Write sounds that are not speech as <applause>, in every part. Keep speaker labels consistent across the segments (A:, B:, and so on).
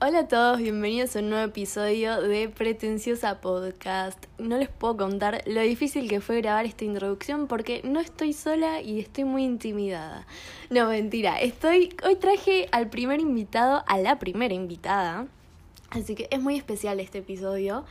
A: Hola a todos, bienvenidos a un nuevo episodio de Pretenciosa Podcast. No les puedo contar lo difícil que fue grabar esta introducción porque no estoy sola y estoy muy intimidada. No, mentira, estoy. Hoy traje al primer invitado, a la primera invitada. Así que es muy especial este episodio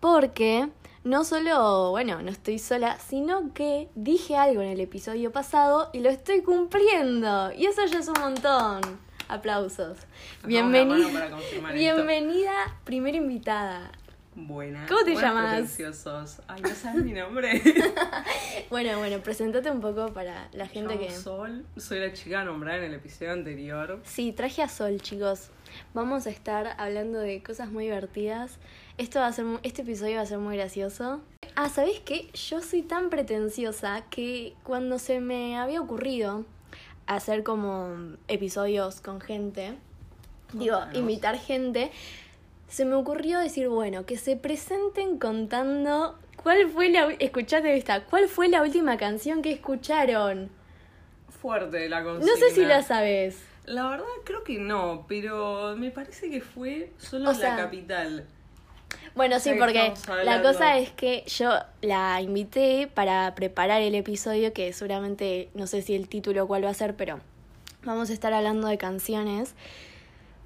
A: porque no solo, bueno, no estoy sola, sino que dije algo en el episodio pasado y lo estoy cumpliendo. Y eso ya es un montón. Aplausos. Bienvenida. Bienvenida, primera invitada.
B: Buenas.
A: ¿Cómo te
B: buenas
A: llamas?
B: pretenciosos. Ay, no sabes mi nombre.
A: Bueno, bueno, presentate un poco para la <laughs> gente
B: Me llamo
A: que.
B: Sol. Soy la chica nombrada en el episodio anterior.
A: Sí, traje a Sol, chicos. Vamos a estar hablando de cosas muy divertidas. Esto va a ser, mu- este episodio va a ser muy gracioso. Ah, ¿sabéis qué? Yo soy tan pretenciosa que cuando se me había ocurrido hacer como episodios con gente, digo,
B: Contanos.
A: invitar gente, se me ocurrió decir, bueno, que se presenten contando cuál fue la... u- Escuchate esta, ¿cuál fue la última canción que escucharon?
B: Fuerte la consigna.
A: No sé si la sabes.
B: La verdad creo que no, pero me parece que fue solo
A: O
B: la
A: sea,
B: capital.
A: Bueno,
B: Ya
A: sí,
B: que
A: porque
B: estamos
A: la
B: hablando.
A: cosa es que yo la invité para preparar el episodio, que seguramente no sé si el título o cuál va a ser, pero vamos a estar hablando de canciones.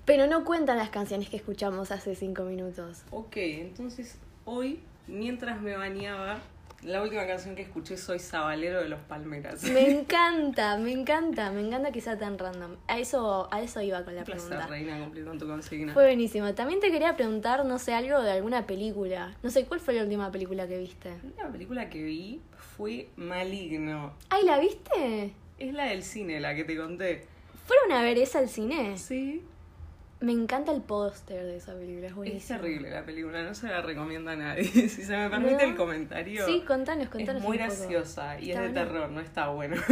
A: Pero no cuentan las canciones que escuchamos hace cinco minutos.
B: Ok, entonces hoy, mientras me bañaba, la última canción que escuché soy Sabalero de los Palmeras. <laughs>
A: Me encanta, me encanta, me encanta que sea tan random. A eso, a eso iba con la
B: Un placer,
A: pregunta.
B: reina, cumplir con tu consigna.
A: Fue buenísimo. También te quería preguntar, no sé, algo de alguna película. No sé, ¿cuál fue la última película que viste?
B: La última película que vi fue Maligno.
A: Ay, ¿la viste?
B: Es la del cine, la que te conté.
A: ¿Fueron a ver esa al cine?
B: Sí.
A: Me encanta el póster de esa película, es
B: Es
A: buenísimo.
B: terrible la película, no se la recomienda a nadie. <laughs> Si se me permite
A: ¿No?
B: el comentario.
A: Sí, contanos, contanos.
B: es muy
A: un poco.
B: graciosa y es
A: Está
B: de
A: bueno.
B: terror, no está bueno. <laughs>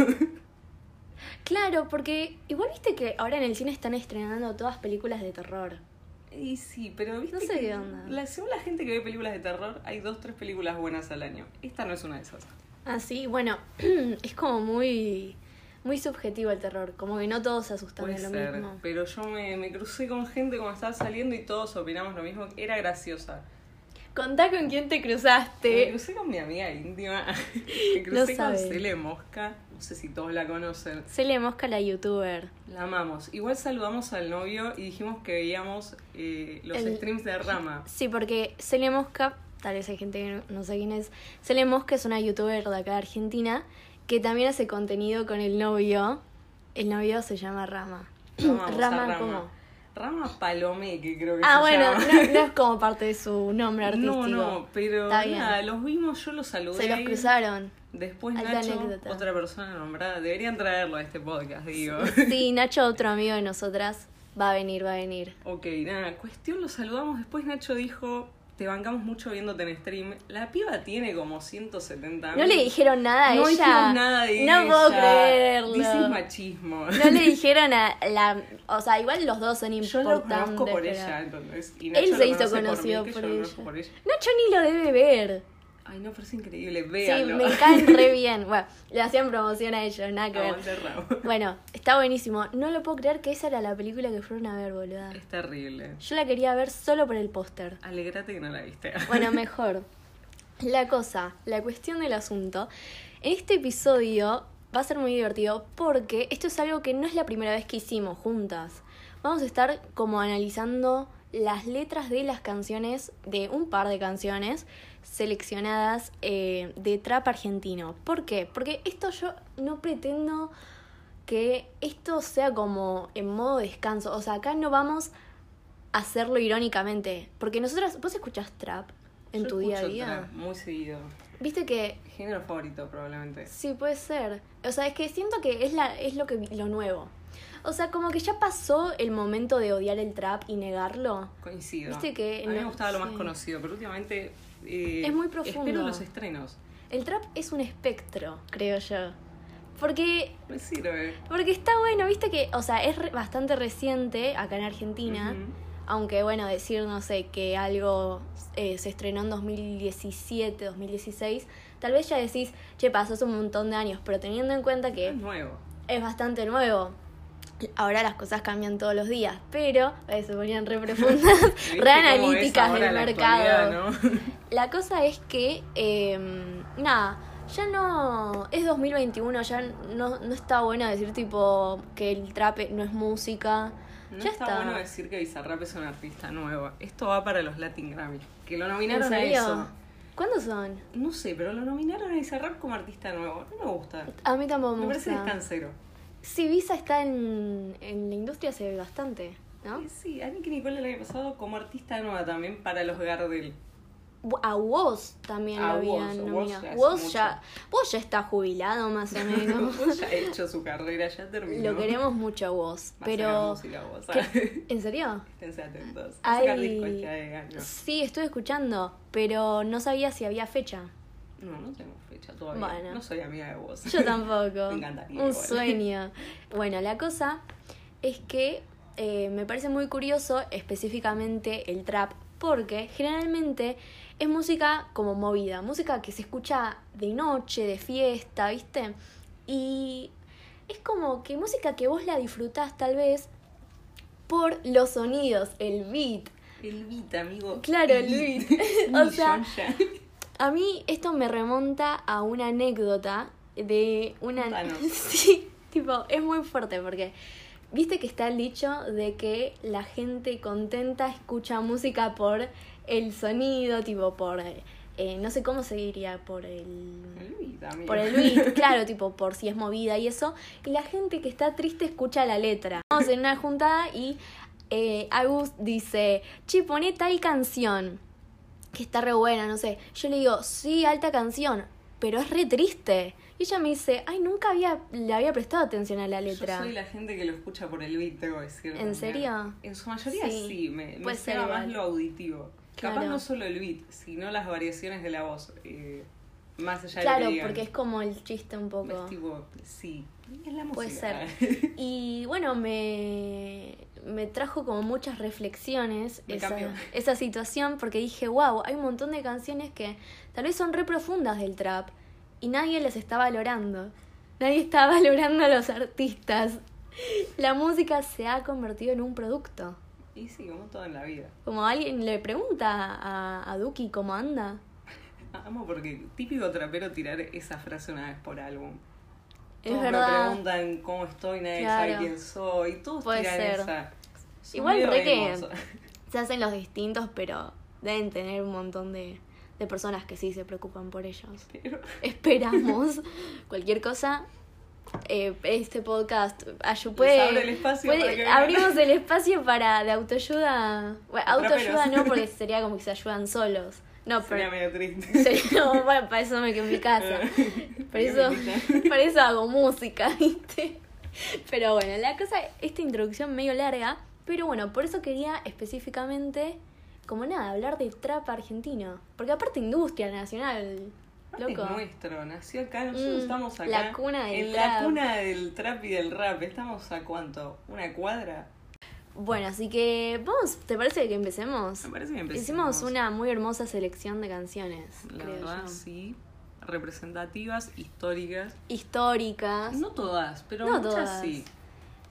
A: Claro, porque igual viste que ahora en el cine están estrenando todas películas de terror.
B: y sí, pero viste
A: No sé
B: que
A: qué onda.
B: La, según la gente que ve películas de terror, hay dos, tres películas buenas al año. Esta no es una de esas.
A: Ah, sí, bueno, <clears throat> es como muy muy subjetivo el terror, como que no todos se asustan
B: Puede
A: de lo
B: ser,
A: mismo.
B: pero yo me, me crucé con gente cuando estaba saliendo y todos opinamos lo mismo. Era graciosa.
A: Contá con quién te
B: Me
A: cruzaste.
B: crucé con mi amiga íntima. <laughs> me crucé con
A: sabe.
B: Cele Mosca. No sé si todos la conocen.
A: Cele Mosca, la youtuber.
B: La amamos. Igual saludamos al novio y dijimos que veíamos eh, los
A: El-
B: streams
A: <clears throat>
B: de Rama.
A: Sí, porque Celia Mosca, tal vez hay gente que no- no sé quién es, Celia Mosca es una youtuber de acá de Argentina que también hace contenido con el novio. El novio se llama Rama.
B: Amamos a
A: <clears throat> Rama,
B: Rama.
A: ¿cómo?
B: Rama Palomé, que creo que
A: Ah,
B: se
A: bueno,
B: llama.
A: no, no es como parte de su nombre artístico.
B: <laughs> No, no, pero
A: Está bien.
B: nada, los vimos, yo los saludé.
A: Se los
B: <laughs>
A: cruzaron.
B: Después
A: Alta
B: Nacho,
A: anécdota.
B: otra persona nombrada. Deberían traerlo a este
A: <laughs>
B: podcast, digo.
A: Sí, Nacho, otro amigo de nosotras, va a venir, va a venir.
B: ok, nada, cuestión, los saludamos. Después Nacho dijo, te bancamos mucho viéndote en stream. La piba tiene como 170
A: No le dijeron nada a
B: No
A: ella.
B: dijimos nada de
A: No
B: ella.
A: puedo creerlo.
B: This is machismo.
A: No le dijeron a la. O sea, igual los dos son
B: Yo
A: importantes.
B: lo conozco por
A: pero-
B: ella, entonces. Y Nacho
A: Él
B: lo
A: se hizo
B: conoce por mí,
A: conocido
B: que
A: por,
B: yo lo
A: ella.
B: conozco por ella.
A: Nacho ni lo debe ver.
B: Ay, no, pero es increíble.
A: Sí,
B: Véanlo.
A: me caen
B: <laughs>
A: re bien. Bueno, le hacían promoción a ellos, nada que ver.
B: Aguante Raúl.
A: Bueno, está buenísimo. No lo puedo creer que esa era la película que fueron a ver, boluda.
B: Es terrible.
A: Yo la quería ver solo por el póster.
B: Alegrate que no la viste. <laughs>
A: Bueno, mejor. La cosa, la cuestión del asunto. En este episodio va a ser muy divertido porque esto es algo que no es la primera vez que hicimos juntas. Vamos a estar como analizando las letras de las canciones, de un par de canciones seleccionadas eh, de trap argentino. ¿Por qué? Porque esto yo no pretendo que esto sea como en modo descanso. O sea, acá no vamos a hacerlo irónicamente. Porque nosotras, vos escuchás trap en
B: Yo
A: tu día a
B: escucho
A: día.
B: trap muy seguido.
A: Viste que
B: Género favorito, probablemente.
A: sí puede ser. O sea, es que siento que es la es lo que lo nuevo. O sea, como que ya pasó el momento de odiar el trap y negarlo.
B: Coincido.
A: Viste que
B: A mí me
A: no-
B: gustaba lo más
A: sí.
B: conocido, pero últimamente. eh,
A: Es muy profundo.
B: Espero los estrenos.
A: El trap es un espectro, creo yo. Porque
B: Me sirve.
A: porque está bueno, viste que, o sea, es re- bastante reciente acá en Argentina.
B: Ujú.
A: Aunque bueno, decir, no sé, que algo eh, se estrenó en 2017, 2016, tal vez ya decís, che, pasó hace un montón de años, pero teniendo en cuenta que
B: Es nuevo.
A: es bastante nuevo. Ahora las cosas cambian todos los días, pero eh, se ponían re
B: <laughs>
A: profundas, re analíticas del mercado. La cosa es que, eh, nada, ya no. Es 2021, ya no, no está bueno decir tipo que el trap no es música.
B: No
A: ya
B: está, bueno decir que Bizarrap es una artista nueva. Esto va para los Latin Grammy, que lo nominaron a eso.
A: ¿Cuándo son?
B: No sé, pero lo nominaron a Bizarrap como artista nuevo. No me gusta.
A: A mí tampoco me,
B: Me parece
A: gusta.
B: descansero.
A: Sí, Visa está en, en la industria hace bastante, ¿no?
B: Eh, Sí, Nicki Nicole el año pasado como artista nueva también para los Gardel.
A: A Woz también
B: A
A: lo
B: Woz,
A: habían
B: Woz
A: nominado.
B: ya hace
A: Woz ya, Woz ya está jubilado más
B: <laughs>
A: o menos.
B: Vos ya ha hecho su carrera, ya terminó.
A: lo queremos mucho a Woz,
B: Va a sacar
A: pero...
B: música vos,
A: ¿Qué? ¿En serio?
B: Esténse atentos. Va a
A: Ay.
B: sacar disco este año.
A: Sí, estuve escuchando, pero no sabía si había fecha.
B: No, no tengo fecha todavía.
A: Bueno.
B: No soy amiga de vos.
A: Yo
B: <laughs>
A: tampoco.
B: Me encantaría
A: Un
B: igual.
A: sueño. Bueno, la cosa es que eh, me parece muy curioso específicamente el trap, porque generalmente es música como movida, música que se escucha de noche, de fiesta, ¿viste? Y es como que música que vos la disfrutás tal vez por los sonidos, el beat.
B: El beat, amigo.
A: Claro, el beat. <laughs> O
B: Millón
A: sea,
B: ya.
A: A mí esto me remonta a una anécdota de una...
B: Contanos.
A: <laughs> sí, tipo, es muy fuerte porque... Viste que está el dicho de que la gente contenta escucha música por el sonido, tipo por... eh, no sé cómo se diría, por el...
B: El beat, amigo.
A: Por
B: <laughs>
A: el beat, claro, tipo por si es movida y eso. Y la gente que está triste escucha la letra. Vamos en una juntada y eh, Agus dice, che, poné tal canción que está re buena, no sé. Yo le digo, sí, alta canción, pero es re triste. Y ella me dice, ay, nunca había, le había prestado atención a la letra.
B: Yo soy la gente que lo escucha por el beat, tengo que decir.
A: ¿En serio?
B: En su mayoría
A: Sí.
B: sí, me, me
A: Puede ser
B: pega
A: igual.
B: más lo auditivo. Capaz
A: Claro.
B: no solo el beat, sino las variaciones de la voz. eh, más allá de
A: claro,
B: lo que digan.
A: porque es como el chiste un poco.
B: Es tipo, sí, es la música.
A: Puede ser. Y bueno, me, me trajo como muchas reflexiones
B: Me
A: esa,
B: cambió.
A: esa situación porque dije, wow, hay un montón de canciones que tal vez son re profundas del trap y nadie les está valorando. Nadie está <laughs> valorando a los artistas. La música se ha convertido en un producto.
B: <laughs> Y sí, como todo en la vida.
A: Como alguien le pregunta a, a Duki cómo anda.
B: Amo porque típico trapero tirar esa frase una vez por álbum.
A: Es
B: todos me
A: verdad.
B: preguntan cómo estoy, nadie
A: Claro.
B: sabe quién soy. Todos
A: Puede
B: tiran
A: ser.
B: esa. Son
A: Igual
B: medio
A: re que-
B: animosos.
A: Se hacen los distintos, pero deben tener un montón de, de personas que sí se preocupan por ellos.
B: Pero <laughs>
A: esperamos cualquier cosa. eh, este podcast ayu-
B: Les
A: puede,
B: abre el espacio
A: puede-
B: para que vengan.
A: abrimos el espacio para de autoayuda bueno, autoayuda
B: Traperos.
A: no
B: <laughs>
A: porque sería como que se ayudan solos no pero
B: sería medio triste. <laughs>
A: sería- no, bueno, para eso me quedo en mi casa para eso <laughs> para eso hago música <laughs> viste pero bueno la cosa esta introducción medio larga pero bueno por eso quería específicamente como nada hablar de trap argentino porque aparte industria nacional
B: Aparte
A: loco
B: Es nuestro, nació acá, nosotros
A: Mm,
B: estamos acá.
A: la cuna del
B: en
A: trap.
B: la cuna del trap y del rap. ¿Estamos a cuánto? ¿Una cuadra?
A: Bueno, así que vamos, ¿te parece que empecemos?
B: Me parece que empezamos.
A: Hicimos una muy hermosa selección de canciones,
B: La
A: creo
B: verdad,
A: yo.
B: sí. Representativas, históricas.
A: Históricas.
B: No todas, pero
A: No
B: muchas
A: todas.
B: sí.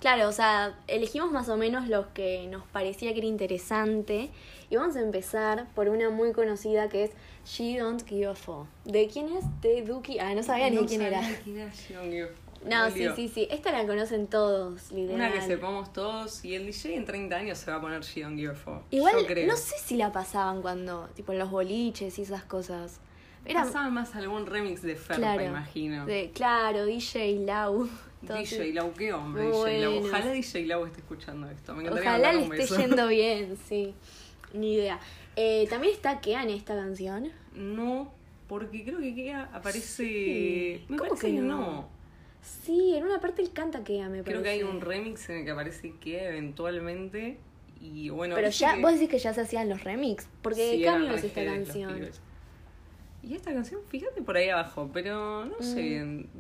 A: Claro, o sea, elegimos más o menos los que nos parecía que era interesante. Y vamos a empezar por una muy conocida que es She Don't Give a Fuck. ¿De quién es? De Duki. Ah, no sabía ni
B: No
A: quién era.
B: sabía quién era John Gill.
A: <laughs> No, sí,
B: Olvidó.
A: sí, sí. Esta la conocen todos, literal.
B: Una que sepamos todos y el DJ en 30 años se va a poner She Don't Give a Fuck.
A: Igual,
B: yo creo.
A: no sé si la pasaban cuando, tipo, en los boliches y esas cosas. Era,
B: Pasaba más algún remix de Ferpa,
A: Claro.
B: imagino.
A: De- claro, DJ
B: <laughs>
A: Lau. todo
B: DJ
A: tipo.
B: Lau, qué hombre, DJ Lau.
A: Bueno.
B: Ojalá DJ Lau esté escuchando esto. Me encantaría
A: Ojalá le
B: mandarle un
A: esté
B: beso.
A: yendo bien, sí. Ni idea. Eh, También está Kea en esta canción.
B: <laughs> No, porque creo que Kea aparece.
A: Sí.
B: Me
A: ¿Cómo
B: parece
A: que
B: que
A: no?
B: no.
A: Sí, en una parte él canta Kea, me parece.
B: Creo que hay un remix en el que aparece Kea eventualmente. Y bueno,
A: Pero
B: viste
A: ya,
B: que-
A: vos decís que ya se hacían los remix, porque
B: Sí, eran
A: Cami hizo esta
B: reheaders los
A: canción.
B: pibes. Y esta canción, fíjate por ahí abajo, pero
A: Mm.
B: no sé, en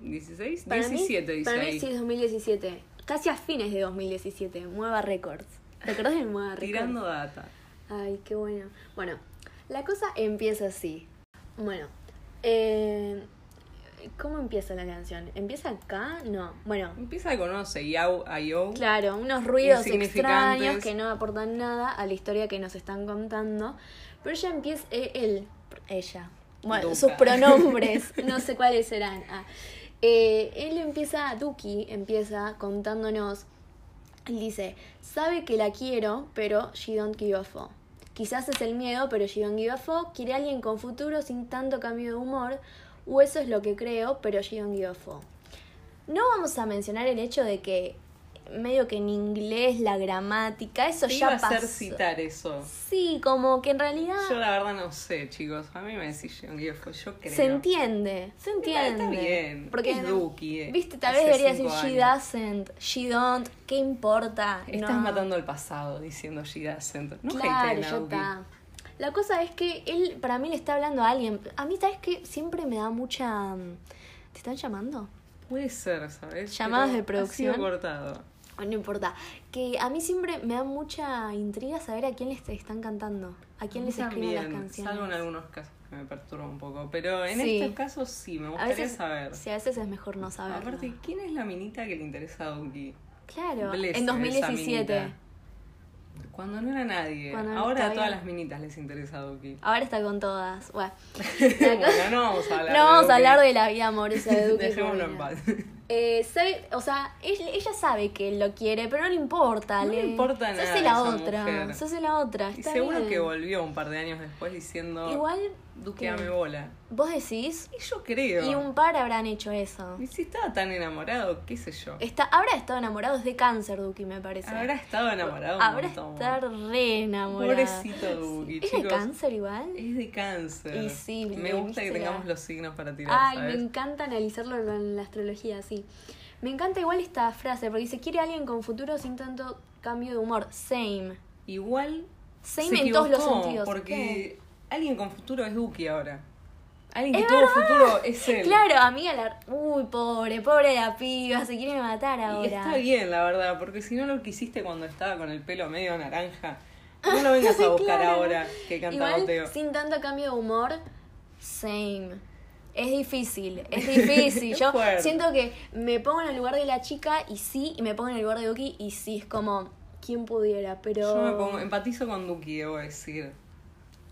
B: 2016,
A: Para
B: 17
A: mí,
B: dice
A: para mí
B: ahí.
A: sí es 2017. Casi a fines de 2017, Mueva Records. ¿Te acordás de Mueva Records?
B: Tirando data.
A: Ay, qué bueno. Bueno, la cosa empieza así. Bueno, eh, ¿Cómo empieza la canción? ¿Empieza acá? No. Bueno,
B: Empieza con, no sé, Yao, Ayo.
A: claro, unos ruidos
B: Insignificantes.
A: extraños que no aportan nada a la historia que nos están contando. Pero ella empieza, eh, él, ella. Bueno,
B: Duca.
A: sus
B: <laughs>
A: pronombres, no sé cuáles serán. Ah. Eh, él empieza, Duki empieza contándonos Él dice, sabe que la quiero, pero she don't give a fuck. Quizás es el miedo, pero she don't give a fuck. Quiere a alguien con futuro sin tanto cambio de humor. O eso es lo que creo, pero she don't give a fuck. No vamos a mencionar el hecho de que medio que en inglés la gramática, eso
B: Te
A: ya
B: iba a hacer
A: pasó.
B: citar eso.
A: Sí, como que en realidad
B: Yo la verdad no sé, chicos. A mí me decís John Gieco, yo creo.
A: se entiende, se entiende.
B: Está bien,
A: Porque
B: es Duki, eh,
A: Viste, tal vez
B: hace
A: debería decir
B: cinco
A: she
B: años.
A: doesn't, she don't, ¿qué importa?
B: Estás
A: No.
B: matando el pasado diciendo she doesn't. No
A: claro,
B: hateen a
A: ya
B: Duki.
A: está. La cosa es que él, para mí, le está hablando a alguien. A mí, ¿sabes que Siempre me da mucha. mm, ¿Te están llamando?
B: Puede ser, ¿sabes?
A: Llamadas
B: Pero
A: de producción.
B: Ha sido cortado.
A: Bueno, no importa. Que a mí siempre me da mucha intriga saber a quién les están cantando. A quién
B: A mí
A: les escriben las
B: también,
A: canciones.
B: Salvo en algunos casos que me perturba un poco. Pero en
A: Sí.
B: estos casos sí, me
A: a
B: gustaría
A: veces,
B: saber.
A: Sí, a veces es mejor no saber.
B: Aparte, ¿quién es la minita que le interesa a Duki?
A: Claro,
B: Bless
A: en
B: esa
A: 2017.
B: minita. Cuando no era nadie.
A: Cuando no
B: Ahora a
A: estaba
B: todas
A: bien.
B: las minitas les interesa a Duki.
A: Ahora está con todas. Bueno, la
B: <laughs> bueno,
A: cosa-
B: no vamos a
A: no
B: hablar
A: vamos
B: de
A: a hablar
B: Duki.
A: de la vida amorosa de Duque.
B: <laughs> Dejémoslo en paz.
A: Eh, sabe, o sea, él- ella sabe que él lo quiere, pero no le importa.
B: No le importa
A: se hace
B: nada
A: la
B: esa
A: otra,
B: mujer.
A: se hace la otra.
B: Y
A: Está
B: seguro
A: bien.
B: que volvió un par de años después diciendo
A: Igual,
B: Duque dame bola.
A: vos decís,
B: Y yo creo.
A: y un par habrán hecho eso.
B: Y si estaba tan enamorado, qué sé yo.
A: Está, habrá estado enamorado de cáncer, Duki, me parece.
B: Habrá estado enamorado un
A: Habrá
B: montón.
A: estar re enamorado.
B: Pobrecito Duki,
A: ¿Es de
B: chicos.
A: cáncer igual?
B: Es de cáncer.
A: Y sí,
B: me
A: le
B: gusta que
A: viste la-
B: tengamos los signos para tirar,
A: Ay,
B: ¿sabes?
A: me encanta analizarlo con la astrología, sí. Me encanta igual esta frase, porque dice, quiere a alguien con futuro sin tanto cambio de humor. Same.
B: Igual
A: Same
B: se
A: en todos los
B: equivocó,
A: sentidos.
B: Porque alguien con futuro es Duki ahora. Alguien que
A: Es
B: tuvo futuro es él.
A: Claro, amiga, la... uy, pobre, pobre la piba, se quiere matar ahora.
B: Y
A: <laughs>
B: está bien, la verdad, porque si no lo quisiste cuando estaba con el pelo medio
A: <laughs>
B: naranja, no lo vengas a buscar
A: Claro.
B: ahora que canta
A: Igual,
B: Boteo.
A: sin tanto cambio de humor, same. Es difícil, es difícil.
B: <laughs> Es
A: Yo
B: fuerte.
A: siento que me pongo en el lugar de la chica y sí, y me pongo en el lugar de Duki y sí, es como, ¿quién pudiera? Pero...
B: Yo me pongo, empatizo con Duki, debo decir.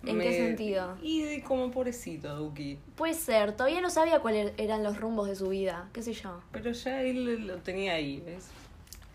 A: ¿En qué sentido?
B: Y de como pobrecito Duki.
A: Puede ser, todavía no sabía cuáles eran los rumbos de su vida, qué sé yo.
B: Pero ya él lo tenía ahí, ¿ves?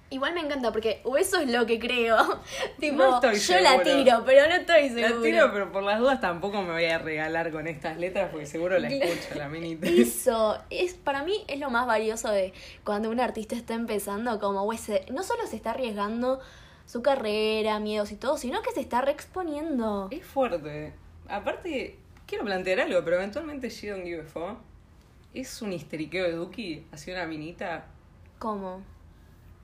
A: Igual me encanta porque o eso es lo que creo. <laughs> tipo,
B: No estoy
A: yo la
B: seguro.
A: tiro, pero no estoy segura.
B: La tiro, pero por las dudas tampoco me voy a regalar con estas letras porque
A: <laughs>
B: seguro la escucha la minita.
A: Eso, es, para mí es lo más valioso de cuando un artista está empezando, como güey, se- no solo se está arriesgando su carrera, miedos y todo, sino que se está reexponiendo.
B: <laughs> Es fuerte. Aparte, quiero plantear algo, pero eventualmente She Don't Give a Fuck es un histeriqueo de Duki hacia una minita.
A: ¿Cómo?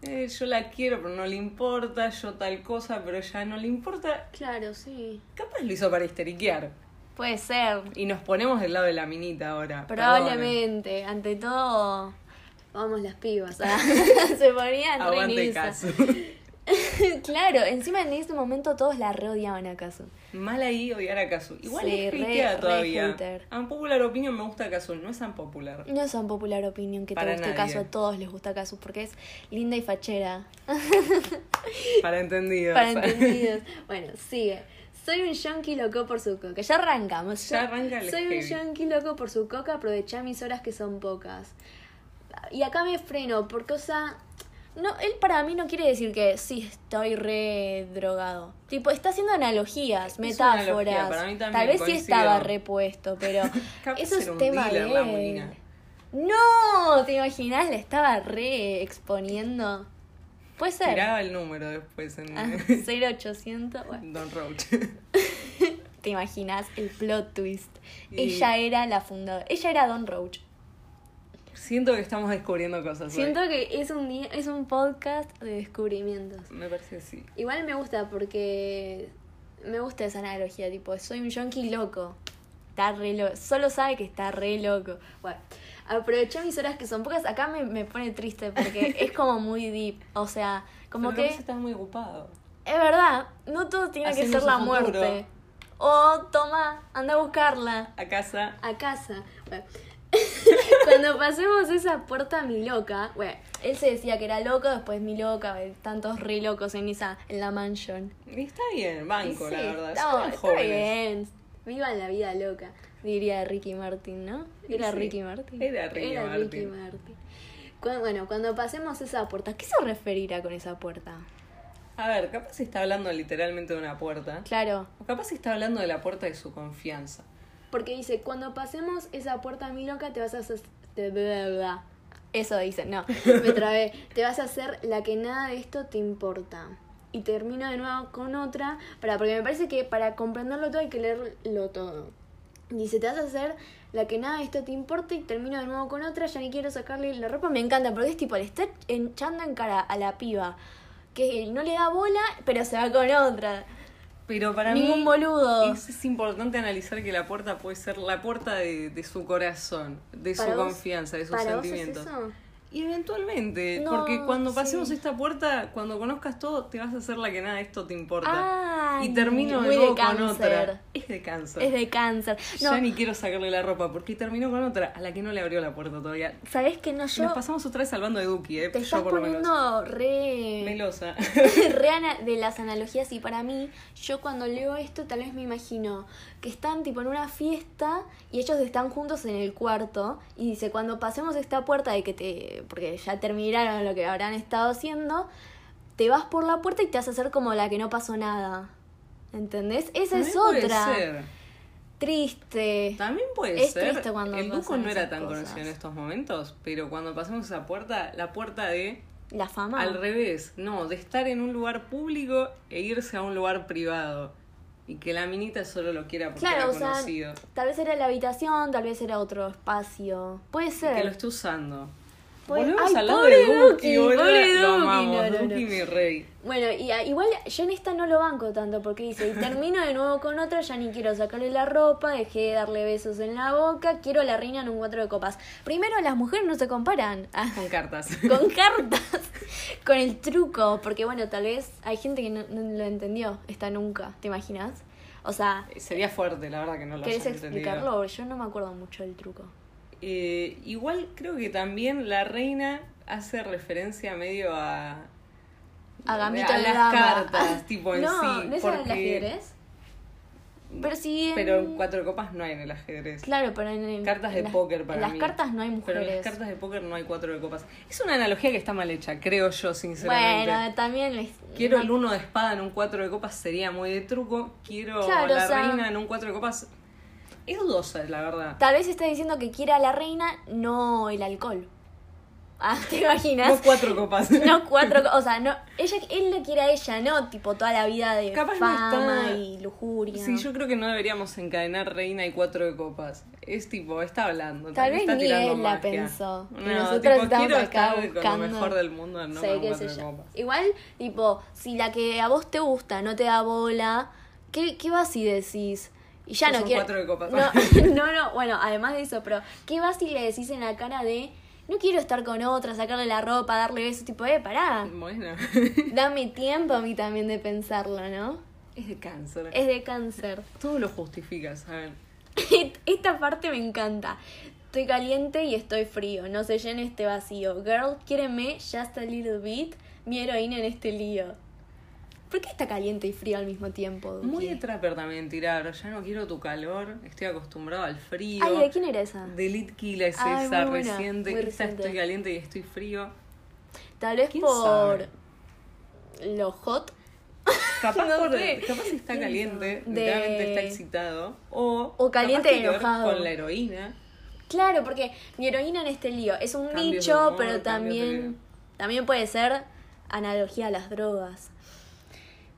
B: Eh, yo la quiero, pero no le importa. Yo tal cosa, pero ya no le importa.
A: Claro, sí.
B: Capaz lo hizo para histeriquear.
A: Puede ser.
B: Y nos ponemos del lado de la minita ahora.
A: Probablemente, ante todo, eh. vamos las pibas. ah. <laughs> se
B: Perdonen.
A: ponían re en
B: Aguante
A: esa.
B: caso.
A: <laughs> claro, encima en ese momento todos la rodeaban a Kazu.
B: Mal ahí odiar a Kazu. Igual
A: Sí,
B: es
A: re-
B: hateada
A: re
B: todavía.
A: hater.
B: A un popular opinion me gusta Kazu, no es tan popular.
A: No es una popular opinión que te
B: Para
A: guste
B: nadie.
A: Kazu, a todos les gusta Kazu porque es linda y fachera.
B: Para entendidos.
A: Para entendidos. Bueno, sigue. Soy un yonki loco por su coca. Ya arrancamos.
B: Ya arranca el
A: Soy un
B: heavy.
A: yonki loco por su coca. Aprovecha mis horas que son pocas. Y acá me freno porque, o sea, no, él para mí no quiere decir que sí, estoy re drogado. Tipo, está haciendo analogías,
B: Es una
A: metáforas.
B: analogía, para mí también,
A: Tal vez sí
B: coincido.
A: estaba repuesto,
B: <laughs>
A: pero
B: <laughs> Capaz
A: eso
B: era
A: es
B: un
A: tema
B: dealer, la
A: de él.
B: Molina.
A: No, ¿te imaginas? La estaba re exponiendo. Puede ser.
B: Tiraba el número después en <laughs>
A: Ah, <laughs> 0800. Bueno,
B: Don Roach.
A: te imaginas el plot twist.
B: Y-
A: Ella era la fundadora. Ella era Don Roach.
B: Siento que estamos descubriendo cosas. hoy.
A: Siento que es un día, es un podcast de descubrimientos.
B: Me parece que sí.
A: Igual me gusta porque me gusta esa analogía, tipo, soy un yonki loco. Está re loco. Solo sabe que está re loco. Bueno, aproveché mis horas que son pocas. Acá me, me pone triste
B: <laughs>
A: porque es como muy deep. O sea, como
B: Pero capaz
A: que.
B: estás muy ocupado.
A: Es verdad, no todo tiene que
B: Haciendo
A: ser la
B: su futuro.
A: muerte. O toma, anda a buscarla
B: A casa.
A: a casa. Bueno. <laughs> Cuando pasemos esa puerta mi loca, bueno, él se decía que era loco, después mi loca, eh, tantos re locos en esa, en la mansion.
B: Y está bien, banco,
A: Y
B: la
A: sí,
B: verdad.
A: está-
B: Son
A: está
B: jóvenes.
A: bien. Vivan la vida loca, diría Ricky Martin, ¿no?
B: Y
A: Era
B: sí,
A: Ricky Martin.
B: era Ricky Martin.
A: Martin. Cu- bueno, cuando pasemos esa puerta, ¿a ¿qué se referirá con esa puerta?
B: A ver, capaz está hablando literalmente de una puerta.
A: Claro,
B: O capaz está hablando de la puerta de su confianza.
A: Porque dice, cuando pasemos esa puerta mi loca, te vas a hacer... te- bla, bla, bla". Eso dice, no, me trabé. <laughs> Te vas a hacer la que nada de esto te importa. Y termino de nuevo con otra, para, porque me parece que para comprenderlo todo hay que leerlo todo. Dice, te vas a hacer la que nada de esto te importa y termino de nuevo con otra, ya ni quiero sacarle la ropa, me encanta, porque es tipo, le está echando en cara a la piba, que no le da bola, pero se va con otra.
B: Pero para
A: Ningún
B: mí
A: boludo.
B: Es, es importante analizar que la puerta puede ser la puerta de, de su corazón, de su
A: Para vos-
B: confianza, de sus
A: para vos es
B: sentimientos.
A: eso?
B: Y eventualmente,
A: No,
B: porque cuando pasemos
A: sí.
B: esta puerta, cuando conozcas todo, te vas a hacer la que nada de esto te importa.
A: Ay,
B: y termino
A: Ah, muy
B: de
A: de
B: nuevo con
A: cáncer.
B: otra. Es de cáncer.
A: Es de cáncer. No,
B: Ya ni quiero sacarle la ropa porque terminó con otra a la que no le abrió la puerta todavía.
A: ¿sabes que no? Yo
B: Nos pasamos otra vez salvando de Duki, ¿eh?
A: te
B: Yo
A: estás
B: por lo menos.
A: poniendo re...
B: Melosa.
A: <laughs> re ana- de las analogías y para mí, yo cuando leo esto tal vez me imagino que están tipo en una fiesta y ellos están juntos en el cuarto y dice, cuando pasemos esta puerta de que te... porque ya terminaron lo que habrán estado haciendo, te vas por la puerta y te vas a hacer como la que no pasó nada. ¿Entendés? Esa
B: También
A: es
B: puede
A: otra.
B: ser.
A: También
B: También puede
A: Es
B: ser.
A: triste cuando
B: el
A: pasan
B: Duco no era
A: esas
B: tan
A: cosas.
B: conocido en estos momentos, pero cuando pasamos esa puerta, la puerta de
A: La fama.
B: al revés, no, de estar en un lugar público e irse a un lugar privado. Y que la minita solo lo quiera porque
A: Claro, o
B: era
A: sea,
B: conocido.
A: tal vez era la habitación, tal vez era otro espacio. Puede
B: Y que lo
A: ser.
B: esté usando.
A: Pues-
B: Volvemos
A: ay,
B: al lado
A: pobre
B: de Duki,
A: Duki,
B: boludo.
A: pobre
B: Lo
A: Duki,
B: amamos,
A: no, no, no.
B: Duki mi rey.
A: Bueno, y a- igual yo en esta no lo banco tanto porque dice, y termino de nuevo con otra, ya ni quiero sacarle la ropa, dejé de darle besos en la boca, quiero a la reina en un cuatro de copas. Primero, las mujeres no se comparan ah,
B: Con cartas.
A: <laughs>
B: <laughs>
A: con cartas, con el truco, porque bueno, tal vez hay gente que no, no lo entendió, esta nunca, ¿te imaginas? O sea,
B: Eh, Sería fuerte, la verdad, que no lo
A: ¿querés
B: hayan entendido.
A: explicarlo? Yo no me acuerdo mucho del truco.
B: Eh, igual creo que también la reina hace referencia medio a.
A: a gambito
B: a
A: de
B: las
A: dama.
B: cartas, tipo en
A: Ah, no,
B: sí.
A: No, es en el
B: porque-
A: ajedrez. Pero sí en-
B: Pero en cuatro copas no hay en el ajedrez.
A: Claro, pero en el-
B: Cartas de
A: en las-
B: póker para
A: En las
B: mí.
A: cartas no hay
B: Pero
A: mujeres.
B: en las cartas de póker no hay cuatro de copas. Es una analogía que está mal hecha, creo yo, sinceramente.
A: bueno, también les-
B: Quiero
A: no-
B: el uno de espada en un cuatro de copas sería muy de truco. Quiero
A: Claro,
B: la
A: o sea-
B: reina en un cuatro de copas. Es dudosa, la verdad.
A: Tal vez está diciendo que quiera a la reina, no el alcohol. <laughs> Ah, ¿te imaginas?
B: No cuatro copas.
A: <laughs> No cuatro, co- o sea, no, ella, él le quiere a ella, no tipo toda la vida de
B: Capaz no
A: fama
B: está-
A: y lujuria.
B: Sí, yo creo que no deberíamos encadenar reina y cuatro de copas. Es tipo, está hablando.
A: Tal vez
B: vez está
A: ni
B: tirando
A: él la
B: magia.
A: pensó. Y
B: No,
A: nosotros
B: tipo,
A: estamos
B: quiero
A: acá
B: estar con
A: buscando.
B: lo mejor del mundo, no
A: Sí,
B: con
A: qué
B: cuatro
A: sé
B: de
A: yo. <laughs>
B: copas.
A: Igual, tipo, si la que a vos te gusta no te da bola, ¿qué, qué vas y decís? Y ya
B: Estos
A: no
B: son
A: quiero.
B: cuatro de copas. <laughs>
A: No, no, no, bueno, además de eso, pero ¿qué vas y le decís en la cara de no quiero estar con otra, sacarle la ropa, darle besos? Tipo, eh, pará.
B: Bueno, <laughs>
A: Dame tiempo a mí también de pensarlo, ¿no?
B: es de cáncer.
A: Es de cáncer.
B: Todo lo justifica, ¿saben?
A: Esta parte me encanta. Estoy caliente y estoy frío. No se llene este vacío. Girl, quiéreme just a little bit. Mi heroína en este lío. ¿Por qué está caliente y frío al mismo tiempo? Duki?
B: Muy de trapper también tirar. Ya no quiero tu calor. Estoy acostumbrado al frío.
A: Ay, ¿de quién era esa?
B: De Litquila es
A: Ay,
B: esa
A: muy buena,
B: reciente.
A: muy
B: Esta
A: reciente.
B: estoy caliente y estoy frío.
A: Tal vez
B: ¿Quién
A: por
B: sabe?
A: lo hot.
B: Capaz,
A: No
B: por-
A: sé.
B: capaz está caliente,
A: De-
B: literalmente está excitado. O,
A: O caliente
B: capaz tiene que ver
A: enojado.
B: Con la heroína.
A: Claro, porque mi heroína en este lío es un
B: Cambios de
A: nicho,
B: humor,
A: pero
B: cambios de
A: también,
B: vida.
A: también puede ser analogía a las drogas.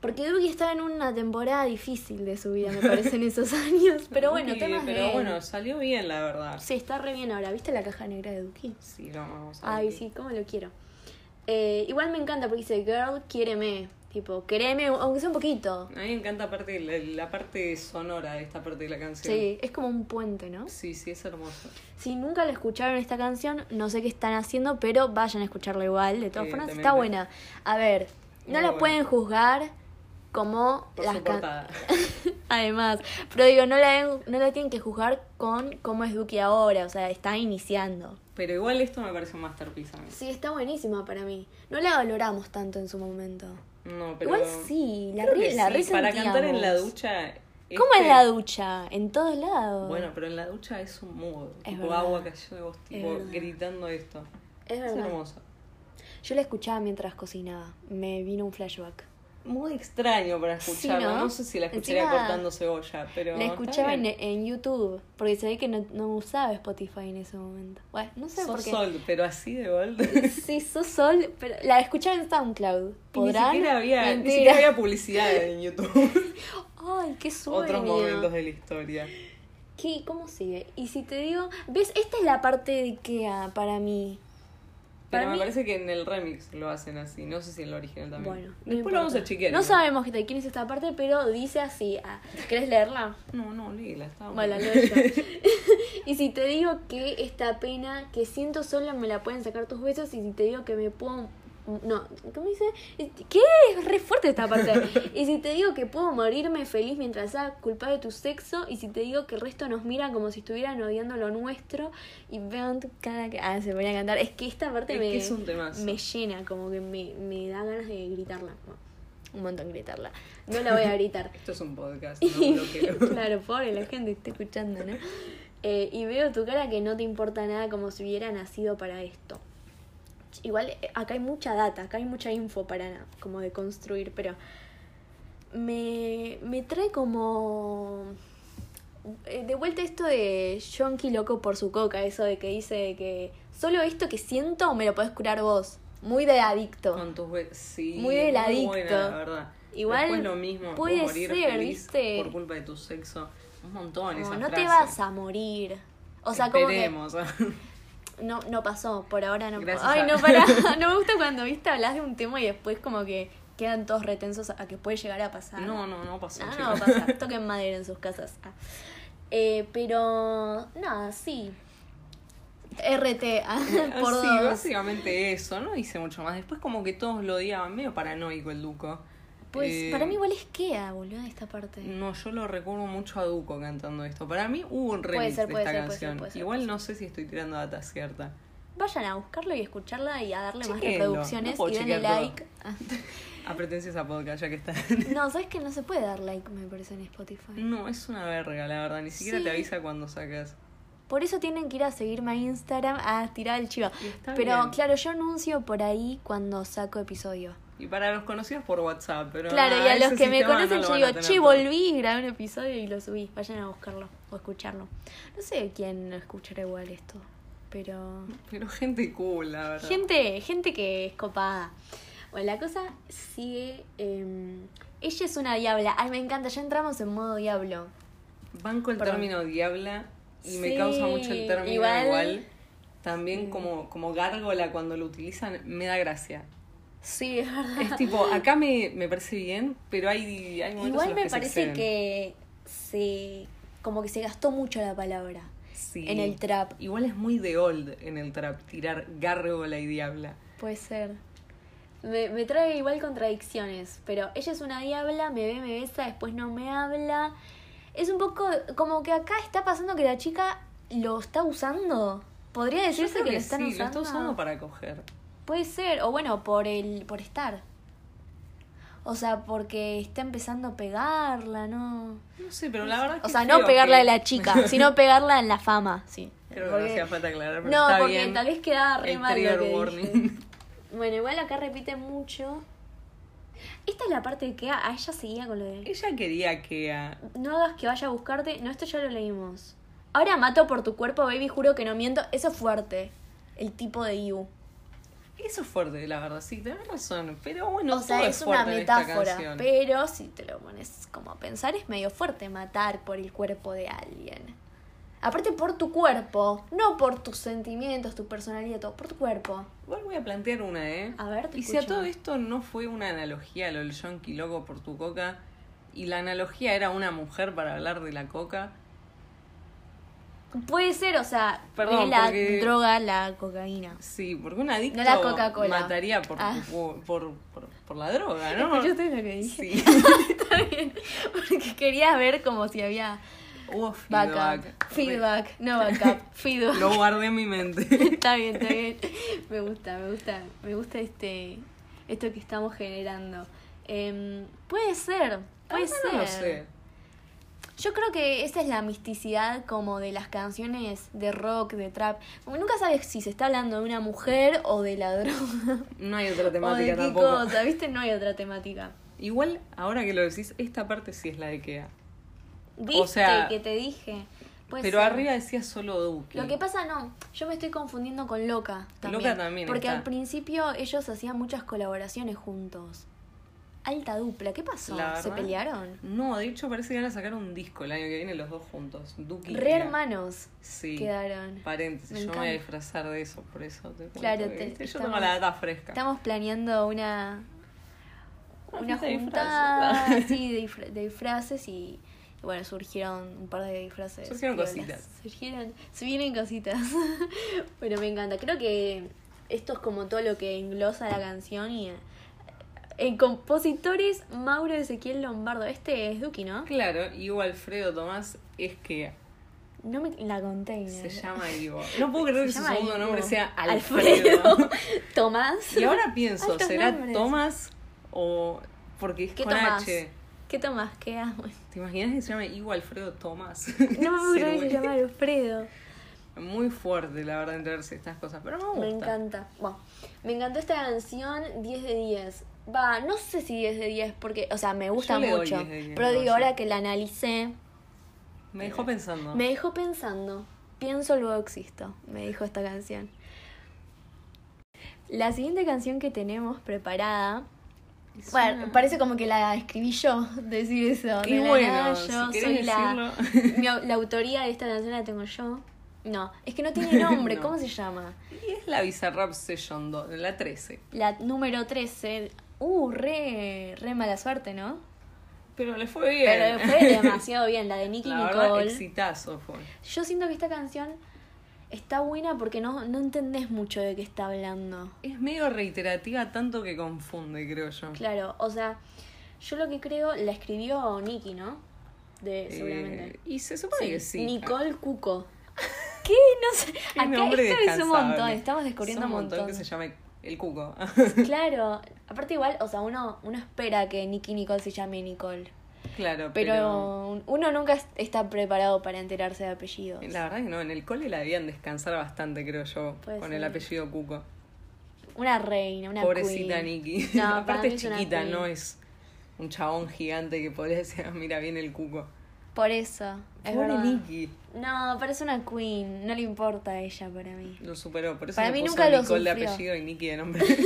A: Porque Duki estaba en una temporada difícil de su
B: <laughs>
A: vida, me parece, en esos años. Pero bueno,
B: Sí,
A: temas
B: Pero
A: de él.
B: bueno, salió bien, la verdad.
A: Sí, está re bien ahora. ¿Viste la caja negra de Duki?
B: Sí, lo vamos a
A: Ay, sí, cómo lo quiero. Eh, igual me encanta porque dice, girl, quiéreme. Tipo, quereme, aunque sea un poquito.
B: A mí me encanta aparte la, la parte sonora de esta parte de la canción.
A: Sí, es como un puente, ¿no?
B: Sí, sí, es hermoso.
A: Si nunca la escucharon esta canción, no sé qué están haciendo, pero vayan a escucharla igual. De todas formas, está buena.
B: Evidentemente.
A: A ver, no
B: Muy
A: la
B: buena.
A: pueden juzgar como
B: Por
A: las
B: su
A: can-
B: portada.
A: <laughs> Además, pero digo, no la, den- no la tienen que juzgar con cómo es Duki ahora, o sea, está iniciando.
B: Pero igual esto me parece un masterpiece a mí.
A: Sí, está buenísima para mí. No la valoramos tanto en su momento.
B: No, pero...
A: Igual sí, la,
B: Creo
A: re,
B: que
A: la
B: sí, Para cantar en la
A: resentíamos.
B: ducha...
A: ¿Cómo
B: este-
A: es la ducha? En todos lados.
B: Bueno, pero en la ducha es un mood.
A: Es
B: tipo
A: verdad.
B: agua cayó de vos, tipo,
A: verdad.
B: gritando esto.
A: es
B: Es
A: verdad.
B: hermoso.
A: Yo la escuchaba mientras cocinaba. Me vino un flashback.
B: Muy extraño para
A: Sí,
B: escucharla.
A: ¿no?
B: ¿no? sé si la escucharía
A: Encima-
B: cortando cebolla, pero.
A: la
B: está
A: escuchaba en,
B: bien.
A: en YouTube, porque se ve que no, no usaba Spotify en ese momento. Bueno, no sé por
B: Sos
A: qué.
B: sol, pero así de gold.
A: <laughs>
B: <laughs>
A: Sí, sos sol, pero la escuchaba en SoundCloud.
B: Y ni
A: ¿Podrán?
B: siquiera había, ni
A: Mentira.
B: siquiera había publicidad en YouTube.
A: <laughs> Ay, qué sueño.
B: Otros momentos de la historia.
A: ¿Qué? ¿Cómo sigue? Y si te digo, ¿ves? Esta es la parte de Ikea para mí. Para
B: Pero me
A: mí-
B: parece que en el remix lo hacen así. No sé si en el original también.
A: Bueno, no
B: Después lo vamos
A: importa.
B: a chequear.
A: No
B: igual.
A: sabemos de quién es esta parte, pero dice así. ah, ¿Querés leerla?
B: No, no, Lila, está
A: Bueno,
B: bueno.
A: leo
B: <laughs>
A: yo. y si te digo que esta pena que siento sola me la pueden sacar tus besos y si te digo que me puedo... No, ¿cómo dice? ¿Qué? Es re fuerte esta parte. y si te digo que puedo morirme feliz mientras sea culpable de tu sexo y si te digo que el resto nos mira como si estuvieran odiando lo nuestro y vean tu cara que... Ah, se ponía a cantar. Es que esta parte
B: Es
A: me,
B: que es un temazo.
A: me llena, como que me, me da ganas de gritarla. Bueno, Un montón gritarla. No la voy a gritar.
B: Esto es
A: <laughs>
B: un podcast, no un
A: Y-
B: bloqueo.
A: claro, pobre la gente que está escuchando, ¿no? Eh, y veo tu cara que no te importa nada como si hubiera nacido para esto. Igual eh, acá hay mucha data, acá hay mucha info para como de construir, pero me, me trae como eh, de vuelta esto de Yonki loco por su coca, eso de que dice que solo esto que siento me lo podés curar vos. Muy de adicto.
B: Con tus be- sí,
A: Muy del adicto.
B: buena, la verdad.
A: Igual
B: Después lo mismo,
A: puede
B: puedes morir
A: ser,
B: feliz
A: ¿viste?
B: por culpa de tu sexo. Un montón
A: Como,
B: esa
A: no
B: frase.
A: te vas a morir. O sea, como que
B: Esperemos. <laughs>
A: No, no pasó, por ahora no
B: Gracias
A: Ay,
B: a-
A: no, para.
B: <laughs>
A: No me gusta cuando, viste, hablas de un tema y después como que quedan todos retensos a que puede llegar a pasar.
B: No, no, no pasó.
A: Ah,
B: chicos.
A: no va a pasar. Toquen madera en sus casas. Ah. Eh, pero, nada, sí. RT, ah, <laughs> por
B: <laughs> sí,
A: dos.
B: básicamente eso, no hice mucho más. Después como que todos lo odiaban, medio paranoico el Duco.
A: Pues
B: Eh, mm.
A: para mí igual es queda, boludo, esta parte.
B: No, yo lo recuerdo mucho a Duco cantando esto. Para mí hubo un
A: Puede
B: remix
A: ser,
B: de
A: puede
B: esta
A: ser, puede
B: canción.
A: ser, puede ser,
B: Igual
A: puede
B: no sé si estoy tirando data cierta.
A: Vayan a buscarlo y escucharla y a darle más
B: Chequenlo,
A: reproducciones
B: no puedo
A: y denle
B: chequear todo.
A: like. Ah.
B: A pretencias a podcast, ya que está. <laughs>
A: No, sabes que no se puede dar like, me parece, en Spotify.
B: No, es una verga, la verdad. Ni siquiera
A: Sí.
B: te avisa cuando sacas.
A: Por eso tienen que ir a seguirme a Instagram a tirar el chivo.
B: Y está
A: Pero
B: bien.
A: claro, yo anuncio por ahí cuando saco episodio.
B: Y para los conocidos por WhatsApp, pero.
A: claro,
B: ah,
A: y a
B: ese
A: los que me
B: sistema
A: conocen yo
B: no lo
A: digo,
B: van a
A: che,
B: tener
A: volví y grabé un episodio y lo subí. Vayan a buscarlo o escucharlo. No sé quién escuchará igual esto, pero...
B: todo. Pero gente cool, la verdad.
A: Gente, gente que es copada. Bueno, la cosa sigue... em, ella es una diabla. Ay, me encanta, ya entramos en modo diablo.
B: Banco el
A: Perdón.
B: término diabla y me
A: Sí,
B: causa mucho el término
A: igual.
B: igual. También como, como gárgola cuando lo utilizan me da gracia.
A: Sí, es verdad. <laughs>
B: Es tipo, acá me, me parece bien, pero hay, hay momentos
A: Igual
B: en los
A: me
B: que se
A: parece
B: exceden.
A: que se como que se gastó mucho la palabra
B: Sí.
A: en el trap.
B: Igual es muy de old en el trap, tirar gárgola y diabla.
A: Puede ser. Me, me trae igual contradicciones, pero ella es una diabla, me ve, me besa, después no me habla. Es un poco como que acá está pasando que la chica lo está usando. Podría
B: Yo
A: decirse
B: creo
A: que,
B: que
A: lo están
B: sí,
A: usando.
B: lo está usando para coger.
A: Puede ser, o bueno, por el por estar. O sea, porque está empezando a pegarla, ¿no.
B: No sé, pero la verdad
A: O
B: que <laughs>
A: sea, no
B: creo
A: pegarla
B: que-
A: a la
B: <laughs>
A: chica, sino pegarla en la fama, sí.
B: Creo que
A: Porque-
B: no hacía falta aclarar, pero
A: No,
B: está
A: porque
B: bien.
A: tal vez quedaba re
B: el
A: mal lo
B: trigger
A: que
B: warning. <laughs>
A: dije. Bueno, igual acá repite mucho. Esta es la parte de que a a ella seguía con lo de...
B: Ella quería que a...
A: No hagas que vaya a buscarte. No, esto ya lo leímos. Ahora mato por tu cuerpo, baby, juro que no miento. Eso es fuerte. El tipo de You.
B: Eso es fuerte, la verdad, sí, tenés razón. Pero bueno,
A: o sea,
B: todo
A: es una
B: fuerte en esta
A: metáfora.
B: canción.
A: Pero si te lo pones como a pensar, es medio fuerte matar por el cuerpo de alguien. Aparte por tu cuerpo, no por tus sentimientos, tu personalidad, todo, por tu cuerpo.
B: Igual voy a plantear una, ¿eh?
A: A ver, te
B: Y si a
A: escucho.
B: todo esto no fue una analogía lo del yonki loco por tu coca, y la analogía era una mujer para hablar de la coca,
A: Puede ser, o sea,
B: Perdón,
A: es la
B: porque-
A: droga, la cocaína.
B: Sí, porque un adicto
A: No la Coca-Cola.
B: mataría por,
A: Ah.
B: por, por, por- por la droga,
A: <laughs>
B: ¿no?
A: te lo que
B: Sí.
A: Está bien. Porque quería ver como si había
B: <laughs> Hubo
A: backup.
B: feedback.
A: Feedback, no backup. Feedback.
B: <laughs> Lo guardé en mi
A: <laughs>
B: <laughs> mente.
A: Está bien, está bien. Me gusta, me gusta. Me gusta este esto que estamos generando. Em, puede ser, puede
B: Ah,
A: ser.
B: No lo sé.
A: Yo creo que esa es la misticidad como de las canciones de rock, de trap. Como nunca sabes si se está hablando de una mujer o de la droga.
B: No hay otra
A: o de
B: <laughs> temática
A: qué
B: tampoco.
A: cosa, ¿viste? No hay otra temática.
B: Igual, ahora que lo decís, esta parte sí es la de Ikea.
A: ¿Viste
B: sea,
A: que te dije? Puede
B: Pero
A: ser.
B: arriba decía solo Duque.
A: Lo que pasa, no, yo me estoy confundiendo con Loca también.
B: Loca también
A: Porque
B: está.
A: al principio ellos hacían muchas colaboraciones juntos. Alta dupla, ¿qué pasó?
B: La
A: ¿Se
B: verdad-
A: pelearon?
B: No, de hecho parece que van a sacar un disco el año que viene los dos juntos. Duque y
A: Re
B: Ikea.
A: hermanos
B: Sí.
A: quedaron.
B: Paréntesis,
A: Me
B: yo me voy a
A: encanta.
B: disfrazar de eso, por eso te cuento,
A: Claro,
B: que,
A: te-
B: ¿viste? yo
A: estamos-
B: tengo la data fresca.
A: Estamos planeando una.
B: Una
A: Una
B: fiesta de
A: juntada
B: <laughs> disfraces.
A: sí, de, disfra- de disfraces y. Bueno, surgieron un par de disfraces.
B: Surgieron
A: piolas.
B: cositas.
A: Surgieron, se vienen cositas. <laughs> bueno, me encanta. Creo que esto es como todo lo que englosa la canción y. eh, En compositores, Mauro Ezequiel Lombardo. Este es Duki, ¿no?
B: Claro, Ivo Alfredo Tomás es que
A: No me la conté.
B: se
A: ¿no?
B: llama Ivo. No puedo
A: <laughs>
B: creer
A: Se
B: que su
A: llama
B: segundo
A: Ivo.
B: nombre sea Alfredo.
A: <laughs> Tomás.
B: Y ahora pienso,
A: Altos
B: ¿será
A: nombres.
B: Tomás o porque es
A: ¿Qué
B: con
A: Tomás?
B: H?
A: ¿Qué Tomás? ¿Qué
B: <laughs>
A: amo?
B: ¿Te imaginas que se llame Ivo Alfredo Tomás? <laughs>
A: No me puedo
B: Sí,
A: creer que
B: güey.
A: se llama Alfredo.
B: Muy fuerte, la verdad, enterarse de estas cosas, pero me gusta.
A: Me encanta. Bueno, me encantó esta canción 10 de 10. Va, no sé si 10 de 10 porque, o sea, me gusta
B: le doy
A: mucho.
B: 10 de 10,
A: pero
B: no sé.
A: digo, ahora que la analicé,
B: Me dejó pensando.
A: me dejó pensando. Pienso luego existo, me dijo esta canción. La siguiente canción que tenemos preparada,
B: Es
A: bueno,
B: una-
A: parece como que la escribí yo decir eso.
B: Y
A: de la
B: bueno,
A: nada,
B: si
A: yo
B: querés
A: soy la, <laughs>
B: decirlo.
A: mi au- la autoría de esta canción la tengo yo. No, es que no tiene nombre,
B: <laughs> No.
A: ¿cómo se llama?
B: Y es la Bizarrap Session 2, la 13.
A: La número 13. Uh, re, re mala suerte, ¿no?
B: Pero le fue bien.
A: Pero fue
B: <laughs>
A: demasiado bien la de Nicky
B: La verdad,
A: Nicole.
B: exitazo fue.
A: Yo siento que esta canción está buena porque no, no entendés mucho de qué está hablando.
B: Es medio reiterativa, tanto que confunde, creo yo.
A: Claro, o sea, yo lo que creo, la escribió Nicky, ¿no? De,
B: Eh,
A: seguramente.
B: y se supone que sí. Ah.
A: Nicole
B: <laughs>
A: Cuco. ¿Qué? No sé.
B: Qué
A: Acá esto
B: nombre
A: es un
B: descansable.
A: montón, estamos descubriendo
B: Son
A: un montón.
B: que se llame
A: <laughs>
B: El Cuco.
A: Claro, aparte igual, o sea, uno, uno espera que Nicky Nicole se llame Nicole.
B: claro, pero...
A: Pero uno nunca es- está preparado para enterarse de apellidos.
B: La verdad que no, en el cole la debían descansar bastante, creo yo,
A: Puede
B: con
A: ser.
B: el apellido Cuco.
A: Una reina, una
B: Pobrecita
A: queen.
B: Nikki.
A: No, para
B: <laughs> Aparte
A: mí
B: es
A: una
B: chiquita,
A: queen.
B: no es un chabón gigante que podría decir, "Ah, mira, viene el Cuco.
A: Por eso, es
B: Pobre
A: verdad.
B: Nikki.
A: No, pero es una queen, no le importa a ella para mí.
B: Lo superó, por eso
A: Para
B: le
A: mí
B: puso
A: nunca lo
B: Nicole de
A: sufrió.
B: apellido y Nikki de nombre. <laughs>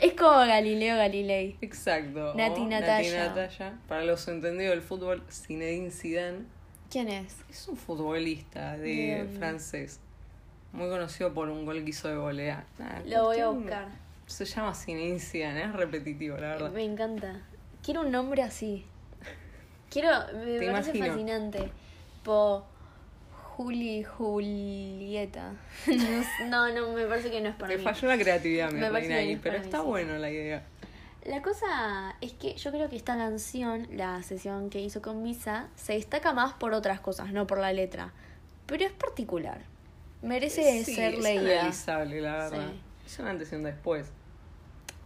A: Es como Galileo Galilei.
B: Exacto.
A: Nati
B: O
A: Natalla.
B: Natalla. Para los entendidos del fútbol, Zinedine Zidane
A: ¿Quién es?
B: es un futbolista de
A: Bien.
B: francés. Muy conocido por un gol que hizo de volea. Ah,
A: Lo voy a
B: cuestión-
A: buscar.
B: Se llama Zinedine Zidane, es repetitivo, la verdad.
A: Me encanta. Quiero un nombre así. Quiero, me
B: Te
A: parece
B: imagino.
A: fascinante. Po Juli Julieta. <laughs> No, no, me parece que no es para
B: Me
A: mí.
B: falló la creatividad, mi
A: Me parece
B: reina
A: que
B: ahí,
A: es
B: pero
A: para mí,
B: está
A: sí.
B: bueno la idea.
A: La cosa es que yo creo que esta canción, la sesión que hizo con Misa, se destaca más por otras cosas, no por la letra. Pero es particular. Merece
B: Eh, Sí,
A: ser
B: es
A: leída.
B: analizable, la verdad.
A: Sí.
B: Es un antes y un después.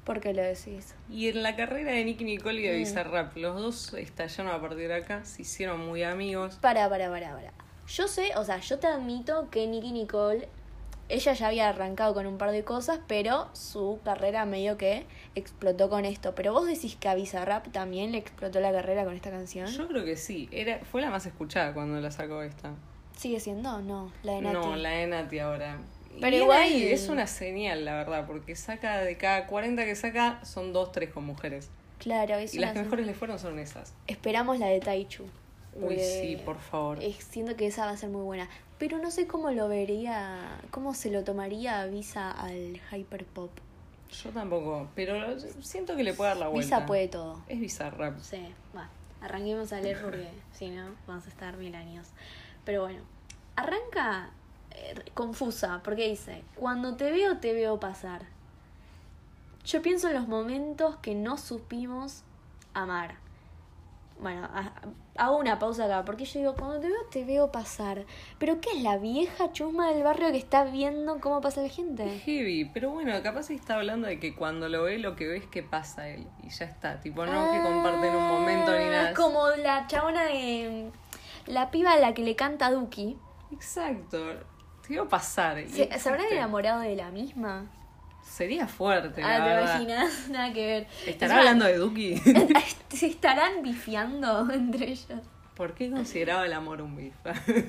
A: ¿Por qué lo decís?
B: Y en la carrera de Nicky Nicole y de
A: Mm.
B: Bizarrap, los dos estallaron a partir de acá, se hicieron muy amigos.
A: Para, para, para, para. Yo sé, o sea, yo te admito que Nicky Nicole, ella ya había arrancado con un par de cosas, pero su carrera medio que explotó con esto. Pero vos decís que a Bizarrap también le explotó la carrera con esta canción.
B: Yo creo que sí, era, fue la más escuchada cuando la sacó esta.
A: ¿Sigue siendo? No, la de Nati.
B: No, la de Nati ahora. Y
A: Pero
B: bien
A: igual-
B: ahí, es una señal, la verdad, porque saca de cada 40 que saca, son dos, tres con mujeres.
A: Claro, es
B: y las
A: una
B: que mejores le fueron son esas.
A: Esperamos la de Taichu.
B: Uy,
A: porque
B: sí, por favor.
A: eh, Siento que esa va a ser muy buena. Pero no sé cómo lo vería, cómo se lo tomaría Visa al hyperpop.
B: Yo tampoco, pero siento que le puede dar la vuelta.
A: Visa puede todo.
B: Es Bizarrap.
A: Sí, va. Arranquemos a leer porque si no, vamos a estar mil años. Pero bueno, arranca eh, confusa, porque dice, cuando te veo, te veo pasar. Yo pienso en los momentos que no supimos amar. Bueno, ha- hago una pausa acá, porque yo digo, cuando te veo, te veo pasar. Pero ¿qué es la vieja chusma del barrio que está viendo cómo pasa la
B: Es
A: gente?
B: heavy, pero bueno, capaz está hablando de que cuando lo ve, lo que ve es que pasa él y ya está. Tipo, no que comparten un momento ni
A: Ah,
B: nada.
A: Es como la chabona de... mm, La piba a la que le canta Duki.
B: Exacto. Te iba a pasar. y
A: ¿Se, ¿se habrán
B: existe.
A: enamorado de la misma?
B: Sería fuerte, la
A: ah, te
B: verdad.
A: imaginas, <laughs> nada que ver.
B: ¿Estará
A: Encima, <laughs>
B: hablando de Duki?
A: ¿Se estarán bifiando <laughs> entre ellos?
B: ¿Por qué consideraba el amor un bif?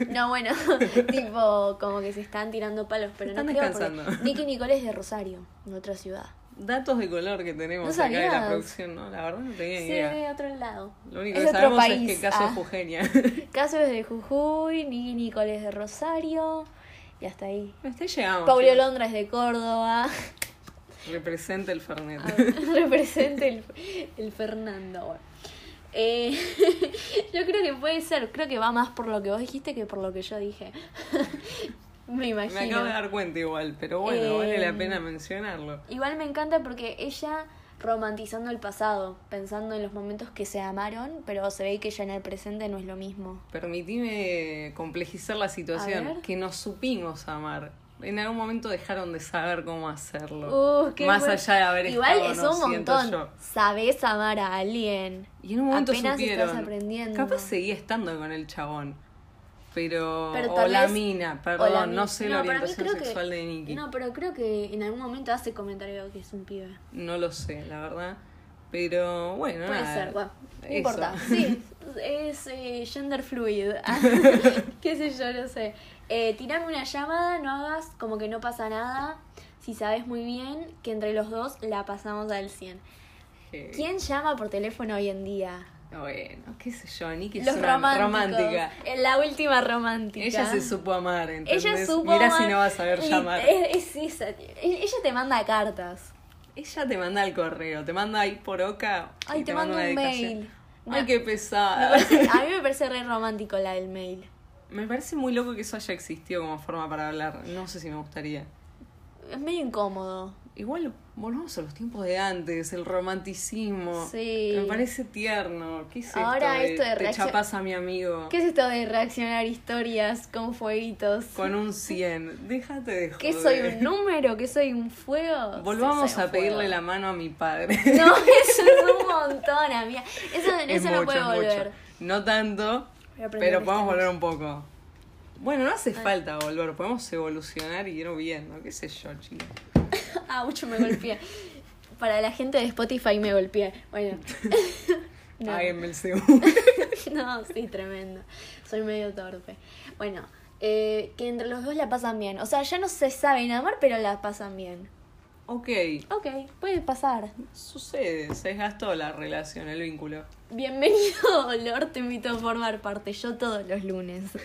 A: No, bueno, <laughs> tipo, como que se están tirando palos, pero
B: Están
A: no creo porque
B: descansando. <laughs>
A: Nicky Nicole es de Rosario, en otra ciudad.
B: <laughs> Datos de color que tenemos
A: ¿No
B: acá de la
A: sabías?
B: producción, ¿no? La verdad no tenía
A: Sí,
B: idea.
A: de otro lado.
B: Lo único
A: es
B: que
A: otro
B: sabemos
A: país,
B: es que el caso
A: ah.
B: es Eugenia.
A: <laughs> Caso es de Jujuy, Nicky Nicole es de Rosario, y hasta ahí.
B: Hasta ahí llegamos.
A: Paulo
B: chicos.
A: Londra es de Córdoba. <laughs>
B: Representa el
A: Ah,
B: <laughs> Fernet.
A: represente el, el Fernando. bueno. Eh, <laughs> yo creo que puede ser, creo que va más por lo que vos dijiste que por lo que yo dije. <laughs> Me imagino.
B: Me acabo de dar cuenta igual, pero bueno, vale la
A: Em.
B: pena mencionarlo.
A: Igual me encanta porque ella romantizando el pasado, pensando en los momentos que se amaron, pero se ve que ya en el presente no es lo mismo.
B: Permitime complejizar la
A: A
B: situación,
A: ver.
B: que no supimos amar. En algún momento dejaron de saber cómo hacerlo.
A: Uh, qué
B: Más
A: bueno.
B: allá de haber
A: Igual
B: estado,
A: es
B: no,
A: un
B: siento
A: montón.
B: yo.
A: Sabés amar a alguien.
B: Y en un momento
A: Apenas
B: supieron.
A: estás aprendiendo.
B: Capaz seguía estando con el chabón. Pero.
A: Pero
B: o
A: tal
B: la
A: vez-
B: mina,
A: o
B: perdón,
A: la
B: no
A: mi-
B: sé la
A: para mí
B: orientación
A: creo que-
B: sexual de Nicky. No.
A: No, pero creo que en algún momento hace comentario que es un pibe.
B: lo sé, la verdad. Pero bueno,
A: Puede
B: nada.
A: ser, bueno, no
B: Ah, Eso.
A: importa. Sí, es eh, gender fluid. <laughs> Qué sé yo, no sé. Eh, tirame una llamada, no hagas como que no pasa nada. Si sabes muy bien que entre los dos la pasamos al 100.
B: <laughs> Que-
A: ¿Quién llama por teléfono hoy en día?
B: Bueno, qué sé yo, Nicky es
A: los
B: una
A: románticos.
B: romántica.
A: Eh, La última romántica.
B: Ella se supo amar, ¿entendés?
A: Ella supo.
B: Mirá si
A: amar-
B: no va a saber
A: y-
B: llamar.
A: es- es esa. E-, Ella te manda cartas.
B: Ella te manda el correo, te manda ahí por oca. y
A: Ay, te, mando
B: manda
A: un
B: una dedicación.
A: mail. Ah.
B: Ay,
A: No,
B: qué
A: me
B: pesada.
A: parece- a mí <laughs> me parece re romántico la del mail.
B: <laughs> Me parece muy loco que eso haya existido como forma para hablar. No sé si me gustaría.
A: Es medio incómodo.
B: Igual volvamos a los tiempos de antes, el romanticismo.
A: Sí.
B: Me parece tierno. ¿Qué es esto
A: Ahora esto de
B: te
A: reacción-
B: chapas a mi amigo
A: ¿Qué es esto de reaccionar historias con fueguitos?
B: con
A: <laughs>
B: un 100. Déjate de joder.
A: ¿Qué soy un número? ¿Qué soy un fuego?
B: Volvamos
A: Sí, soy
B: a
A: un
B: pedirle
A: fuego.
B: la mano a mi padre.
A: <laughs> No, eso es un montón, amiga. Eso,
B: <laughs> Es
A: eso no
B: mucho,
A: puede
B: es
A: volver.
B: mucho. No tanto,
A: Pero aprender
B: pero
A: que
B: podemos
A: estamos.
B: volver un poco. Bueno, no hace falta volver, podemos evolucionar y ir viendo, qué sé yo, chicos.
A: <laughs> Auch, me golpeé. Para la gente de Spotify me golpeé. <laughs> Bueno. No.
B: Páguenme
A: <laughs>
B: el seguro.
A: No, sí, tremendo. Soy medio torpe. Bueno, eh, que entre los dos la pasan bien. O sea, ya no se saben amar, pero la pasan bien.
B: ok,
A: Ok, puede pasar.
B: sucede, se desgastó la relación, el vínculo.
A: Bienvenido, <laughs> Dolor. Te invito a formar parte. Yo todos los lunes. <laughs>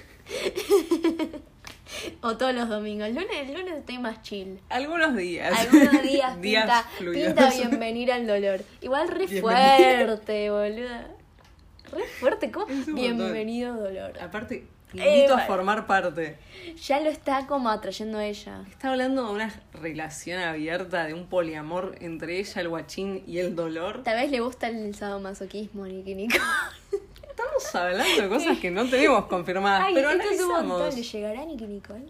A: o todos los domingos. Lunes, lunes estoy más chill.
B: <laughs> Algunos días.
A: Algunos
B: <laughs>
A: días,
B: días
A: pinta,
B: fluidos.
A: pinta <laughs> bienvenir al dolor. Igual re
B: Bienvenido.
A: fuerte, boluda. Re fuerte, ¿cómo?
B: Es un montón.
A: Bienvenido, dolor.
B: <laughs> Aparte, te
A: Eh,
B: invito a
A: bueno.
B: formar parte.
A: Ya lo está como atrayendo ella.
B: Está hablando de una relación abierta, de un poliamor entre ella, el guachín y el dolor.
A: Tal vez le gusta el sadomasoquismo, Nicky Nico.
B: Estamos hablando de cosas que no tenemos confirmadas,
A: Ay,
B: Ah, pero
A: esto es un montón.
B: analizamos.
A: ¿Le llegará a Nicky Nicole?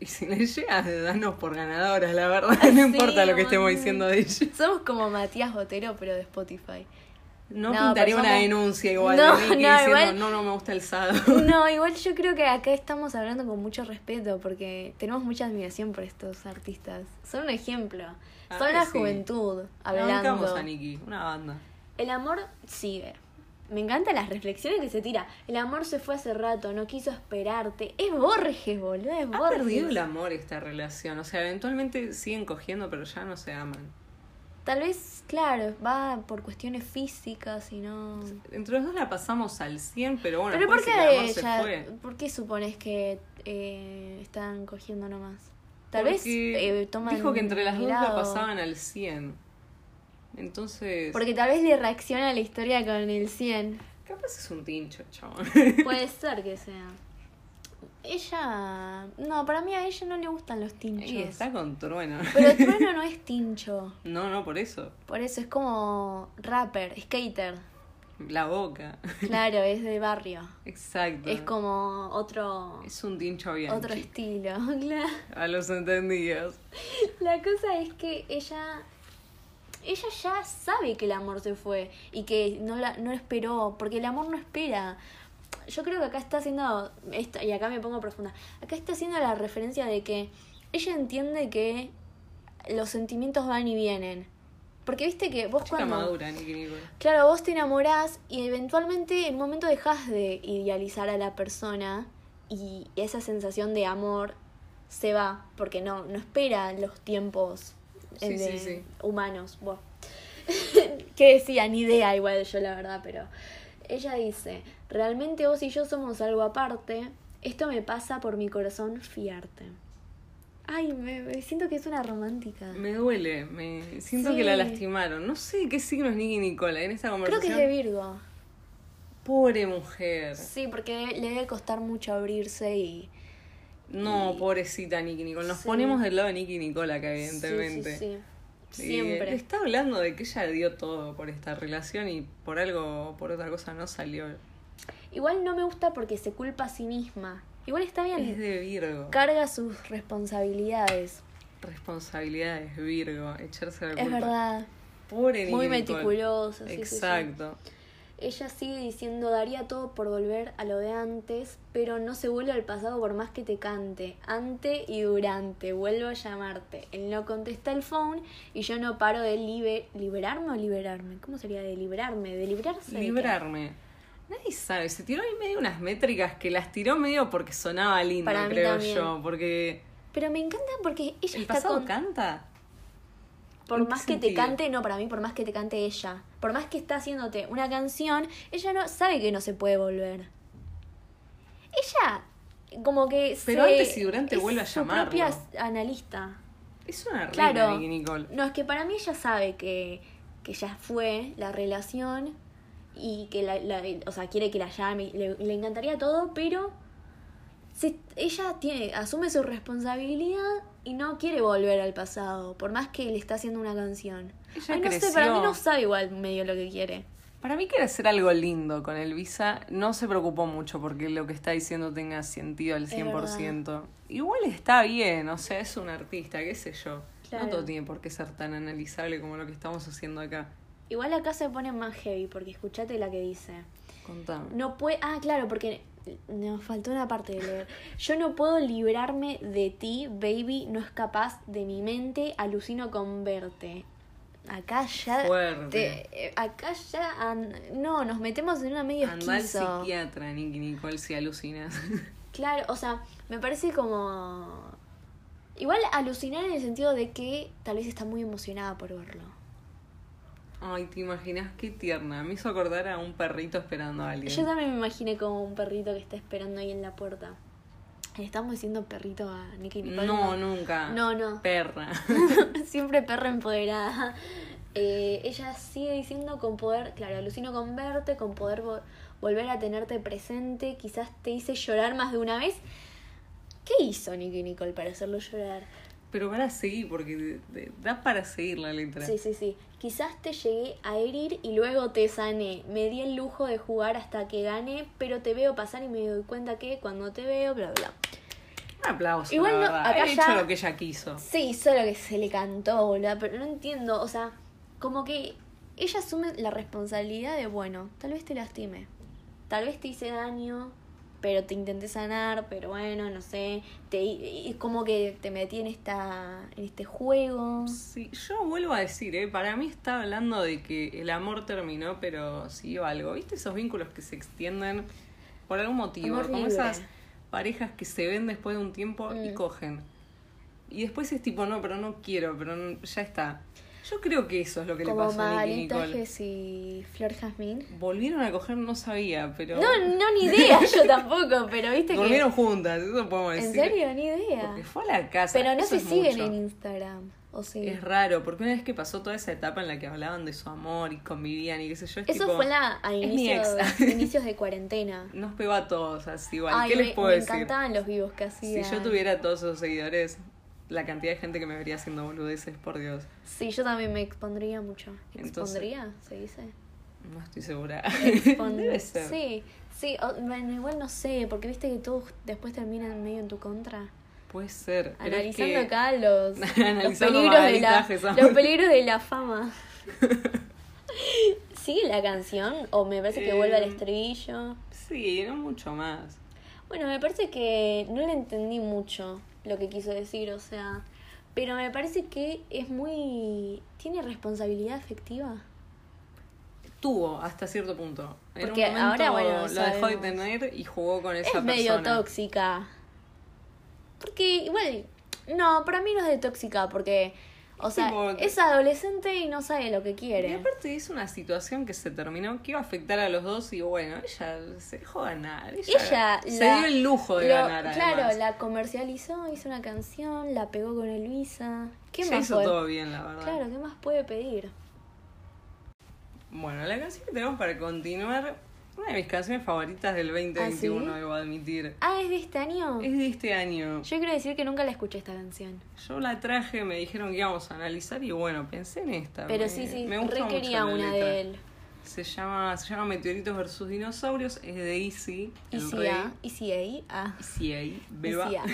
B: Y si le llegas, danos por ganadoras, la verdad. <laughs>
A: Sí,
B: No importa lo que estemos
A: boludo.
B: diciendo de ella.
A: Somos como Matías Botero, pero de Spotify. No,
B: No, pintaría
A: pero
B: una
A: somos-
B: denuncia
A: <laughs>
B: igual
A: No,
B: de Nicky
A: no,
B: diciendo,
A: igual-
B: no, no me gusta el sado.
A: No, igual yo creo que acá estamos hablando con mucho respeto porque tenemos mucha admiración por estos artistas. Son un ejemplo.
B: Ah,
A: Son la
B: sí.
A: juventud
B: Bancamos
A: <laughs> hablando.
B: a Nicky, una banda.
A: El amor sigue. Me encantan las reflexiones que se tira. El amor se fue hace rato, no quiso esperarte. Es Borges, boludo, es
B: Ha
A: Borges.
B: perdido el amor esta relación. O sea, eventualmente siguen cogiendo, pero ya no se aman.
A: Tal vez, claro, va por cuestiones físicas y no.
B: Entre los dos la pasamos al 100, pero bueno,
A: Pero ¿por
B: después el
A: qué
B: amor se
A: ella-
B: fue.
A: ¿Por qué supones que eh, están cogiendo nomás? Tal vez
B: Porque
A: eh, toman
B: Dijo que entre las dos la
A: helado.
B: pasaban al 100. Entonces.
A: Porque tal vez le reacciona a la
B: <laughs>
A: historia con el 100.
B: Capaz es un tincho, chabón.
A: Puede ser que sea. Ella. No, para mí a ella no le gustan los
B: <laughs>
A: tinchos.
B: Y está con trueno.
A: Pero
B: <laughs>
A: Trueno no es tincho.
B: No, no, por eso.
A: Por eso es como rapper, skater.
B: La boca. <laughs>
A: Claro, es de barrio.
B: Exacto.
A: Es como otro.
B: Es un tincho bien.
A: Otro estilo. <laughs> claro.
B: A los entendidos.
A: La cosa es que ella. Ella ya sabe que el amor se fue y que no, la, no esperó, porque el amor no espera. Yo creo que acá está haciendo. Esto, y acá me pongo profunda. Acá está haciendo la referencia de que ella entiende que los sentimientos van y vienen. Porque viste que vos
B: Chica
A: cuando.
B: madura, Nicki Nicole.
A: Claro, vos te enamorás y eventualmente en un momento dejas de idealizar a la persona y esa sensación de amor se va porque no, no espera los tiempos eh,
B: Sí, sí,
A: de-
B: sí.
A: humanos. Buah. <laughs> ¿Qué decía? Ni idea igual yo la verdad, pero ella dice, realmente vos y yo somos algo aparte, esto me pasa por mi corazón fiarte. Ay, me, me siento que es una romántica.
B: Me duele, me siento
A: Sí.
B: que la lastimaron. No sé qué signo es Nicki Nicole en esta
A: Creo
B: conversación.
A: que es de Virgo.
B: Pobre mujer.
A: Sí, porque le debe costar mucho abrirse y...
B: No, pobrecita Nicki Nicole. Nos
A: Sí.
B: ponemos del lado de Nicki Nicole acá, evidentemente.
A: Sí, sí, sí.
B: Y, eh,
A: Siempre.
B: está hablando de que ella dio todo por esta relación y por algo, por otra cosa no salió.
A: Igual no me gusta porque se culpa a sí misma. Igual está bien.
B: Es de Virgo.
A: Carga sus responsabilidades.
B: Responsabilidades, Virgo. Echarse la culpa.
A: Es verdad.
B: Pobre Nicki
A: Muy
B: Nicole.
A: meticulosa. sí, sí, sí.
B: Exacto.
A: Ella sigue diciendo, daría todo por volver a lo de antes, pero no se vuelve al pasado por más que te cante. Ante y durante, vuelvo a llamarte. Él no contesta el phone y yo no paro de libe- liberarme o liberarme. ¿Cómo sería de liberarme? ¿De librarse? de qué?
B: Librarme. Nadie sabe, se tiró ahí medio unas métricas que las tiró medio porque sonaba lindo,
A: Para mí
B: creo
A: también.
B: yo. Porque.
A: Pero me encanta porque ella
B: ¿El
A: está
B: pasado
A: con...
B: canta? ¿En
A: Por
B: qué
A: más que te
B: sentido?
A: cante, no, para mí, por más que te cante ella, por más que está haciéndote una canción, ella no sabe que no se puede volver. Ella, como que
B: Pero
A: se-
B: antes y durante
A: es
B: vuelve a
A: su
B: llamarlo.
A: propia s- analista.
B: Es una reina,
A: Claro.
B: Nicki Nicole.
A: No, es que para mí ella sabe que, que ya fue la relación y que la, la- o sea, quiere que la llame, y le, le encantaría todo, pero se- ella tiene, asume su responsabilidad y no quiere volver al pasado, por más que le está haciendo una canción.
B: Ella
A: Ay, no sé,
B: creció.
A: para mí no sabe igual medio lo que quiere.
B: Para mí quiere hacer algo lindo con el visa. No se preocupó mucho porque lo que está diciendo tenga sentido al
A: Es verdad.
B: 100%. Igual está bien, o sea, es un artista, qué sé yo.
A: Claro.
B: No todo tiene por qué ser tan analizable como lo que estamos haciendo acá.
A: Igual acá se pone más heavy, porque escuchate la que dice.
B: Contame.
A: No puede. Ah, claro, porque nos faltó una parte de leer. Yo no puedo librarme de ti, baby. No es capaz de mi mente. Alucino con verte. Acá ya.
B: Fuerte.
A: te- eh, acá ya. an- no, nos metemos en una medio
B: Andá al
A: esquizo.
B: psiquiatra, Nicki Nicole, si alucinas. <laughs>
A: Claro, o sea, me parece como. Igual alucinar en el sentido de que tal vez está muy emocionada por verlo.
B: Ay, ¿te imaginas qué tierna? Me hizo acordar a un perrito esperando a alguien.
A: Yo también me imaginé como un perrito que está esperando ahí en la puerta. Le estamos diciendo perrito a Nicky Nicole.
B: No, nunca.
A: No, no.
B: Perra. <laughs>
A: <laughs> Siempre perra empoderada. Eh, ella sigue diciendo con poder, claro, alucino con verte, con poder vo- volver a tenerte presente. Quizás te hice llorar más de una vez. ¿Qué hizo Nicky Nicole para hacerlo llorar?
B: Pero para seguir, porque te- te- da para seguir la letra.
A: Sí, sí, sí. Quizás te llegué a herir y luego te sané. Me di el lujo de jugar hasta que gané, pero te veo pasar y me doy cuenta que cuando te veo, bla, bla.
B: Un aplauso.
A: Igual
B: la
A: no,
B: verdad.
A: acá
B: Había hecho
A: ya-
B: lo que ella quiso.
A: Sí, solo que se le cantó, boludo, pero no entiendo, o sea, como que ella asume la responsabilidad de, bueno, tal vez te lastime, tal vez te hice daño, pero te intenté sanar, pero bueno, no sé, te, y- y como que te metí en, esta, en este juego.
B: Sí, yo vuelvo a decir, ¿eh? para mí está hablando de que el amor terminó, pero siguió algo. ¿Viste esos vínculos que se extienden por algún motivo?
A: Amor
B: Como
A: libre.
B: esas parejas que se ven después de un tiempo y
A: Mm.
B: cogen. Y después es tipo, no, pero no quiero, pero no- ya está. Yo creo que eso es lo que le
A: Como
B: pasó a Nicki
A: Magalita
B: Nicole.
A: Tajes y Flor Jazmín.
B: Volvieron a coger, no sabía, pero.
A: No, no, ni
B: <laughs>
A: idea, yo tampoco, pero viste
B: Durmieron
A: que...
B: juntas, eso podemos decir.
A: ¿En serio? Ni idea.
B: Porque fue a la casa.
A: Pero no
B: eso
A: se
B: es
A: siguen
B: mucho.
A: en Instagram. O sí.
B: Es raro, porque una vez que pasó toda esa etapa en la que hablaban de su amor y convivían y qué sé yo, es
A: Eso
B: tipo,
A: fue la, a
B: es mi
A: inicios,
B: ex. <laughs>
A: inicios de cuarentena.
B: Nos pegó a todos así igual.
A: Ay,
B: ¿Qué
A: me,
B: les puedo
A: me
B: decir?
A: encantaban los vivos que
B: Si
A: hacían.
B: yo tuviera todos esos seguidores, la cantidad de gente que me vería haciendo boludeces, por Dios,
A: Sí, yo también me expondría mucho.
B: Entonces-
A: ¿Expondría? ¿Se dice?
B: no estoy segura.
A: Expon-
B: <laughs> Debe ser.
A: Sí, sí. o- bueno, igual no sé, porque viste que todos después terminan medio en tu contra.
B: Puede ser. pero es
A: Analizando
B: que-
A: acá
B: <laughs>
A: los, los,
B: Analizando
A: peligros de la,
B: margaritajes, amor.
A: los peligros de la
B: <laughs>
A: fama. ¿Sigue la canción? ¿O me parece que vuelve al
B: Em.
A: estribillo?
B: Sí, no mucho más.
A: Bueno, me parece que no le entendí mucho lo que quiso decir, o sea, pero me parece que es muy... ¿Tiene responsabilidad afectiva?
B: Tuvo hasta cierto punto. En
A: Porque
B: un momento
A: ahora, bueno,
B: lo dejó de
A: sabemos.
B: tener y jugó con esa
A: Es
B: persona.
A: medio tóxica. Porque igual, no, para mí no es de tóxica, porque, o
B: Es
A: sea,
B: tipo-
A: es adolescente y no sabe lo que
B: Y
A: quiere.
B: aparte es una situación que se terminó que iba a afectar a los dos y bueno, ella se dejó ganar. Ella,
A: Ella
B: se
A: la-
B: dio el lujo de
A: lo-
B: ganar.
A: Claro,
B: además.
A: la comercializó, hizo una canción, la pegó con Elvisa. ¿Qué
B: Ya
A: más
B: hizo
A: puede-
B: todo bien, la verdad.
A: Claro, ¿qué más puede pedir?
B: Bueno, la canción que tenemos para continuar, una de mis canciones favoritas del 2021,
A: ¿Ah, sí?
B: debo admitir.
A: Ah, es de este año.
B: Es de este año.
A: Yo quiero decir que nunca la escuché esta canción.
B: Yo la traje, me dijeron que íbamos a analizar y bueno, pensé en esta.
A: Pero
B: me,
A: sí, sí,
B: me gusta mucho
A: requería
B: la
A: una
B: letra.
A: de él.
B: Se llama, se llama Meteoritos versus Dinosaurios, es de Easy,
A: Y
B: el
A: si
B: rey.
A: A, y si A, ah.
B: Easy ahí,
A: Y
B: beba.
A: si
B: <laughs>
A: A.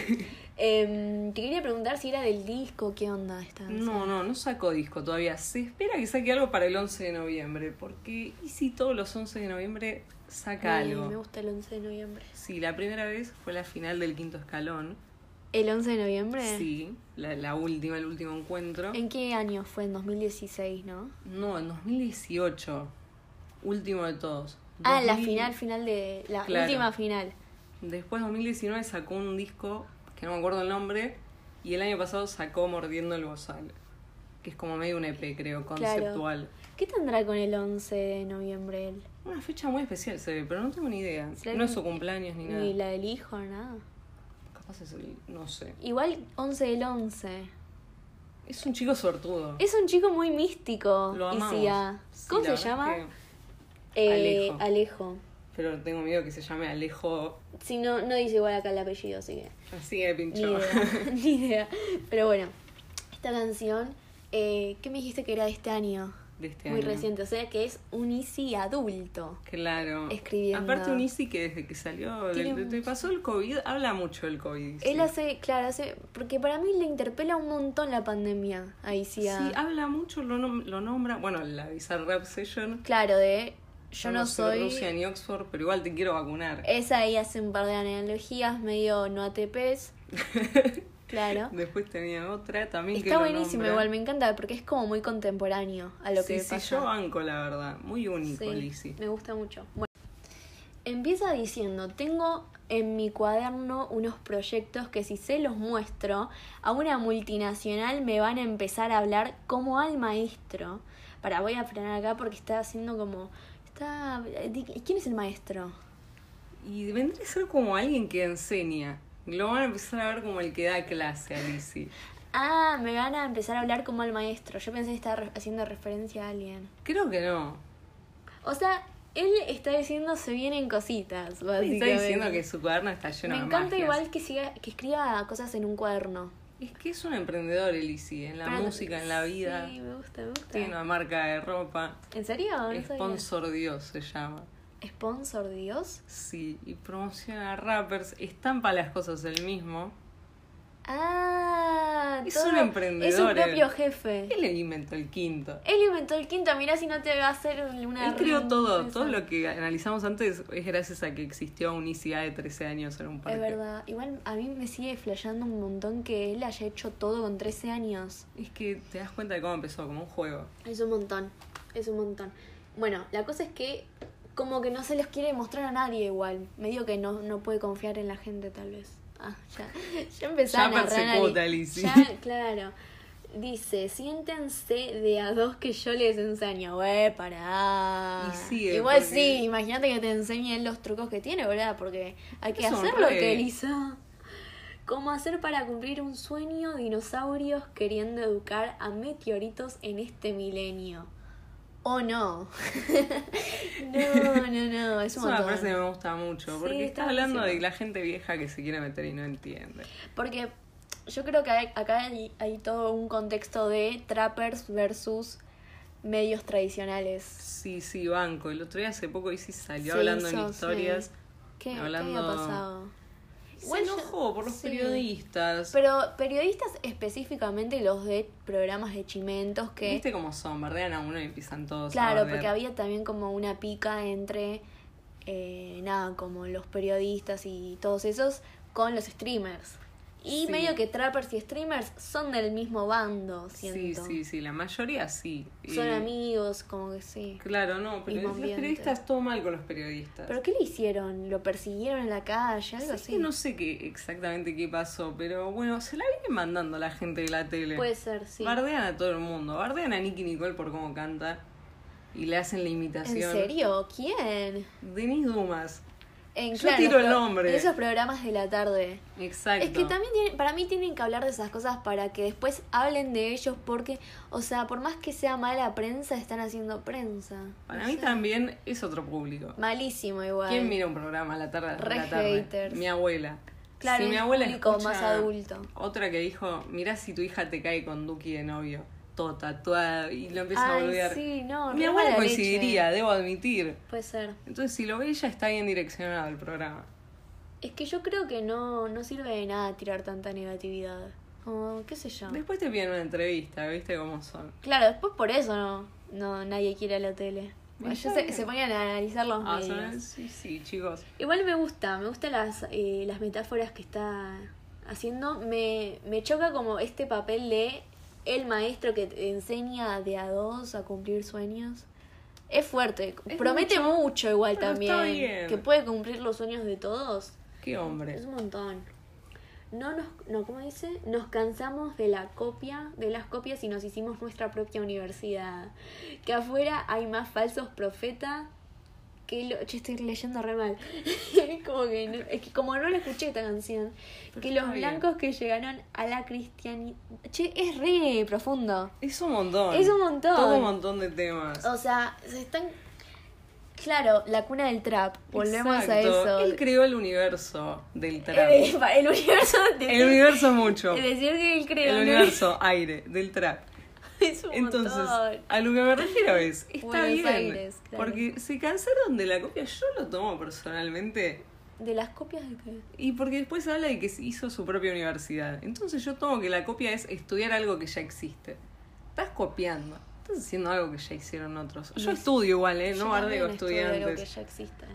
A: Em, te quería preguntar si era del disco, qué onda esta canción.
B: No, no, no sacó disco todavía. Se espera que saque algo para el 11 de noviembre, porque Easy todos los 11 de noviembre saca
A: Ay,
B: algo.
A: Eh, Me gusta el 11 de noviembre.
B: Sí, la primera vez fue la final del quinto escalón.
A: ¿El 11 de noviembre?
B: Sí, la, la última, el último encuentro.
A: ¿En qué año fue? En 2016, ¿no?
B: No, en 2018. Último de todos.
A: Ah, la
B: 2000.
A: final, final de. La
B: Claro.
A: última final.
B: Después 2019 sacó un disco que no me acuerdo el nombre y el año pasado sacó Mordiendo el Bozal, que es como medio un EP, creo, conceptual.
A: ¿Qué tendrá con el 11 de noviembre él?
B: Una fecha muy especial se ve, pero no tengo ni idea.
A: ¿Será
B: No es
A: que-
B: su cumpleaños ni nada.
A: Ni la del hijo, nada.
B: Capaz es el... no sé.
A: Igual 11 del 11.
B: Es un chico sortudo.
A: Es un chico muy místico.
B: Lo
A: y
B: amamos.
A: sí, ah.
B: Sí,
A: ¿Cómo
B: la
A: se
B: verdad
A: llama?
B: es que-
A: Eh,
B: Alejo.
A: Alejo.
B: Pero tengo miedo que se llame Alejo.
A: Si no, no dice igual acá el apellido, así que.
B: Así de
A: Ni
B: pincho.
A: idea. <laughs> ni idea. Pero bueno, esta canción, eh, ¿qué me dijiste que era de este año?
B: <laughs> De este
A: Muy
B: año.
A: reciente, o sea que es un Easy adulto.
B: Claro.
A: Escribiendo.
B: Aparte un Izzy que desde que salió,
A: Tiene
B: desde que
A: un-
B: pasó el COVID, habla mucho el COVID. sí.
A: Él hace, claro, hace. Porque para mí le interpela un montón la pandemia a Easy
B: Sí,
A: a-
B: habla mucho, lo, nom- lo nombra. Bueno, la Bizarrap Session.
A: Claro, de. Yo no, soy. Eh,
B: Rusia ni Oxford, pero igual te quiero vacunar.
A: Esa ahí hace un par de analogías, medio no
B: <laughs>
A: ATPs. Claro.
B: Después tenía otra también que
A: Está
B: lo
A: buenísimo,
B: nombra.
A: igual me encanta porque es como muy contemporáneo a lo
B: sí,
A: que
B: sí,
A: pasa.
B: yo banco, la verdad. Muy único,
A: Sí,
B: Lizzy.
A: me gusta mucho. Bueno, empieza diciendo, tengo en mi cuaderno unos proyectos que si se los muestro a una multinacional me van a empezar a hablar como al maestro. Para, voy a frenar acá porque está haciendo como... Está, di- ¿Quién es el maestro?
B: Y vendría a ser como alguien que enseña. Lo van a empezar a ver como el que da clase a Lizzy.
A: Ah, me van a empezar a hablar como al maestro. Yo pensé que estaba re- haciendo referencia a alguien.
B: Creo que no.
A: O sea, él está diciendo se vienen cositas,
B: Está
A: básicamente.
B: diciendo que su cuaderno está lleno
A: Me
B: de
A: encanta
B: magias.
A: igual que siga, que escriba cosas en un cuaderno.
B: Es que es un emprendedor, Lizzy. En la
A: Pero-
B: música, en la vida.
A: Ah, Sí, me gusta, me gusta.
B: Tiene una marca de ropa.
A: ¿En serio? No sabía.
B: Sponsor Dios se llama.
A: Sponsor Dios.
B: Sí, y promociona a rappers, estampa las cosas el mismo.
A: Ah,
B: Es
A: todo-
B: un emprendedor, eh.
A: Es su
B: él.
A: propio jefe.
B: Él inventó el quinto.
A: Él inventó el quinto, mirá si no te va a hacer una.
B: Él creó todo,
A: rinza.
B: todo lo que analizamos antes es gracias a que existió un ICA de 13 años en un parque.
A: Es verdad. Igual a mí me sigue flasheando un montón que él haya hecho todo con 13 años.
B: Es que te das cuenta de cómo empezó, como un juego.
A: Es un montón. Es un montón. Bueno, la cosa es que. Como que no se los quiere mostrar a nadie igual. Medio que no, no puede confiar en la gente, tal vez. Ah, ya. <laughs> Ya empezaron
B: Ya
A: a
B: persecuta,
A: reanali-
B: Lizzy.
A: Ya, claro. Dice, siéntense de a dos que yo les enseño. Güey, pará.
B: Y sí, eh,
A: Igual
B: porque-
A: sí, imagínate que te enseñen los trucos que tiene, ¿verdad? Porque hay que
B: Son
A: hacer lo
B: re-
A: que él hizo. ¿Cómo hacer para cumplir un sueño? Dinosaurios queriendo educar a meteoritos en este milenio. Oh no. <laughs> no, no, no. Es,
B: <laughs> Es
A: un
B: una
A: montón.
B: frase que me gusta mucho,
A: Sí,
B: porque
A: está
B: está hablando de
A: buenísimo.
B: la gente vieja que se quiere meter y no entiende.
A: Porque yo creo que hay- acá hay, hay todo un contexto de trappers versus medios tradicionales.
B: Sí, sí, banco. El otro día hace poco Isi salió
A: Se
B: hablando en
A: hizo,
B: historias.
A: sí. ¿Qué, qué
B: hablando-
A: había pasado?
B: Se
A: Igual yo-
B: enojó por los
A: sí.
B: periodistas.
A: Pero periodistas específicamente los de programas de chimentos que...
B: ¿Viste cómo son? Bardean a uno y empiezan todos a
A: Claro,
B: bardear.
A: porque había también como una pica entre, eh, nada, como los periodistas y todos esos con los streamers. Y
B: Sí.
A: medio que trappers y streamers son del mismo bando,
B: Sí,
A: siento.
B: sí, sí, la mayoría sí.
A: Son
B: Y-
A: amigos, como que sí.
B: Claro, no, pero
A: Mismo
B: los
A: ambiente.
B: periodistas, todo mal con los periodistas.
A: ¿Pero qué le hicieron? ¿Lo persiguieron en la calle? Algo
B: Sí,
A: así.
B: No sé qué exactamente qué pasó, pero bueno, se la vienen mandando a la gente de la tele.
A: Puede ser, Pues, sí.
B: Bardean a todo el mundo. Bardean a Nicky Nicole por cómo canta y le hacen la
A: ¿En
B: imitación.
A: serio? ¿Quién?
B: Denise Dumas.
A: En,
B: Yo tiro
A: los
B: el
A: pro-
B: nombre.
A: Esos programas de la tarde.
B: Exacto.
A: Es que también tienen- para mí tienen que hablar de esas cosas para que después hablen de ellos porque, o sea, por más que sea mala prensa, están haciendo prensa.
B: Para
A: No
B: mí
A: sé.
B: también es otro público.
A: Malísimo igual.
B: ¿Quién mira un programa a la tarde? a las
A: Re
B: tres de la tarde?
A: haters.
B: Mi abuela.
A: Claro,
B: si mi
A: es
B: abuela
A: público
B: escucha
A: más adulto.
B: Otra que dijo, mirá si tu hija te cae con Duki de novio, todo tatuada, y lo empieza a
A: Ay,
B: volver.
A: sí, no,
B: mi
A: re
B: abuela
A: mala leche.
B: coincidiría, debo admitir.
A: Puede ser.
B: Entonces, si lo ve ella, está bien direccionado el programa.
A: Es que yo creo que no, no sirve de nada tirar tanta negatividad. Como, qué sé yo.
B: Después te piden una entrevista, ¿viste cómo son?
A: Claro, después por eso no, no nadie quiere la tele.
B: Bien,
A: Ellos
B: está
A: se,
B: bien.
A: se ponían a analizar los
B: Ah,
A: medios.
B: ¿sabes? sí, sí, chicos.
A: Igual me gusta, me gustan las, eh, las metáforas que está haciendo. Me, me choca como este papel de el maestro que te enseña de a dos a cumplir sueños. Es fuerte,
B: Es
A: promete mucho, igual
B: pero
A: también.
B: está bien.
A: Que puede cumplir los sueños de todos.
B: Qué hombre.
A: Es un montón. No nos, no, ¿cómo dice? Nos cansamos de la copia, de las copias y nos hicimos nuestra propia universidad. Que afuera hay más falsos profetas que lo, yo estoy leyendo re mal. <laughs> como que no- es que como no la escuché esta canción,
B: Pero
A: que
B: está
A: los
B: bien.
A: blancos que llegaron a la cristianidad. Che, es re profundo.
B: Es un montón.
A: Es un montón. Oh,
B: Todo un montón de temas.
A: O sea, se están Claro, la cuna del trap. Volvemos a eso.
B: Exacto. Él creó el universo del trap.
A: Eh, el universo de-
B: El universo mucho.
A: Es decir, que él creó
B: El
A: ¿no?
B: universo aire del trap.
A: eh, <laughs> Es un
B: Entonces,
A: montón.
B: a lo que me refiero es, está
A: Buenos
B: bien.
A: Aires, claro.
B: Porque se cansaron de la copia, yo lo tomo personalmente.
A: ¿De las copias de qué?
B: Y porque después habla de que se hizo su propia universidad. Entonces yo tomo que la copia es estudiar algo que ya existe. Estás copiando. Estás haciendo algo que ya hicieron otros. Yo
A: No.
B: estudio igual, ¿eh?
A: Yo
B: No bardeo
A: también estudio algo
B: estudiantes.
A: que ya exista.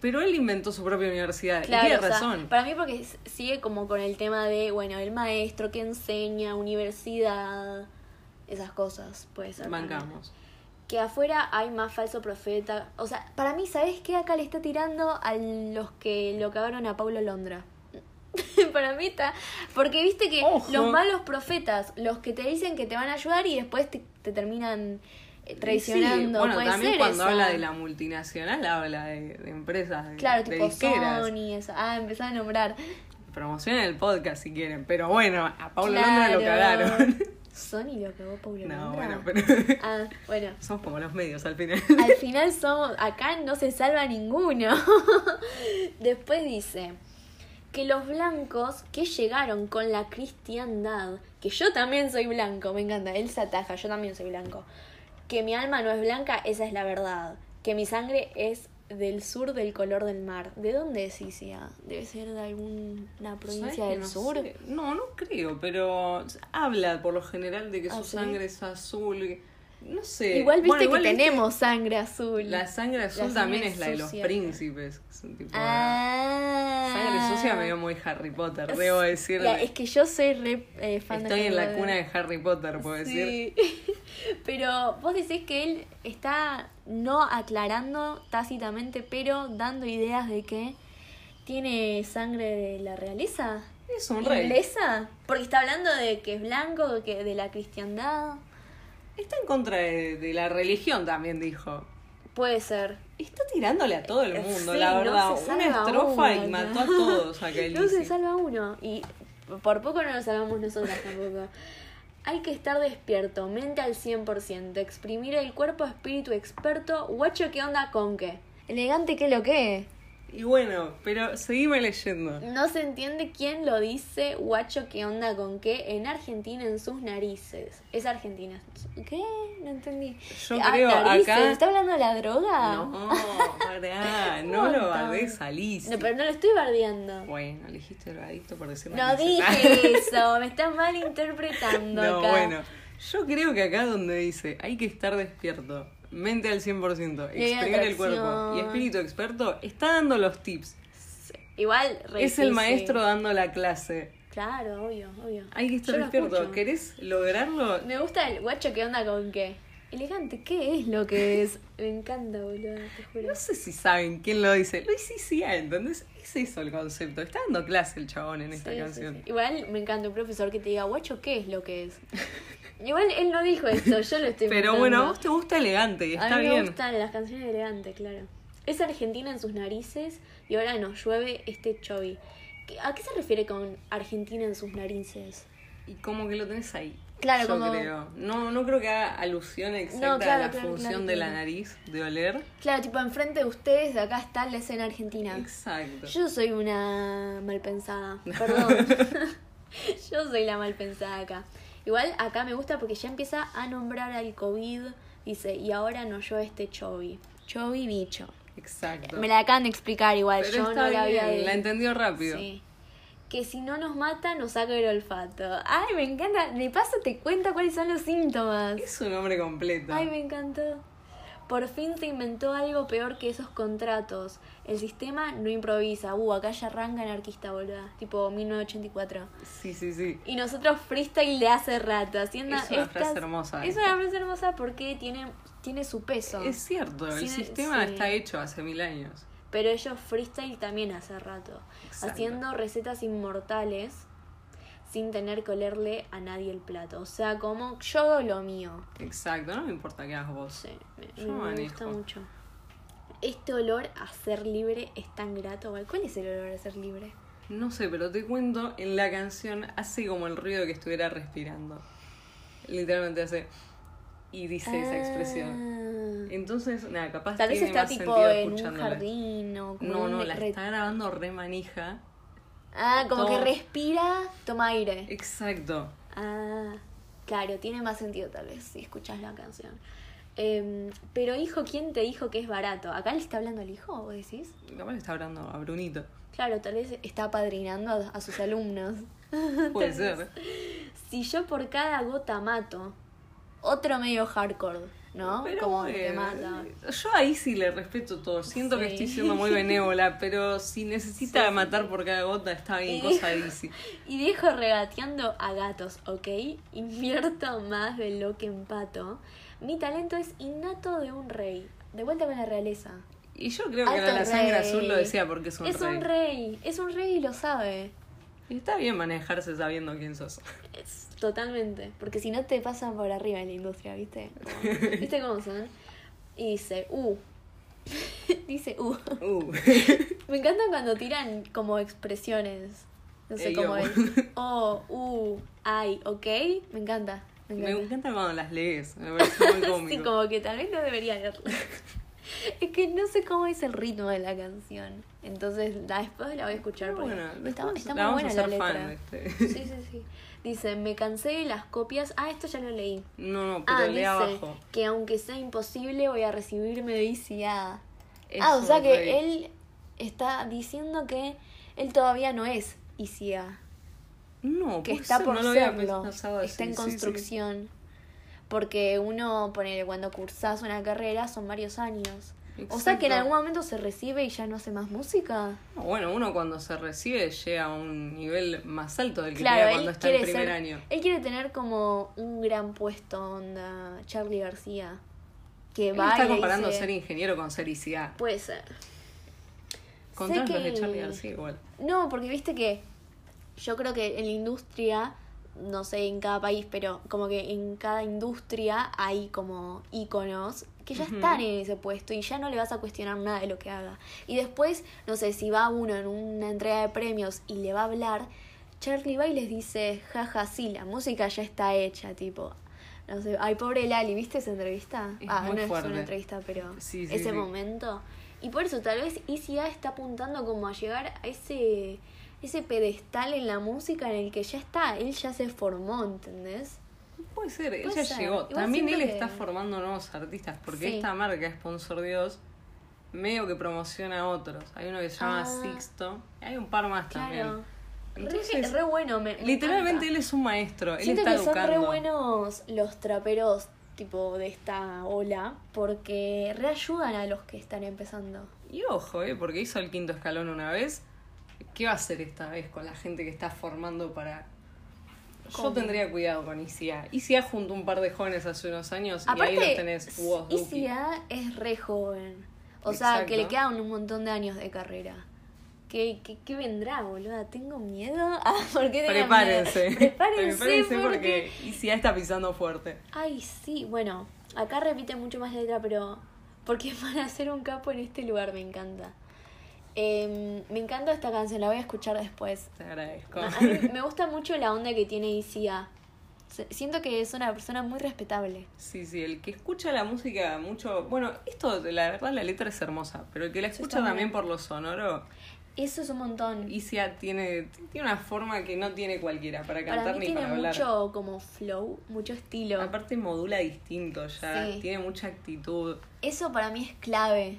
B: Pero él inventó su propia universidad. y
A: Claro,
B: tiene
A: o sea,
B: razón.
A: para mí porque s- sigue como con el tema de, bueno, el maestro que enseña, universidad, esas cosas, puede ser. también.
B: Bancamos.
A: Que afuera hay más falso profeta. O sea, para mí, ¿sabes qué? Acá le está tirando a los que lo cagaron a Paulo Londra. <laughs> para mí está... Porque viste que
B: Ojo.
A: los malos profetas, los que te dicen que te van a ayudar y después te, te terminan eh, traicionando.
B: Sí, bueno,
A: puede
B: también
A: ser
B: cuando
A: esa.
B: habla de la multinacional, habla de, de empresas de,
A: Claro,
B: de
A: tipo
B: disqueras.
A: Sony, eso. Ah, empezaba a nombrar.
B: Promocionen el podcast si quieren, pero bueno, a Pablo
A: Claro.
B: Londra lo cagaron. <laughs>
A: Sony lo cagó Paulo
B: No,
A: Londra.
B: bueno, pero <laughs>
A: Ah, bueno.
B: somos como los medios al final.
A: Al final somos, acá no se salva ninguno. <laughs> Después dice que los blancos que llegaron con la cristiandad, que yo también soy blanco, me encanta, él se ataja, yo también soy blanco, que mi alma no es blanca, esa es la verdad, que mi sangre es del sur del color del mar. ¿De dónde es Isia? Debe ser de alguna
B: ¿Sabes
A: provincia
B: que
A: del
B: no
A: sur.
B: sé? No, no creo, pero habla por lo general de que
A: ¿Ah,
B: su
A: sí?
B: sangre es azul. No sé.
A: Igual viste
B: Eh, Bueno,
A: que
B: viste-
A: tenemos sangre azul.
B: La sangre azul
A: sangre
B: también es la de los
A: sucia.
B: príncipes. Es un tipo de-
A: Ah.
B: Sangre sucia me dio muy Harry Potter, debo decirle.
A: Ya, es que yo soy re eh, fan de
B: Estoy en
A: Harry
B: la
A: Potter.
B: cuna de Harry Potter, puedo decir.
A: Sí. <laughs> pero vos decís que él está no aclarando tácitamente, pero dando ideas de que tiene sangre de la realeza.
B: Es un rey.
A: ¿Inglesa? Porque está hablando de que es blanco, que de la cristiandad.
B: Está en contra de, de la religión también, dijo.
A: Puede ser.
B: Está tirándole a todo el
A: Eh,
B: mundo,
A: sí,
B: la
A: no
B: verdad.
A: se
B: Una
A: salva
B: estrofa
A: uno.
B: y mató a todos acá
A: <laughs>
B: el
A: No se
B: Lizzy.
A: salva uno. Y por poco no lo salvamos nosotras tampoco. Hay que estar despierto, mente al 100%, exprimir el cuerpo, espíritu experto, guacho, ¿qué onda con qué? Elegante, ¿qué lo que?
B: Y bueno, pero seguime leyendo.
A: No se entiende quién lo dice, guacho, ¿qué onda con qué? En Argentina, en sus narices. Es Argentina. Ah, ¿Qué? No entendí.
B: Yo creo acá-
A: ¿Está hablando de la droga? <laughs>
B: No, pará, no lo bardees a Liz.
A: No, pero no lo estoy bardeando.
B: Bueno, le dijiste drogadicto por decirlo.
A: No dije eso, me estás malinterpretando
B: <laughs> No,
A: acá.
B: bueno. Yo creo que acá donde dice hay que estar despierto, mente al 100%,
A: Ley de
B: exprimir el cuerpo
A: atracción.
B: y espíritu experto, está dando los tips.
A: Igual, re
B: es el
A: difícil.
B: maestro dando la clase.
A: Claro, obvio, obvio.
B: Hay que estar
A: Yo lo
B: despierto.
A: escucho.
B: ¿Querés lograrlo?
A: Me gusta el guacho que onda con qué. Elegante, ¿qué es lo que es? Me encanta, boludo, te juro.
B: No sé si saben quién lo dice. Lo hice, sí, ¿entendés? Es eso el concepto. Está dando clase el chabón en esta
A: Sí, sí,
B: canción.
A: sí. Igual me encanta un profesor que te diga, guacho, ¿qué es lo que
B: <laughs>
A: es? Igual él no dijo esto, yo lo estoy
B: Pero
A: inventando.
B: bueno, a vos te gusta elegante y está
A: a mí
B: bien.
A: me gustan las canciones elegantes, claro. Es Argentina en sus narices y ahora nos llueve este chovi. ¿Qué- ¿A qué se refiere con Argentina en sus narices?
B: Y como que lo tenés ahí.
A: Claro,
B: yo
A: como-
B: creo. No, no creo que haga alusión exacta
A: No, claro,
B: a la
A: claro,
B: función
A: claro,
B: de la
A: claro.
B: nariz, de oler.
A: Claro, tipo, enfrente de ustedes, acá está la escena argentina.
B: Exacto.
A: Yo soy una mal
B: <laughs>
A: pensada, perdón. <laughs> Yo soy la mal pensada acá. Igual acá me gusta porque ya empieza a nombrar al COVID. Dice, y ahora no yo este Chobi. Chobi bicho.
B: Exacto.
A: Me la acaban de explicar igual,
B: Pero
A: yo
B: está
A: no la había
B: bien,
A: de-
B: la entendió rápido.
A: Sí. Que si no nos mata, nos saca el olfato. Ay, me encanta. De paso te cuenta cuáles son los síntomas.
B: Es un hombre completo.
A: Ay, me encantó. Por fin se inventó algo peor que esos contratos. El sistema no improvisa. Uh, acá ya arranca anarquista, boluda. Tipo 1984.
B: Sí, sí, sí.
A: Y nosotros freestyle de hace rato, haciendo
B: Es una
A: estas-
B: frase hermosa
A: Es
B: esta.
A: una frase hermosa porque tiene, tiene su peso.
B: Es cierto, el
A: Sí,
B: sistema
A: sí.
B: está hecho hace mil años.
A: Pero ellos freestyle también hace rato.
B: Exacto.
A: Haciendo recetas inmortales sin tener que olerle a nadie el plato. O sea, como yo hago lo mío.
B: Exacto, no me importa qué hagas vos.
A: Sí, me,
B: Yo
A: me gusta
B: manejo.
A: mucho. Este olor a ser libre es tan grato. Val. ¿Cuál es el olor a ser libre?
B: No sé, pero te cuento, en la canción hace como el ruido de que estuviera respirando. Literalmente hace. Y dice esa expresión.
A: Ah.
B: Entonces, nada, capaz
A: Tal vez
B: tiene
A: está
B: más
A: tipo
B: sentido
A: en un
B: escuchándola.
A: jardín o como
B: No,
A: en un
B: no, la
A: re-
B: está grabando re manija.
A: Ah, como que
B: Toma.
A: respira, toma aire.
B: Exacto.
A: Ah, claro, tiene más sentido tal vez si escuchas la canción. Em, pero hijo, ¿quién te dijo que es barato? ¿Acá le está hablando el hijo, vos decís?
B: Capaz le está hablando
A: <laughs>
B: a Brunito.
A: Claro, tal vez está padrinando a- a sus alumnos.
B: Puede ser.
A: Si yo por cada gota mato, otro medio hardcore, ¿no?
B: Pero
A: Ah, Como
B: bueno,
A: que mata.
B: Yo ahí sí le respeto todo. Siento que
A: Sí.
B: estoy
A: <laughs>
B: siendo muy benévola, pero si necesita
A: Sí, sí,
B: matar por cada gota, está bien,
A: Y-
B: cosa de Izzy.
A: Y dejo regateando a gatos, ¿ok? Invierto más de lo que empato. Mi talento es innato de un rey. De vuelta con la realeza.
B: Y yo creo que
A: Alto
B: la sangre
A: rey.
B: azul lo decía porque es un
A: es
B: rey.
A: un rey. Es un rey y lo sabe.
B: Y está bien manejarse sabiendo quién
A: <laughs>
B: sos.
A: Es- totalmente. Porque si no te pasan por arriba en la industria,
B: <laughs>
A: ¿viste? ¿Viste cómo son? Y dice, uh. <laughs> dice, uh.
B: Uh. <laughs>
A: Me encanta cuando tiran como expresiones. No sé
B: Ey,
A: cómo
B: yo.
A: es.
B: <laughs>
A: Oh, uh, ay, ok. Me encanta. Me
B: Me
A: encanta.
B: encanta cuando las lees. Me parece
A: <laughs>
B: muy
A: sí,
B: cómico.
A: como que tal vez no debería
B: <laughs>
A: leerla. es que no sé cómo es el ritmo de la canción. Entonces, la, después la voy a escuchar.
B: Pero
A: porque
B: bueno,
A: está,
B: después
A: está
B: la
A: muy
B: vamos
A: buena
B: a
A: la
B: hacer
A: letra.
B: fan de este.
A: Sí, sí, sí. Dice, me cansé de las copias. Ah, esto ya lo leí.
B: <laughs> No, no, pero
A: ah,
B: lee
A: dice
B: abajo.
A: que aunque sea imposible voy a recibirme de ICA.
B: Es
A: ah, o sea
B: un
A: que
B: rey.
A: él está diciendo que él todavía no es ICA,
B: No,
A: que
B: Oh, puede
A: está
B: ser,
A: por
B: no lo había
A: serlo,
B: pensado así,
A: está en
B: sí, sí.
A: construcción. Porque uno, ponele, cuando cursás una carrera son varios años. O sea que en
B: Exacto.
A: algún momento se recibe y ya no hace más música.
B: No, Bueno, uno cuando se recibe llega a un nivel más alto del que llega
A: Claro,
B: cuando
A: él
B: está en
A: quiere
B: primer
A: ser-
B: año.
A: él quiere tener como un gran puesto onda Charlie García que
B: Él
A: va y
B: está
A: le
B: comparando
A: dice-
B: ser ingeniero con ser ICA.
A: Puede ser.
B: Con
A: Sé
B: todos los
A: que-
B: de Charlie García igual.
A: No, porque viste que yo creo que en la industria, no sé en cada país, pero como que en cada industria hay como íconos que ya
B: Ujú.
A: están en ese puesto y ya no le vas a cuestionar nada de lo que haga. Y después, no sé, si va uno en una entrega de premios y le va a hablar, Charlie va y les dice, jaja, sí, la música ya está hecha, tipo. No sé, ay, pobre Lali, ¿viste esa entrevista?
B: Es
A: ah,
B: muy
A: no es
B: fuerte.
A: una entrevista, pero
B: Sí, sí,
A: ese
B: sí.
A: momento. Y por eso tal vez ICA está apuntando como a llegar a ese, ese pedestal en la música en el que ya está, él ya se formó, ¿entendés?
B: Puede ser,
A: Puede
B: ella
A: ser.
B: llegó.
A: Igual
B: También él
A: siento que-
B: está formando nuevos artistas, porque
A: Sí.
B: esta marca, Sponsor Dios, medio que promociona a otros. Hay uno que se llama
A: Ah.
B: Sixto, y hay un par más
A: Claro.
B: también.
A: Re-
B: Entonces,
A: re, bueno, me, me
B: literalmente
A: encanta.
B: él es un maestro, él
A: Siento
B: está
A: que son re
B: educando.
A: buenos los traperos tipo de esta ola porque reayudan a los que están empezando.
B: Y ojo, eh, porque hizo el quinto escalón una vez. ¿Qué va a hacer esta vez con la gente que está formando para.?
A: ¿Cómo?
B: Yo tendría cuidado con ICA. ICA juntó un par de jóvenes hace unos años y ahí los tenés. vos, Duki.
A: ICA es re joven. O sea, que
B: Exacto.
A: le quedan un montón de años de carrera. ¿Qué, qué, qué vendrá, boluda? ¿Tengo miedo? <laughs> Ah, ¿por qué tengo miedo? <laughs>
B: Prepárense.
A: Prepárense, porque...
B: porque ICA está pisando fuerte.
A: Ay, sí, bueno, acá repite mucho más letra, pero porque <laughs> para ser un capo en este lugar me encanta. Em, me encanta esta canción, la voy a escuchar después.
B: Te agradezco.
A: A mí me gusta mucho la onda que tiene ICA. Se- Siento que es una persona muy respetable.
B: <laughs> Sí, sí, el que escucha la música mucho. Bueno, esto, la verdad, la letra es hermosa, pero el que la
A: Sí,
B: escucha
A: está
B: también
A: bien.
B: por lo sonoro,
A: Eso es un montón.
B: ICA tiene, tiene una forma que no tiene cualquiera para cantar
A: para mí
B: ni
A: tiene
B: para hablar.
A: mucho como flow, mucho estilo.
B: Aparte, modula distinto ya,
A: Sí.
B: tiene mucha actitud.
A: Eso para mí es clave.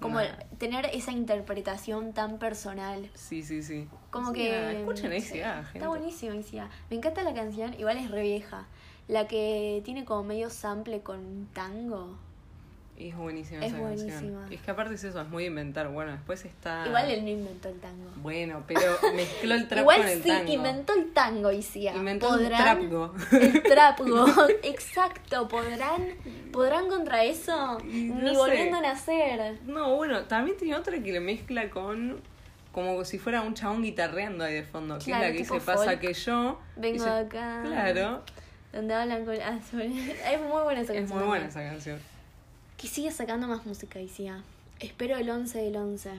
A: Como
B: Nada.
A: tener esa interpretación tan personal.
B: Sí, sí, sí.
A: Como
B: Sí, nada,
A: que.
B: Escuchen a
A: sí,
B: ICA, gente.
A: Está buenísimo, ICA. Me encanta la canción, igual es re vieja. La que tiene como medio sample con tango.
B: Es buenísima
A: Es
B: esa canción.
A: buenísima.
B: Es que aparte es eso, es muy inventar. Bueno, después está.
A: Igual él no inventó el tango.
B: Bueno, pero mezcló el trap
A: Igual
B: con el
A: sí,
B: tango.
A: inventó el tango, Isia.
B: Inventó un trapgo. <laughs>
A: El trapgo, exacto. ¿Podrán, ¿Podrán contra eso?
B: Y no
A: Ni
B: sé.
A: volviendo a nacer.
B: No, bueno, también tiene otra que le mezcla con. Como si fuera un chabón guitarreando ahí de fondo, que
A: Claro,
B: es la que
A: tipo
B: se pasa
A: folk.
B: que yo.
A: Vengo
B: dice-
A: acá.
B: Claro,
A: Donde hablan con... <laughs> ah, sobre- Es muy buena esa canción.
B: es muy
A: también.
B: buena esa canción.
A: Que siga sacando más música, Isia. Espero el 11 del 11.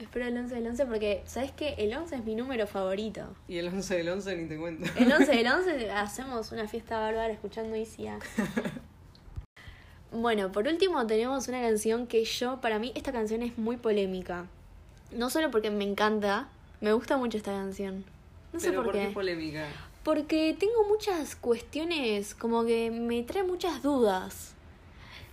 A: Espero el 11 del 11 porque, ¿sabes qué? El 11 es mi número favorito.
B: Y el 11 del 11 ni te cuento.
A: El 11 del 11 <laughs> hacemos una fiesta bárbara escuchando
B: <laughs>
A: ICA. Bueno, por último tenemos una canción que yo, para mí, esta canción es muy polémica. No solo porque me encanta, me gusta mucho esta canción. No sé
B: pero
A: por, qué.
B: polémica?
A: Porque tengo muchas cuestiones, como que me trae muchas dudas.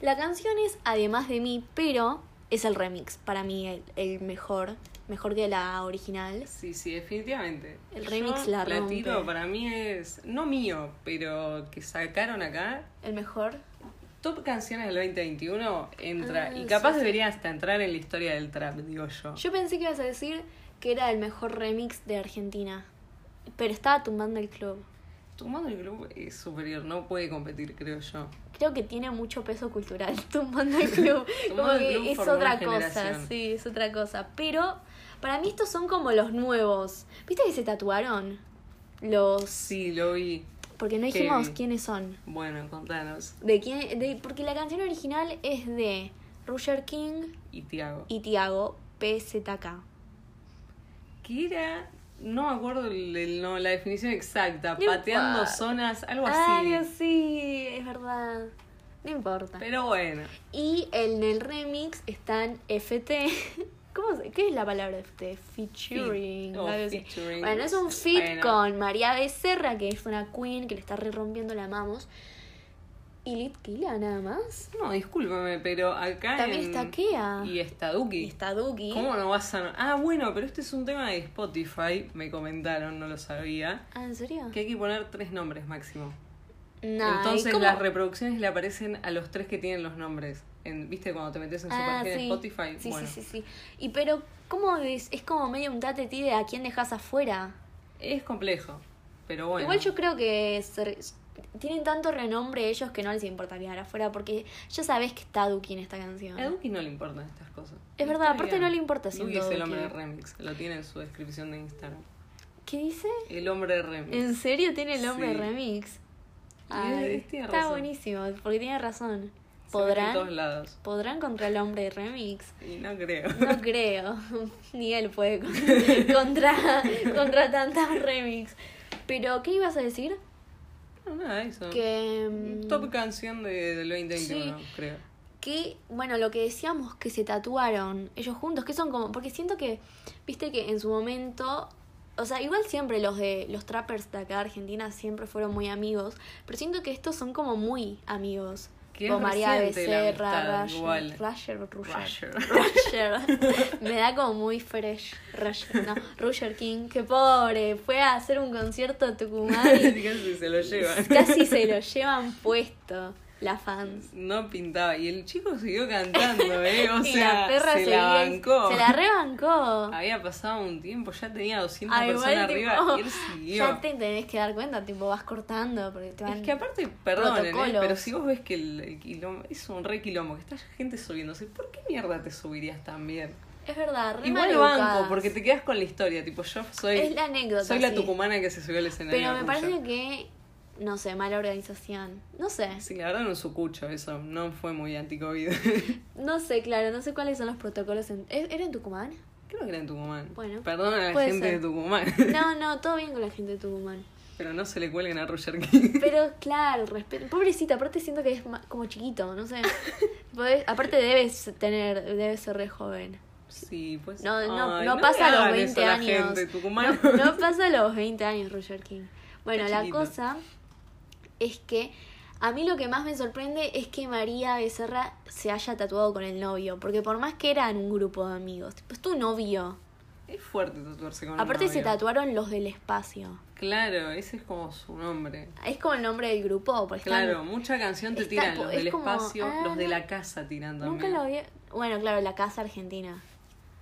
A: La canción es Además de mí, pero es el remix, para mí el, el mejor, mejor que la original.
B: Sí, sí, definitivamente.
A: El remix la
B: La
A: rompe.
B: tiro, para mí es. No mío, pero que sacaron acá.
A: El mejor.
B: Top canciones del 2021 entra.
A: Ah,
B: y capaz
A: sí, sí.
B: debería hasta entrar en la historia del trap, digo yo.
A: Yo pensé que ibas a decir que era el mejor remix de Argentina, pero estaba tumbando el club.
B: Tumbando el club es superior, no puede competir, creo yo.
A: Creo que tiene mucho peso cultural <laughs> tumbando el club. como
B: <laughs> Tumbando el
A: que
B: Club
A: es
B: formó
A: otra
B: una
A: cosa,
B: generación.
A: sí, es otra cosa. Pero para mí estos son como los nuevos. ¿Viste que se tatuaron? Los.
B: Sí, lo vi.
A: Porque no
B: Heavy.
A: dijimos quiénes son.
B: Bueno, contanos.
A: De quién. De, porque la canción original es de Roger King
B: Y Tiago.
A: y Tiago PZK.
B: Que era, no me acuerdo el- el- no, la definición exacta,
A: No
B: pateando
A: importa.
B: zonas, algo así.
A: Ay, Ah, sí, es verdad. No importa.
B: Pero bueno,
A: Y en el remix están FT. <laughs> ¿Cómo se, ¿Qué es la palabra FT? Featuring.
B: Fit- o
A: algo así.
B: Oh, featuring.
A: Bueno, es un fit
B: Bueno.
A: con María Becerra, que es una queen que le está re rompiendo, la amamos. Y Litquila nada más.
B: no, discúlpame, pero acá.
A: También
B: en-
A: está Kea.
B: Y está
A: Y
B: Duki.
A: está Duki.
B: ¿Cómo no vas a.? Ah, bueno, pero este es un tema de Spotify, me comentaron, no lo sabía.
A: Ah, ¿en serio?
B: Que hay que poner tres nombres máximo.
A: Nah, ¿y
B: Entonces
A: cómo?
B: las reproducciones le aparecen a los tres que tienen los nombres. En, ¿Viste cuando te metes en su
A: Ah,
B: perfil de
A: sí.
B: Spotify?
A: Sí,
B: bueno,
A: sí, sí, sí. Y pero, ¿cómo es? Es como medio un tate ti de a quién dejas afuera.
B: es complejo. Pero bueno.
A: Igual yo creo que se- tienen tanto renombre ellos que no les importaría dar afuera porque ya sabes que está Duki en esta canción.
B: A Duki no le importan estas cosas.
A: Es verdad,
B: Está
A: aparte
B: bien.
A: no le importa
B: Duki
A: siendo
B: es el
A: Duki.
B: hombre de remix, lo tiene en su descripción de Instagram.
A: ¿Qué dice?
B: El hombre de remix.
A: ¿En serio tiene el nombre
B: Sí.
A: remix?
B: Y es-
A: Ay,
B: tiene
A: está
B: razón.
A: buenísimo, porque tiene razón. ¿Podrán,
B: En todos lados.
A: ¿Podrán contra el hombre remix?
B: Y no creo.
A: No <laughs> creo. Ni él puede con- <laughs> contra, contra tantas remix. Pero, ¿qué ibas a decir?
B: <laughs> No, nada de eso.
A: Que. mm,
B: Top canción de, del 2021,
A: Sí.
B: creo.
A: que, bueno, lo que decíamos, que se tatuaron ellos juntos, que son como, porque siento que, viste que en su momento, o sea, igual siempre los de los trappers de acá de Argentina siempre fueron muy amigos, pero siento que estos son como muy amigos.
B: Que
A: Como
B: es
A: María
B: reciente la
A: Becerra,
B: amistad,
A: Rusher,
B: igual.
A: Rusher, o Rusher.
B: Rusher. <laughs>
A: Rusher. Me da como muy fresh. Rusher, no. Rusher King, que pobre. Fue a hacer un concierto a Tucumán
B: <laughs>
A: y
B: Casi se lo
A: <laughs>
B: llevan.
A: casi se lo llevan puesto las fans.
B: <laughs> No pintaba. Y el chico siguió
A: <laughs>
B: cantando, ¿eh? O
A: y
B: sea,
A: la perra
B: se la
A: seguía-
B: bancó.
A: Se la rebancó.
B: Había pasado un tiempo, ya tenía 200
A: Ah, igual,
B: personas arriba
A: tipo,
B: y él siguió.
A: ya te tenés que dar cuenta, tipo, vas cortando. Porque te van...
B: Es que aparte, perdonen, ¿eh?
A: protocolos.
B: pero si vos ves que el, el quilombo es un re quilombo, que está gente subiéndose, ¿por qué mierda te subirías también?
A: Es verdad, re
B: Igual
A: maleducadas.
B: banco, porque te quedas con la historia, tipo yo soy
A: Es la anécdota,
B: soy la
A: sí.
B: tucumana que se subió al escenario.
A: Pero me
B: rusa.
A: parece que, no sé, mala organización. No sé.
B: Sí, la verdad no es un cucho eso, no fue muy anti-covid. <laughs>
A: No sé, claro, no sé cuáles son los protocolos. En... ¿E- ¿Era en Tucumán?
B: Creo que era en Tucumán.
A: Bueno,
B: Perdona a la
A: puede
B: gente
A: ser.
B: de Tucumán,
A: <laughs> No, no, todo bien con la gente de Tucumán.
B: <laughs> pero no se le cuelguen a
A: <laughs>
B: Roger King.
A: Pero claro, respeto. Pobrecita, aparte siento que es ma- como chiquito, no
B: <laughs>
A: sé. Podés- aparte debes tener, debes ser re joven.
B: Sí, pues.
A: No, no,
B: Ay,
A: no
B: le
A: pasa a los
B: hagan
A: 20
B: eso a la
A: años.
B: gente, Tucumán.
A: no, no pasa a los 20 años, Roger King. Bueno,
B: Está
A: la
B: chiquito.
A: cosa es que a mí lo que más me sorprende es que María Becerra se haya tatuado con el novio. Porque por más que eran un grupo de amigos, tipo, es tu novio.
B: <laughs> Es fuerte tatuarse con un
A: Aparte se
B: novio.
A: tatuaron los del espacio.
B: Claro, ese es como su nombre.
A: Es como el nombre del grupo, pues por ejemplo.
B: Claro, mucha canción te
A: está
B: tiran,
A: po-
B: los
A: es
B: del
A: como,
B: espacio,
A: ah,
B: los de
A: no.
B: la casa tiran
A: Nunca
B: también.
A: lo había... Bueno, claro, la casa argentina.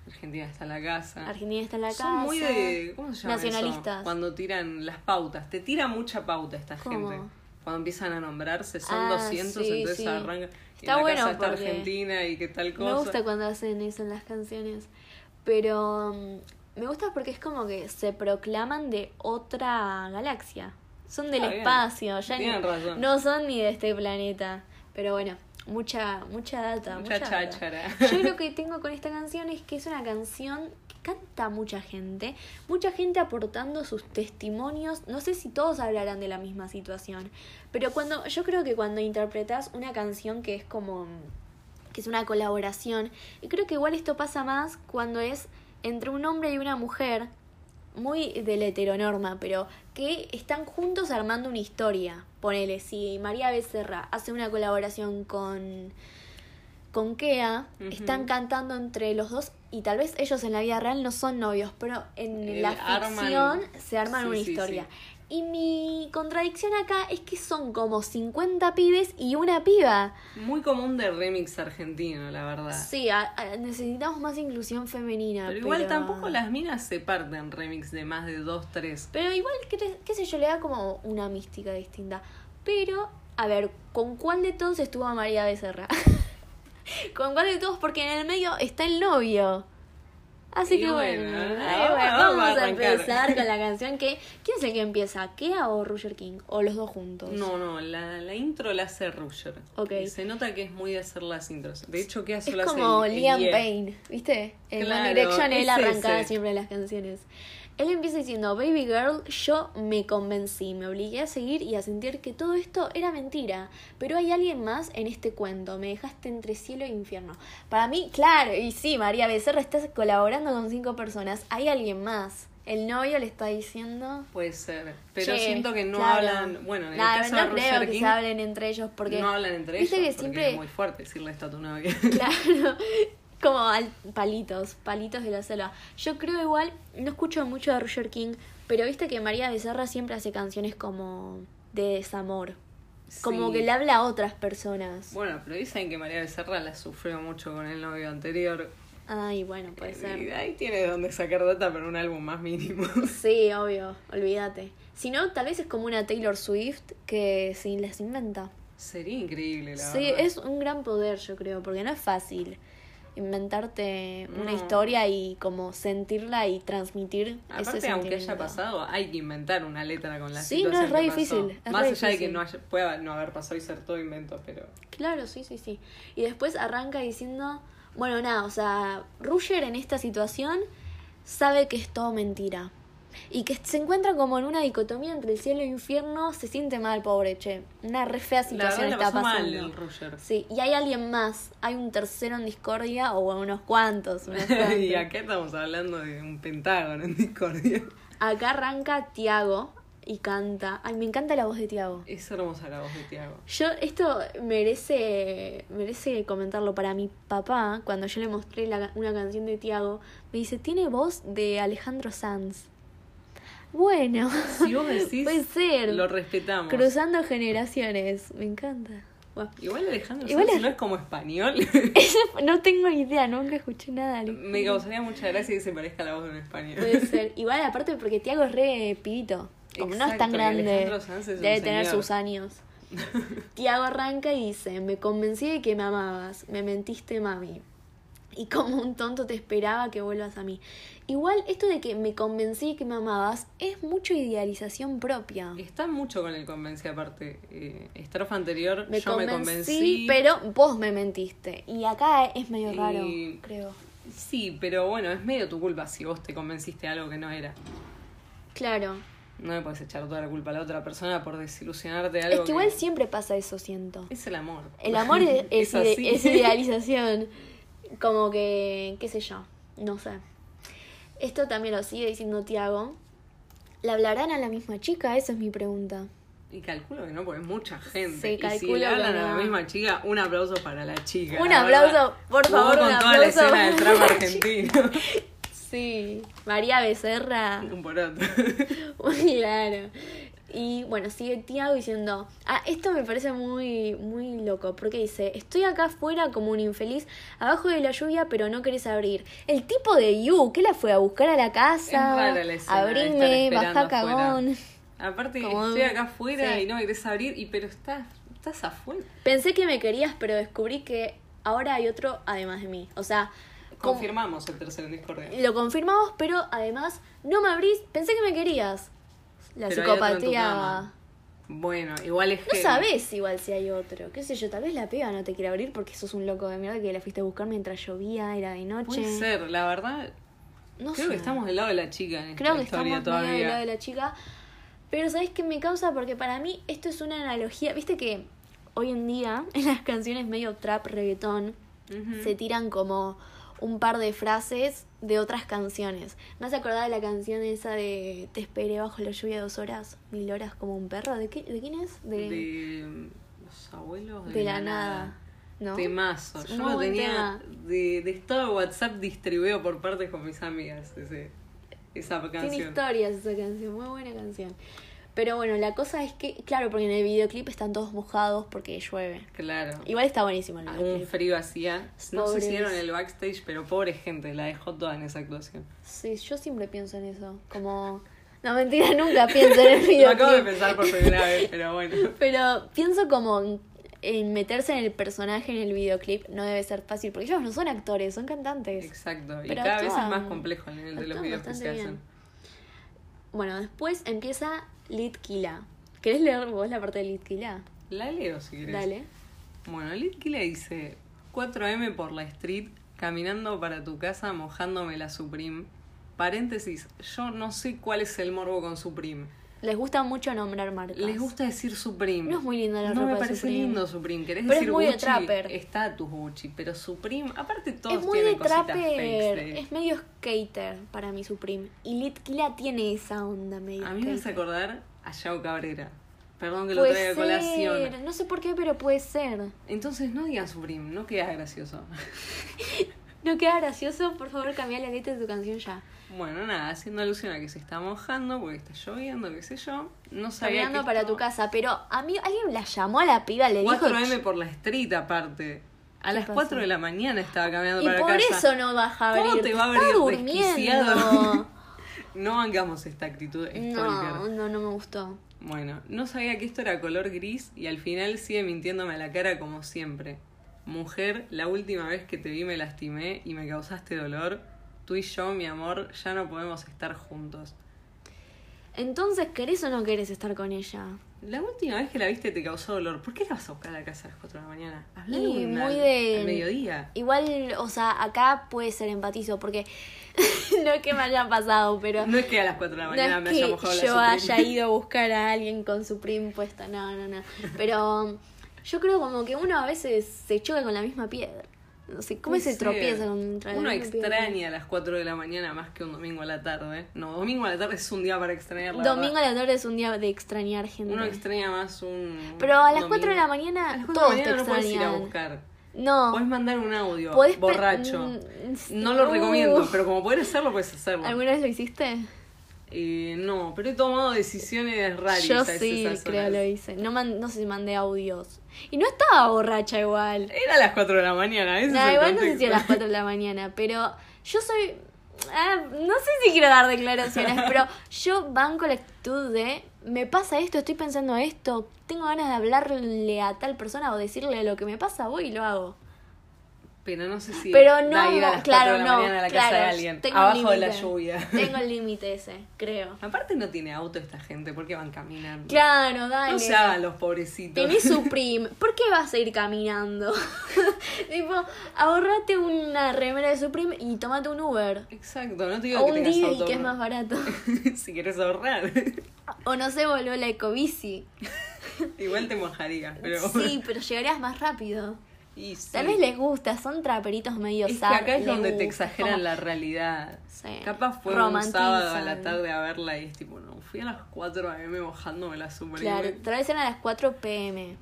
B: Argentina está la casa.
A: Argentina está en la
B: Ah. Son
A: casa.
B: muy de. ¿Cómo se llama? eso?
A: Nacionalistas.
B: Cuando tiran las pautas. Te tira mucha pauta esta
A: ¿Cómo?
B: gente. Cuando empiezan a nombrarse, son
A: Ah,
B: 200,
A: sí,
B: entonces
A: sí.
B: arranca. y
A: Está
B: en la
A: bueno
B: casa está
A: porque
B: Argentina y qué tal cosa.
A: Me gusta cuando hacen eso en las canciones. Pero mm, me gusta porque es como que se proclaman de otra galaxia. Son del
B: Está bien.
A: espacio, ya
B: Tienen
A: ni-
B: razón.
A: no son ni de este planeta. Pero bueno, mucha mucha data, mucha,
B: Mucha
A: data.
B: cháchara.
A: <laughs>
B: <laughs>
A: Yo lo que tengo con esta canción es que es una canción que canta mucha gente, mucha gente aportando sus testimonios. No sé si todos hablarán de la misma situación, pero cuando yo creo que cuando interpretas una canción que es como mm, que es una colaboración, y creo que igual esto pasa más cuando es entre un hombre y una mujer, muy de la heteronorma, pero que están juntos armando una historia. Ponele, si María Becerra hace una colaboración con, con Kea,
B: Ujú.
A: están cantando entre los dos y tal vez ellos en la vida real no son novios, pero en
B: Eh,
A: la
B: arman-
A: ficción se arman
B: Sí,
A: una
B: sí, sí.
A: historia. Y mi contradicción acá es que son como 50 pibes y una piba.
B: Muy común de remix argentino, la verdad.
A: Sí, a- a- necesitamos más inclusión femenina.
B: Ah. Pero igual tampoco las minas se parten remix de más de 2, 3.
A: Pero igual, cre- qué sé yo, le da como una mística distinta. Pero, a ver, ¿con cuál de todos estuvo María Becerra? <laughs> ¿Con cuál de todos? Porque en el medio está el novio. Así
B: Y
A: que bueno,
B: bueno,
A: ahí
B: vamos-
A: va,
B: vamos
A: vamos,
B: a
A: a
B: arrancar.
A: empezar con la canción que... ¿Quién es el que empieza? ¿Kea o Roger King? ¿O los dos juntos?
B: No, no, la, la intro la hace Rusher.
A: Ok.
B: Y se nota que es muy de hacer las intros. De hecho, ¿qué hace
A: Es
B: lo hace
A: como
B: el- el
A: Liam
B: IE.
A: Payne, ¿viste? En
B: Claro,
A: One Direction él
B: es
A: arrancaba
B: ese.
A: siempre las canciones. Él empieza diciendo, Baby Girl, yo me convencí, me obligué a seguir y a sentir que todo esto era mentira. Pero hay alguien más en este cuento, me dejaste entre cielo e infierno. Para mí, claro, y sí, María Becerra, estás colaborando con cinco personas, hay alguien más. El novio le está diciendo...
B: Puede ser. Pero
A: "Che,
B: siento que no
A: claro".
B: hablan. Bueno, en el
A: Nah,
B: caso
A: no
B: de Roger
A: creo que
B: King,
A: se hablen entre ellos porque...
B: no hablan entre ellos.
A: viste
B: Porque
A: que siempre...
B: es muy fuerte decirle esto a tu novia.
A: Claro, como al- palitos, palitos de la selva. Yo creo igual, no escucho mucho de Roger King, pero viste que María Becerra siempre hace canciones como de desamor. <laughs> Como
B: Sí.
A: que le habla a otras personas.
B: Bueno, pero dicen que María Becerra la sufrió mucho con el novio anterior.
A: Ay, bueno, puede
B: Y
A: ser.
B: ahí tiene donde sacar data para un álbum más mínimo. <laughs>
A: Sí, obvio, olvídate. Si no, tal vez es como una Taylor Swift que se las inventa.
B: Sería increíble, la
A: Sí,
B: verdad.
A: es un gran poder, yo creo, porque no es fácil. inventarte una
B: No.
A: historia y como sentirla y transmitir ese
B: Aparte, aunque haya
A: sentimiento.
B: pasado, hay que inventar una letra con la
A: Sí, no,
B: situación
A: es re
B: que pasó.
A: difícil, es
B: Más
A: re
B: allá de que
A: difícil.
B: no haya- pueda no haber pasado y ser todo invento, pero.
A: Claro, sí, sí, sí. Y después arranca diciendo, bueno, nada, o sea, Ruger en esta situación sabe que es todo mentira. Y que se encuentra como en una dicotomía entre el cielo e infierno, se siente mal, pobre, che. Una re fea situación
B: la
A: está
B: verdad la pasó mal
A: pasando.
B: el Roger.
A: Sí, y hay alguien más, hay un tercero en discordia o bueno, unos cuantos. unos
B: <laughs> y
A: cuantos.
B: acá estamos hablando de un pentágono en discordia.
A: Acá arranca Tiago y canta. Ay, me encanta la voz de Tiago.
B: Es hermosa la voz de Tiago.
A: Yo, esto merece, merece comentarlo para mi papá. Cuando yo le mostré la- una canción de Tiago, me dice, tiene voz de Alejandro Sanz. Bueno, <laughs>
B: Si vos decís,
A: puede ser.
B: lo respetamos.
A: Cruzando generaciones, me encanta. Buah. <laughs>
B: Igual Alejandro
A: Igual
B: Sanz
A: es-
B: no es como español. <laughs>
A: No tengo idea, nunca escuché nada. de Alejandro.
B: Me causaría mucha gracia que se parezca a la voz de un español. <laughs>
A: Puede ser. Igual aparte porque Tiago es re pibito. Como no es tan
B: Exacto, y
A: grande.
B: Alejandro Sanz es un
A: Debe tener
B: señor.
A: sus
B: <laughs>
A: años. Tiago arranca y dice, me convencí de que me amabas, me mentiste mami. Y como un tonto te esperaba que vuelvas a mí. Igual esto de que me convencí de que me amabas es mucho idealización propia.
B: Está mucho con el convencí aparte. Eh, estrofa anterior,
A: Me
B: yo me
A: convencí,
B: convencí.
A: pero vos me mentiste. Y acá es medio raro,
B: Y-
A: creo.
B: Sí, pero bueno, es medio tu culpa si vos te convenciste de algo que no era.
A: Claro.
B: No me puedes echar toda la culpa a la otra persona por desilusionarte de algo.
A: Es que igual siempre pasa eso, siento.
B: Es el amor.
A: El
B: <laughs>
A: amor es, es,
B: Es así.
A: ide- es idealización. Como que, qué sé yo, no sé. Esto también lo sigue diciendo Tiago. ¿Le hablarán a la misma chica? Esa es mi pregunta.
B: Y calculo que no, porque es mucha gente.
A: Sí,
B: y
A: calculo
B: si le hablan
A: que
B: a la
A: no.
B: misma chica, un aplauso para la chica.
A: Un
B: la verdad.
A: aplauso, por
B: Jugó
A: favor,
B: con
A: un
B: toda la
A: aplauso
B: escena del
A: para <laughs>
B: trama
A: la chica.
B: argentino.
A: Sí. María Becerra. <laughs>
B: un poroto.
A: claro. Y bueno, sigue Tiago diciendo, ah, esto me parece muy, muy loco, porque dice, estoy acá afuera como un infeliz, abajo de la lluvia, pero no querés abrir. El tipo de You, que la fue a buscar a la casa,
B: Es rara la escena de
A: abrime,
B: estar
A: bajá
B: esperando
A: cagón.
B: Aparte,
A: Como-
B: estoy acá afuera
A: sí.
B: y no me querés abrir, y pero estás, estás afuera.
A: Pensé que me querías, pero descubrí que ahora hay otro además de mí. O sea, como-
B: Confirmamos el tercer en discordia.
A: lo confirmamos, pero además, no me abrís, pensé que me querías. La
B: Pero hay otro en tu
A: psicopatía.
B: cama. Bueno, igual es
A: No
B: que.
A: sabes igual si hay otro, qué sé yo, tal vez la pega no te quiere abrir porque sos un loco de mierda que la fuiste a buscar mientras llovía, era de noche.
B: Puede ser, la verdad.
A: No
B: creo
A: sé.
B: que estamos del lado de la chica en esta
A: Creo que
B: historia
A: estamos medio
B: todavía.
A: del lado de la chica. Pero ¿sabés qué me causa? Porque para mí esto es una analogía, viste que hoy en día <laughs> en las canciones medio trap reggaetón
B: Ujú.
A: se tiran como un par de frases de otras canciones. ¿Me has acordado de la canción esa de Te esperé bajo la lluvia dos horas, mil horas como un perro? ¿De, qué, de quién es? De,
B: De mm, los abuelos
A: de la nada. ¿No?
B: Temazo.
A: Es
B: Yo
A: muy
B: lo
A: buen
B: tenía
A: tema.
B: de, de estado de WhatsApp distribuido por partes con mis amigas. ese- esa
A: Tiene
B: canción.
A: historias esa canción, muy buena canción. Pero bueno, la cosa es que, claro, porque en el videoclip están todos mojados porque llueve.
B: Claro.
A: Igual está buenísimo el
B: Un
A: videoclip.
B: frío hacía. No
A: Pobres.
B: se hicieron el backstage, pero pobre gente, la dejó toda en esa actuación.
A: Sí, yo siempre pienso en eso. Como. No, mentira, nunca pienso
B: <laughs>
A: en el
B: Lo acabo de
A: videoclip.
B: pensar por primera vez,
A: <laughs>
B: pero bueno.
A: Pero pienso como en, en meterse en el personaje en el videoclip no debe ser fácil, porque ellos no son actores, son cantantes.
B: Exacto. Y
A: Pero
B: cada vez es
A: actúan-
B: más complejo el nivel de los
A: actúan
B: videos que se
A: bastante bien.
B: hacen.
A: Bueno, después empieza Litkila. ¿Querés leer vos la parte de Litkila?
B: La leo si querés.
A: Dale.
B: Bueno, Litki le dice 4M por la street, caminando para tu casa mojándome la Supreme. Paréntesis, yo no sé cuál es el morbo con Supreme.
A: Les gusta mucho nombrar marcas.
B: Les gusta decir Supreme.
A: No es muy linda la
B: No
A: ropa
B: me
A: de
B: parece
A: Supreme.
B: lindo Supreme. ¿Querés
A: Pero es
B: decir
A: muy de
B: Gucci?
A: trapper.
B: Estatus Gucci, pero Supreme, aparte todos
A: Es muy de
B: tienen cositas
A: trapper,
B: fakes de-
A: es medio skater para mi Supreme. Y Litkila tiene esa onda medio
B: A mí me hace
A: skater.
B: acordar a Yao Cabrera. Perdón que lo traiga
A: Puede
B: a colación.
A: ser, no sé por qué, pero puede ser.
B: Entonces no digan Supreme, no queda gracioso. <laughs>
A: No queda gracioso, por favor cambia la letra de tu canción ya.
B: Bueno, nada, haciendo alusión a que se está mojando porque está lloviendo, qué sé yo. No sabía
A: Caminando
B: que
A: para
B: esto-
A: tu casa, pero a mí alguien la llamó a la piba, le dijo...
B: 4M por la street aparte. A
A: ¿Qué
B: las
A: pasó?
B: 4 de la mañana estaba caminando
A: Y
B: para
A: por
B: casa.
A: eso no vas a abrir.
B: ¿Cómo te va a
A: Está
B: abrir,
A: durmiendo.
B: <laughs> desquiciado? No hagamos esta actitud
A: no,
B: stalker.
A: no, no me gustó.
B: Bueno, no sabía que esto era color gris y al final sigue mintiéndome a la cara como siempre. Mujer, la última vez que te vi me lastimé y me causaste dolor. Tú y yo, mi amor, ya no podemos estar juntos.
A: Entonces, ¿querés o no querés estar con ella?
B: La última vez que la viste te causó dolor. ¿Por qué la vas a buscar a la casa a las 4 de la mañana? Hablá
A: Y
B: una-
A: muy de-
B: al mediodía.
A: Igual, o sea, acá puede ser empatizo porque <laughs> no es que me haya pasado, pero
B: No es que a las 4 de la
A: no
B: mañana
A: es
B: me
A: que
B: haya mojado la
A: yo
B: Supreme.
A: haya ido a buscar a alguien con su prim puesta, no, no, no. Pero um, yo creo como que uno a veces se choca con la misma piedra. No sé, ¿cómo
B: Puede
A: se
B: ser.
A: tropieza contra la
B: eh, Uno
A: misma piedra?
B: extraña a las 4 de la mañana más que un domingo a la tarde. No, domingo a la tarde es un día para extrañar la
A: Domingo
B: verdad.
A: a la tarde es un día de extrañar gente.
B: Uno extraña más un.
A: Pero a las
B: domingo.
A: 4 de la
B: A
A: mañana
B: las 4
A: todos
B: de la
A: te
B: mañana no puedes ir a
A: extrañan.
B: buscar.
A: No,
B: Podés mandar un audio
A: podés pe-
B: borracho.
A: Mm,
B: No lo
A: uh.
B: recomiendo, pero como podés hacerlo, puedes hacerlo.
A: ¿Alguna vez lo hiciste?
B: Eh, no, pero he tomado decisiones raras.
A: Yo sí, creo lo hice. No, man- no sé si mandé audios. Y no estaba borracha igual.
B: Era a las 4 de la mañana, ese es
A: No,
B: el
A: igual no sé si a
B: contexto.
A: las 4 de la mañana, pero yo soy... ah, no sé si quiero dar
B: <laughs>
A: declaraciones, pero yo banco la actitud de me pasa esto, estoy pensando esto, tengo ganas de hablarle a tal persona o decirle lo que me pasa, voy y lo hago.
B: Pero no sé si.
A: pero no,
B: da ir a las
A: claro,
B: 4 de la
A: no,
B: mañana a la
A: claro,
B: casa de alguien.
A: tengo un
B: Abajo de la
A: límite.
B: lluvia.
A: Tengo el límite ese, creo.
B: <laughs> Aparte no tiene auto esta gente, porque van caminando?
A: Claro, dale.
B: no se hagan los pobrecitos. <laughs>
A: Tenés su prim, ¿por qué vas a ir caminando? <laughs> tipo, ahorrate una remera de Supreme y tomate un Uber.
B: Exacto, no te digo
A: O
B: que
A: un
B: tengas
A: Didi,
B: auto.
A: que es
B: ¿no?
A: más barato.
B: <laughs> si quieres ahorrar.
A: O no sé, voló la ecobici.
B: Igual te mojarías, pero.
A: Sí, pero llegarías más rápido.
B: Y sí.
A: Tal vez les gusta, son traperitos medio
B: Es que
A: zar,
B: acá
A: les
B: es donde te
A: gusta,
B: exageran
A: como-
B: la realidad.
A: Sí,
B: Capaz fue
A: romantizan.
B: un sábado a la tarde a verla y es tipo, no, fui a las 4 a.m. mojándome la super.
A: Claro, tal vez eran a las 4 pm.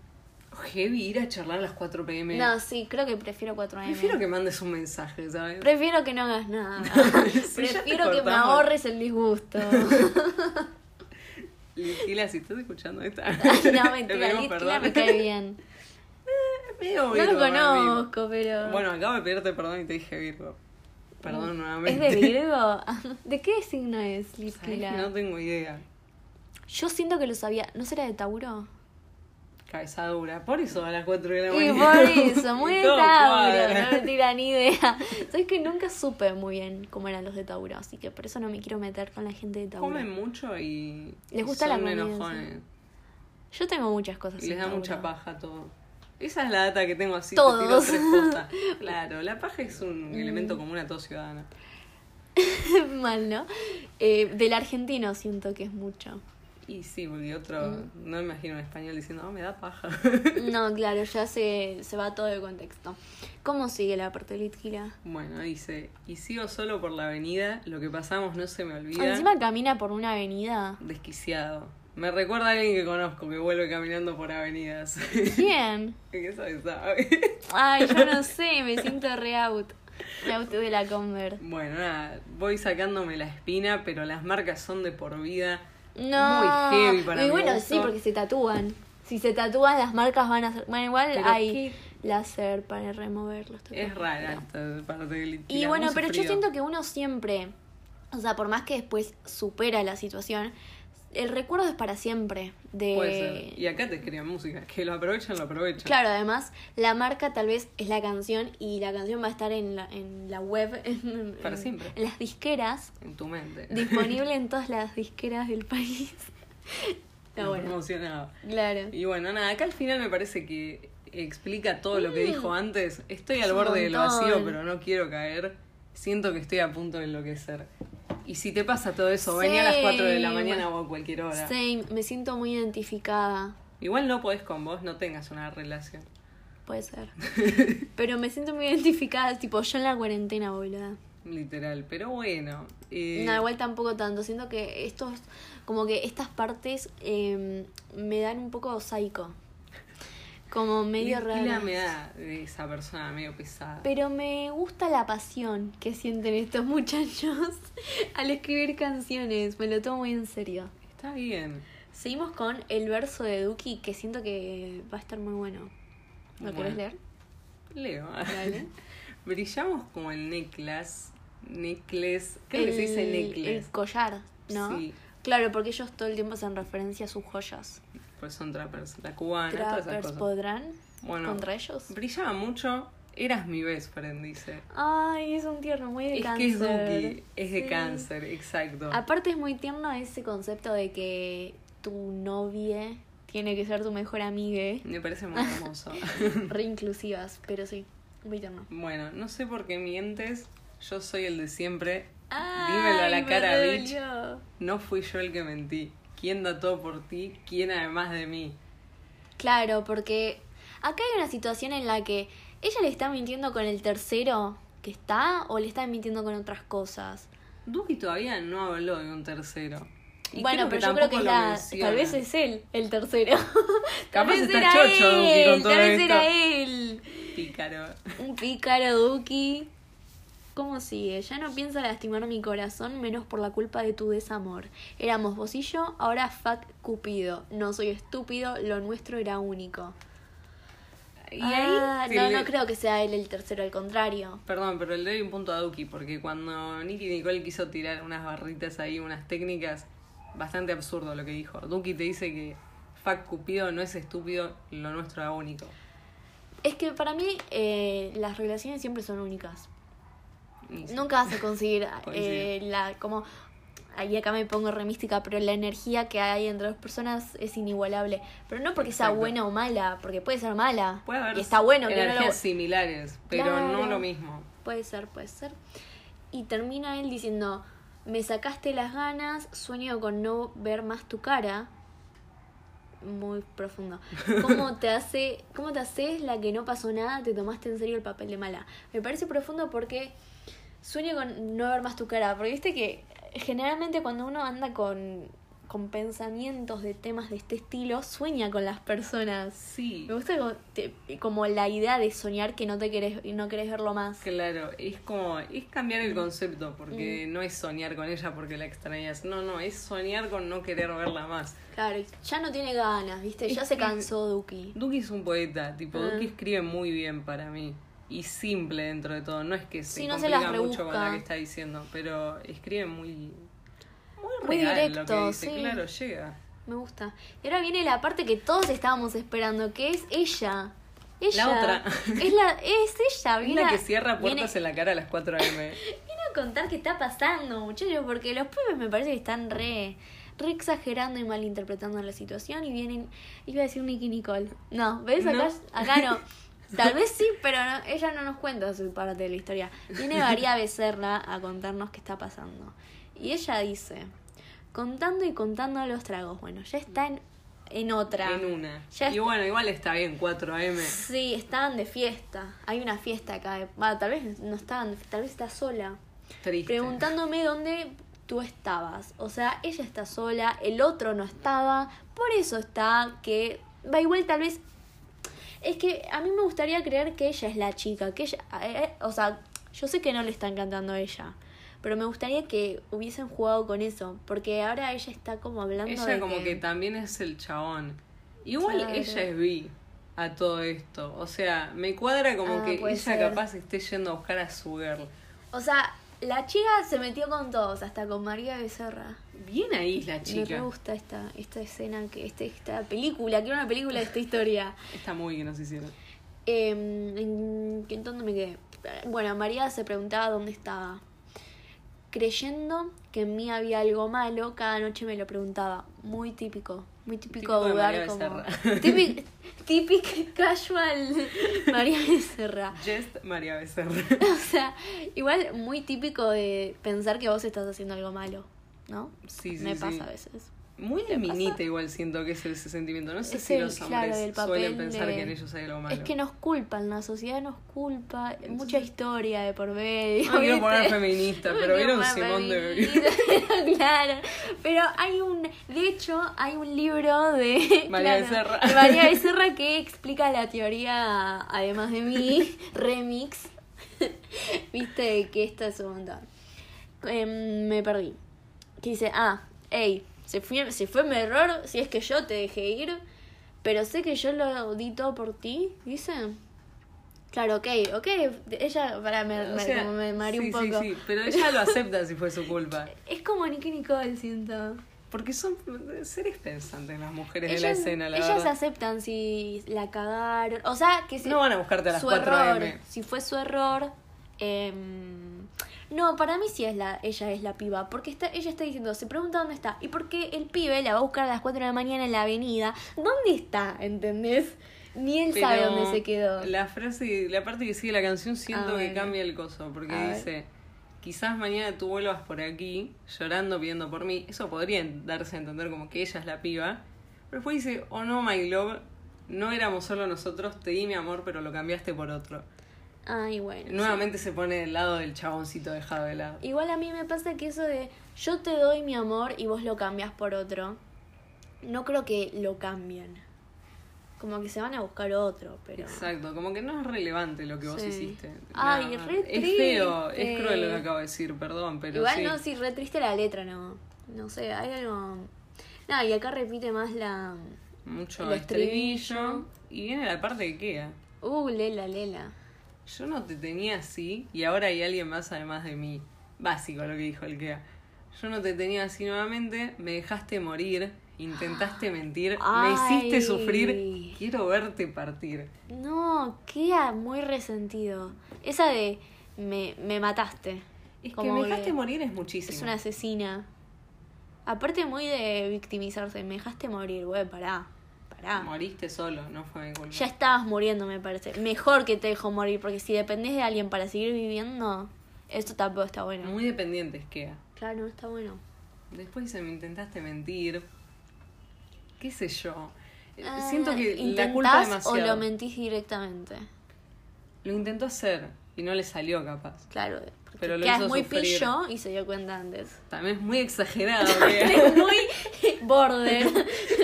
B: Heavy ir a charlar a las 4 p.m.
A: No, sí, creo que prefiero 4 am.
B: Prefiero que mandes un mensaje, ¿sabes?
A: Prefiero que no hagas
B: <laughs>
A: nada.
B: Si ya te
A: <laughs> Prefiero que me
B: cortamos.
A: ahorres el
B: <laughs>
A: disgusto.
B: Listila, si estás escuchando
A: <laughs>
B: esta.
A: Ay, no,
B: <laughs> te
A: mentira,
B: pedimos
A: Litla
B: perdón.
A: me cae bien.
B: <laughs> Medio
A: No
B: Virgo,
A: lo
B: amigo.
A: conozco, pero.
B: Bueno, acabo de pedirte perdón y te dije Virgo. Perdón
A: ¿Es
B: <laughs> nuevamente.
A: de Virgo? ¿De qué signo es
B: Sabés que
A: Litquila?
B: No tengo idea.
A: Yo siento que lo sabía. ¿No será de Tauro?
B: Cabeza dura. Por eso a las 4 de la
A: Y
B: mañana. <laughs>
A: por eso, muy de
B: Todo
A: Tauro.
B: cuadra.
A: No
B: <laughs>
A: me tira ni idea. Sabes que nunca supe muy bien cómo eran los de Tauro, así que por eso no me quiero meter con la gente de Tauro.
B: Comen mucho y.
A: Les gusta
B: y son
A: la comida,
B: enojones.
A: Yo tengo muchas cosas.
B: Y les
A: en
B: da
A: Tauro.
B: mucha paja todo. Esa es la data que tengo así. te
A: Todos. Mm.
B: tiro tres postas. Claro, la paja es un elemento común a todo ciudadano.
A: <laughs> Mal, ¿no? Eh, del argentino siento que es mucho.
B: Y sí, porque otro.
A: Mm.
B: No me imagino un español diciendo, "Ah, me da paja. <laughs>
A: No, claro, ya se, se va todo de contexto. ¿Cómo sigue la parte de Litquila?
B: Bueno, dice, y sigo solo por la avenida, lo que pasamos no se me olvida.
A: Encima camina por una avenida.
B: Desquiciado. Me recuerda a alguien que conozco que vuelve caminando por avenidas. <laughs>
A: ¿Quién?
B: ¿Qué sabes? sabe? <laughs>
A: Ay, yo no sé, me siento re out. Me out de la Convert.
B: bueno, nada, voy sacándome la espina, pero las marcas son de por vida.
A: No.
B: Muy heavy para
A: Y
B: mi
A: bueno,
B: gusto.
A: sí, porque se tatúan. Si se tatúan, las marcas van a ser. Bueno, igual
B: Pero
A: hay láser para remover los tatuajes.
B: Es rara esta parte del
A: Y
B: la-
A: bueno,
B: muy
A: pero yo
B: sufrido.
A: siento que uno siempre. O sea, por más que después supera la situación, el recuerdo es para siempre. De...
B: Puede ser. Y acá te crean música. <laughs> Que lo aprovechan, lo aprovechan.
A: Claro, además, la marca tal vez es la canción y la canción va a estar en la, en la web, <laughs> en,
B: Para
A: en-
B: siempre.
A: en las disqueras,
B: En tu mente. <laughs>
A: disponible en todas las disqueras del país. Está
B: Me
A: bueno.
B: emocionaba.
A: Claro.
B: Y bueno, nada, acá al final me parece que explica todo lo que dijo antes. Estoy al
A: Mm. Es un
B: borde del
A: montón.
B: vacío, pero no quiero caer. Siento que estoy a punto de enloquecer. Y si te pasa todo eso, vení a las 4 de la
A: Same.
B: mañana o a cualquier hora.
A: Same, me siento muy identificada.
B: Igual no podés con vos, no tengas una relación.
A: Puede
B: <laughs>
A: ser. Pero me siento muy identificada, tipo yo en la cuarentena, boluda.
B: Literal. Pero bueno. eh,
A: No, igual tampoco tanto. Siento que estos, como que estas partes eh, me dan un poco psycho. Como medio
B: Lil Kila
A: raro.
B: me da de esa persona medio pesada.
A: Pero me gusta la pasión que sienten estos <laughs> muchachos al escribir canciones. Me lo tomo muy en serio.
B: Está bien.
A: Seguimos con el verso de Duki, que siento que va a estar muy bueno. ¿Lo
B: Bueno.
A: querés leer?
B: Leo.
A: Dale.
B: <laughs> Brillamos como el necklace. Necklace. Creo que se dice
A: El-
B: necklace.
A: El collar, ¿no?
B: Sí.
A: Claro, porque ellos todo el tiempo hacen referencia a sus joyas.
B: pues son trappers, la cubana, Ah, todas esas
A: ¿Trappers
B: cosas.
A: podrán
B: Bueno,
A: contra ellos?
B: brillaba mucho. Eras mi best friend, dice.
A: Ay, es un tierno muy de
B: Es que es
A: cáncer.
B: Duki, es de
A: Sí.
B: cáncer, exacto.
A: Aparte es muy tierno ese concepto de que tu novia tiene que ser tu mejor
B: <laughs>
A: amiga.
B: Me parece muy
A: <laughs>
B: hermoso.
A: Re inclusivas, pero sí, muy tierno.
B: bueno, no sé por qué mientes. Yo soy el de siempre.
A: Ay,
B: Dímelo a la
A: me
B: cara,
A: dolió.
B: bitch. No fui yo el que mentí. ¿Quién da todo por ti? ¿Quién además de mí?
A: Claro, porque acá hay una situación en la que ella le está mintiendo con el tercero que está o le está mintiendo con otras cosas.
B: Duki todavía no habló de un tercero. Y
A: bueno,
B: que
A: pero yo creo que
B: tampoco
A: es
B: lo
A: la-
B: menciona.
A: tal vez es él, el tercero. Tal
B: <laughs> Capaz
A: vez
B: está
A: era
B: chocho Duki
A: él,
B: con todo
A: Tal vez
B: esto.
A: era él.
B: Pícaro.
A: Un pícaro Duki. ¿Cómo sigue? Ya no piensa lastimar mi corazón menos por la culpa de tu desamor. Éramos vos y yo, ahora Fat Cupido. No soy estúpido, lo nuestro era único.
B: Y
A: Ah,
B: ahí. se
A: no,
B: le-
A: no creo que sea él el tercero, al contrario.
B: Perdón, pero le doy un punto a Duki porque cuando Nicky Nicole quiso tirar unas barritas ahí, unas técnicas, bastante absurdo lo que dijo. Duki te dice que Fuck Cupido no es estúpido, lo nuestro era único.
A: Es que para mí eh, las relaciones siempre son únicas.
B: Y sí.
A: Nunca vas a conseguir eh,
B: <laughs> Coincido.
A: la como ahí acá me pongo remística, pero la energía que hay entre dos personas es inigualable. Pero no porque sea
B: Exacto.
A: buena o mala, porque puede ser mala.
B: Puede haber
A: y está bueno que no lo-
B: energías similares, pero no
A: Claro.
B: lo mismo.
A: Puede ser, puede ser. Y termina él diciendo, me sacaste las ganas, sueño con no ver más tu cara. Muy profundo. ¿Cómo te hace, cómo te haces la que no pasó nada, te tomaste en serio el papel de mala? Me parece profundo porque sueño con no ver más tu cara, porque viste que generalmente cuando uno anda con con pensamientos de temas de este estilo, sueña con las personas.
B: Sí,
A: Me gusta como, te- como la idea de soñar que no te querés, no querés verlo más.
B: claro, es como, es cambiar el concepto, porque
A: Mm.
B: no es soñar con ella porque la extrañas, no, no, es soñar con no querer verla más.
A: Claro, ya no tiene ganas, ¿viste? Ya
B: Es
A: se
B: que-
A: cansó Duki.
B: Duki es un poeta, tipo,
A: Ah.
B: Duki escribe muy bien para mí. Y simple dentro de todo, no es que se
A: Sí, no se
B: complica
A: las
B: mucho con la
A: rebusca.
B: que está diciendo, pero escribe muy muy,
A: Muy
B: real lo que
A: directo,
B: dice.
A: sí.
B: Claro, llega.
A: Me gusta. Y ahora viene la parte que todos estábamos esperando, que es ella. Ella.
B: otra.
A: Es, la, es ella.
B: Es
A: Viene
B: la
A: a-
B: que cierra puertas
A: Viene,
B: en la cara a las 4 AM.
A: viene a contar qué está pasando, muchachos, porque los pibes me parece que están re, re exagerando y malinterpretando la situación y vienen. Iba a decir Nicky Nicole. No, ¿ves? Acá
B: No.
A: no. Acá
B: <laughs>
A: no. Tal vez sí, pero no- ella no nos cuenta su parte de la historia. Viene María Becerra a contarnos qué está pasando. Y ella dice, contando y contando los tragos. Bueno, ya está en, en otra.
B: en una.
A: Ya
B: y
A: está.
B: bueno, igual está bien, 4 AM.
A: Sí, estaban de fiesta. Hay una fiesta acá. Va, tal vez no estaban, de fiesta, tal vez está sola.
B: Triste.
A: Preguntándome dónde tú estabas. O sea, ella está sola, el otro no estaba. Por eso está que... Va igual tal vez... Es que a mí me gustaría creer que ella es la chica, que ella... eh, eh, o sea, yo sé que no le está encantando a ella. Pero me gustaría que hubiesen jugado con eso. Porque ahora ella está como hablando
B: Ella
A: de
B: como que... también es el chabón. Igual
A: Claro.
B: ella es bi a todo esto. O sea, me cuadra como
A: Ah,
B: que
A: puede
B: ella
A: ser.
B: capaz esté yendo a buscar a su girl.
A: O sea, la chica se metió con todos, hasta con María Becerra.
B: Bien ahí la
A: Me re
B: chica.
A: gusta esta, esta escena, que este- esta película, quiero una película de esta historia.
B: Está muy que nos hicieron.
A: Eh, ¿En en dónde me quedé? Bueno, María se preguntaba dónde estaba. Creyendo que en mí había algo malo, cada noche me lo preguntaba. Muy típico. Muy típico,
B: Típico de
A: dudar
B: María
A: como. <laughs>
B: Becerra.
A: Típica, típica casual <laughs> María Becerra.
B: Just María Becerra.
A: <laughs> O sea, igual muy típico de pensar que vos estás haciendo algo malo, ¿no?
B: Sí, sí,
A: Me
B: sí.
A: pasa a veces.
B: Muy de minita igual siento que es ese sentimiento. No sé
A: Es
B: si
A: el-
B: los
A: claro,
B: hombres
A: el papel
B: suelen pensar
A: de-
B: que en ellos hay algo malo.
A: Es que nos culpan, la sociedad nos culpa, mucha historia de por medio.
B: No me quiero
A: ¿viste?
B: poner feminista,
A: No me
B: pero
A: quiero
B: vieron
A: poner
B: Simón de
A: feminista, <laughs> claro, pero hay un, de hecho, hay un libro de
B: <laughs> María
A: claro,
B: Becerra.
A: de María Becerra que explica la teoría, además de mí, <laughs> remix. Viste que esta es un montón. Em, me perdí. Que dice, ah, hey, se fue, se fue mi error si es que yo te dejé ir, pero sé que yo lo di todo por ti, dice. Claro, ok, ok. Ella, para, me,
B: O
A: me-
B: sea,
A: como me mareé
B: sí,
A: un poco. <laughs>
B: Sí, sí, pero ella lo acepta si fue su culpa.
A: Es como Nicky Nicole, siento.
B: Porque son seres pensantes las mujeres de la
A: Ellas-
B: escena, la
A: ellas
B: verdad.
A: aceptan si la cagaron. O sea, que si.
B: No van a buscarte a las
A: su
B: 4
A: error,
B: AM.
A: Si fue su error. em, no, para mí sí es la, ella es la piba. Porque está, ella está diciendo, se pregunta dónde está. Y porque el pibe la va a buscar a las 4 de la mañana en la avenida. ¿Dónde está? ¿Entendés? Ni él sabe
B: Pero
A: dónde se quedó.
B: La frase, la parte que sigue la canción siento
A: Ah,
B: que
A: bueno.
B: cambia el coso, porque
A: A ver.
B: dice, quizás mañana tú vuelvas por aquí llorando pidiendo por mí. Eso podría darse a entender como que ella es la piba. Pero después dice, oh no, my love, no éramos solo nosotros, te di mi amor, pero lo cambiaste por otro.
A: Ay, bueno.
B: Nuevamente se pone del lado del chaboncito dejado de lado.
A: Igual a mí me pasa que eso de yo te doy mi amor y vos lo cambias por otro, no creo que lo cambien. Como que se van a buscar otro, pero...
B: Exacto, como que no es relevante lo que vos
A: Sí.
B: hiciste.
A: Ay,
B: Nada.
A: re
B: Es feo, es
A: triste.
B: cruel lo que acabo de decir, perdón, pero
A: Igual
B: sí.
A: no, sí, re triste la letra, no. No sé, hay algo... Nada, y acá repite más la...
B: Mucho
A: El
B: estribillo.
A: estribillo.
B: Y viene la parte que queda.
A: Uh, Lela, Lela.
B: Yo no te tenía así y ahora hay alguien más además de mí. Básico lo que dijo el queda. Yo no te tenía así nuevamente, me dejaste morir,
A: <gasps>
B: intentaste mentir, me
A: Ay.
B: hiciste sufrir, quiero verte partir.
A: No, queda muy resentido. Esa de me, me mataste.
B: Es que
A: Como
B: me dejaste
A: que
B: morir es muchísimo.
A: Es una asesina. Aparte muy de victimizarse, me dejaste morir, güey, pará. Pará.
B: Moriste solo, no fue mi culpa.
A: Ya estabas muriendo, me parece. Mejor que te dejo morir, porque si dependés de alguien para seguir viviendo, esto tampoco está bueno.
B: Muy dependientes queda.
A: Claro, no está bueno.
B: Después dice, me intentaste mentir. ¿Qué sé yo? Eh,
A: Ah,
B: Siento que la
A: ¿intentás
B: culpa demasiado.
A: o lo mentís directamente.
B: Lo intentó hacer y no le salió capaz.
A: Claro, porque
B: Pero lo
A: quedás
B: hizo
A: muy
B: sufrir.
A: pillo y se dio cuenta
B: <laughs>
A: antes.
B: También es
A: <laughs>
B: muy exagerado, ¿eh? que
A: Es muy border.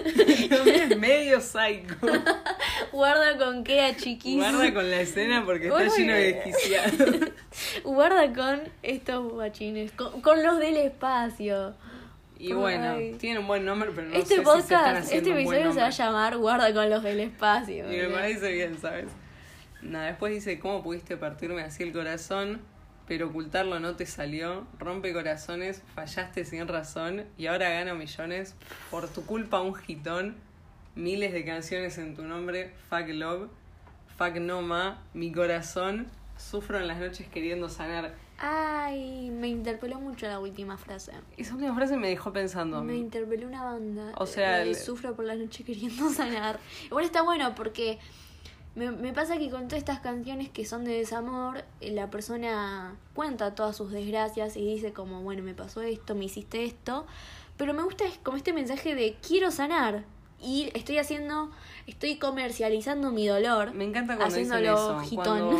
B: es medio psycho.
A: <laughs> Guarda con queda chiquísimo.
B: Guarda con la escena porque
A: Bueno,
B: está lleno de desquiciados.
A: Guarda con estos guachines, con, con los del espacio.
B: Y bueno,
A: Ay.
B: tiene un buen nombre, pero no
A: este
B: sé si se están
A: podcast, este
B: haciendo un buen
A: episodio se va a
B: nombre.
A: llamar Guarda con los del espacio.
B: Y me
A: boludo.
B: parece bien, ¿sabes? Nada, después dice, ¿cómo pudiste partirme así el corazón? Pero ocultarlo no te salió. Rompe corazones, fallaste sin razón. Y ahora gano millones. Por tu culpa un gitón. Miles de canciones en tu nombre. Fuck love. Fuck no ma. Mi corazón. Sufro en las noches queriendo sanar.
A: Ay, me interpeló mucho la última frase.
B: Esa última frase me dejó pensando.
A: Me interpeló una banda.
B: O sea,
A: Eh,
B: el-
A: sufro por la noche <laughs> queriendo sanar. Igual está bueno porque me, me pasa que con todas estas canciones que son de desamor, eh, la persona cuenta todas sus desgracias y dice como, bueno, me pasó esto, me hiciste esto. Pero me gusta es como este mensaje de quiero sanar. Y estoy haciendo, estoy comercializando mi dolor.
B: Me encanta cuando dicen eso,
A: <laughs> gitón.
B: cuando-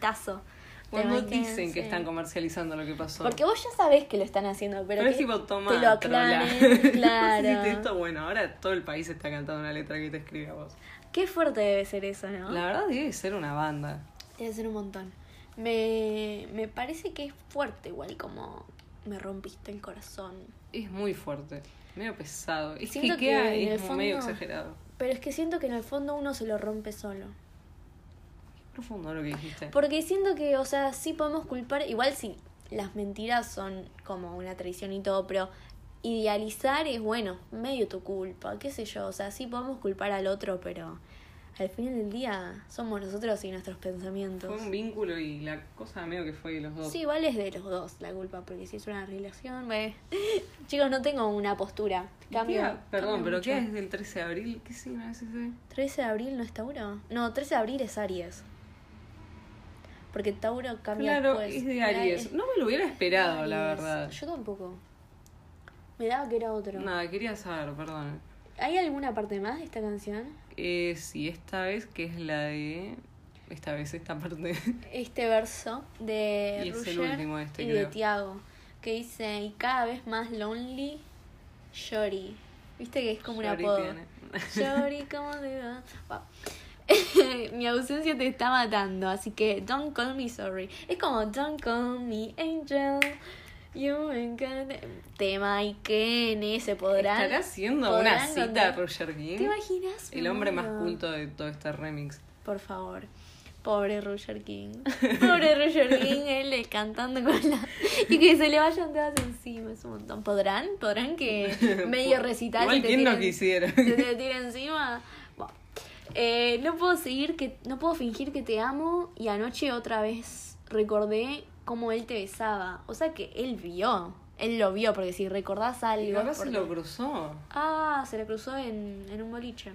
A: Tazo.
B: Cuando
A: Te meten,
B: dicen que
A: sí.
B: están comercializando lo que pasó.
A: Porque vos ya sabés que lo están haciendo, pero,
B: Pero,
A: que
B: es tipo, toma,
A: te lo
B: trola. <laughs>
A: aclaren,
B: Hiciste
A: claro.
B: esto, bueno, ahora todo el país está cantando una letra que te escribe a vos.
A: Qué fuerte debe ser eso, ¿no?
B: La verdad debe ser una banda.
A: Debe ser un montón. Me, me parece que es fuerte igual como me rompiste el corazón.
B: Es muy fuerte, medio pesado. Es
A: Siento
B: que queda
A: que en
B: es
A: el
B: como medio
A: fondo-
B: exagerado.
A: Pero es que siento que en el fondo uno se lo rompe solo.
B: Es profundo lo que dijiste.
A: Porque siento que, o sea, sí podemos culpar, igual sí, las mentiras son como una traición y todo, pero idealizar es bueno, medio tu culpa, qué sé yo, o sea, sí podemos culpar al otro, pero al final del día somos nosotros y nuestros pensamientos.
B: Fue un vínculo y la cosa medio que fue de los dos.
A: Sí, igual es de los dos la culpa, porque si es una relación,
B: <laughs>
A: me... chicos, no tengo una postura. Cambio.
B: Queda- perdón,
A: cambio
B: pero
A: mucho.
B: ¿qué es del 13 de abril? ¿Qué signo es ese?
A: 13 de abril no es Tauro. No, 13 de abril es Aries. Porque Tauro cambia
B: Claro,
A: después.
B: es de Aries. No me lo hubiera esperado, la
A: Aries.
B: verdad.
A: Yo tampoco. Me daba que era otro.
B: Nada, quería saber, perdón.
A: ¿Hay alguna parte más de esta canción?
B: Eh, sí, esta vez, que es la de... Esta vez, esta parte.
A: Este verso de
B: Y es el
A: Ruger
B: último este,
A: y de
B: creo.
A: Tiago. Que dice, y cada vez más lonely, Shori. Viste que es como
B: Yori
A: un apodo.
B: tiene. <laughs>
A: Yori, ¿cómo te va? Wow. <laughs> Mi ausencia te está matando, así que don't call me sorry. Es como don't call me angel. You encanta. Tema y Kene se podrán.
B: Estará haciendo
A: podrán
B: una cita
A: encontrar-
B: a Roger King.
A: ¿Te imaginas?
B: El hombre más
A: boludo?
B: culto de todo este remix.
A: Por favor. Pobre Roger
B: <laughs>
A: King. Pobre Roger King, él eh, cantando con la. Y que se le vayan todas encima, es un montón. ¿Podrán? ¿Podrán que <laughs>
B: <laughs>
A: medio recital
B: Igual,
A: se te
B: ¿quién no
A: tiren- <laughs>
B: quisiera?
A: se te tire encima? Bueno. Eh, no puedo seguir que. No puedo fingir que te amo. Y anoche otra vez recordé cómo él te besaba. O sea que él vio. Él lo vio, porque si recordás algo.
B: <laughs> Y
A: es
B: capaz se
A: porque-
B: lo cruzó.
A: Ah, se le cruzó en, en un boliche.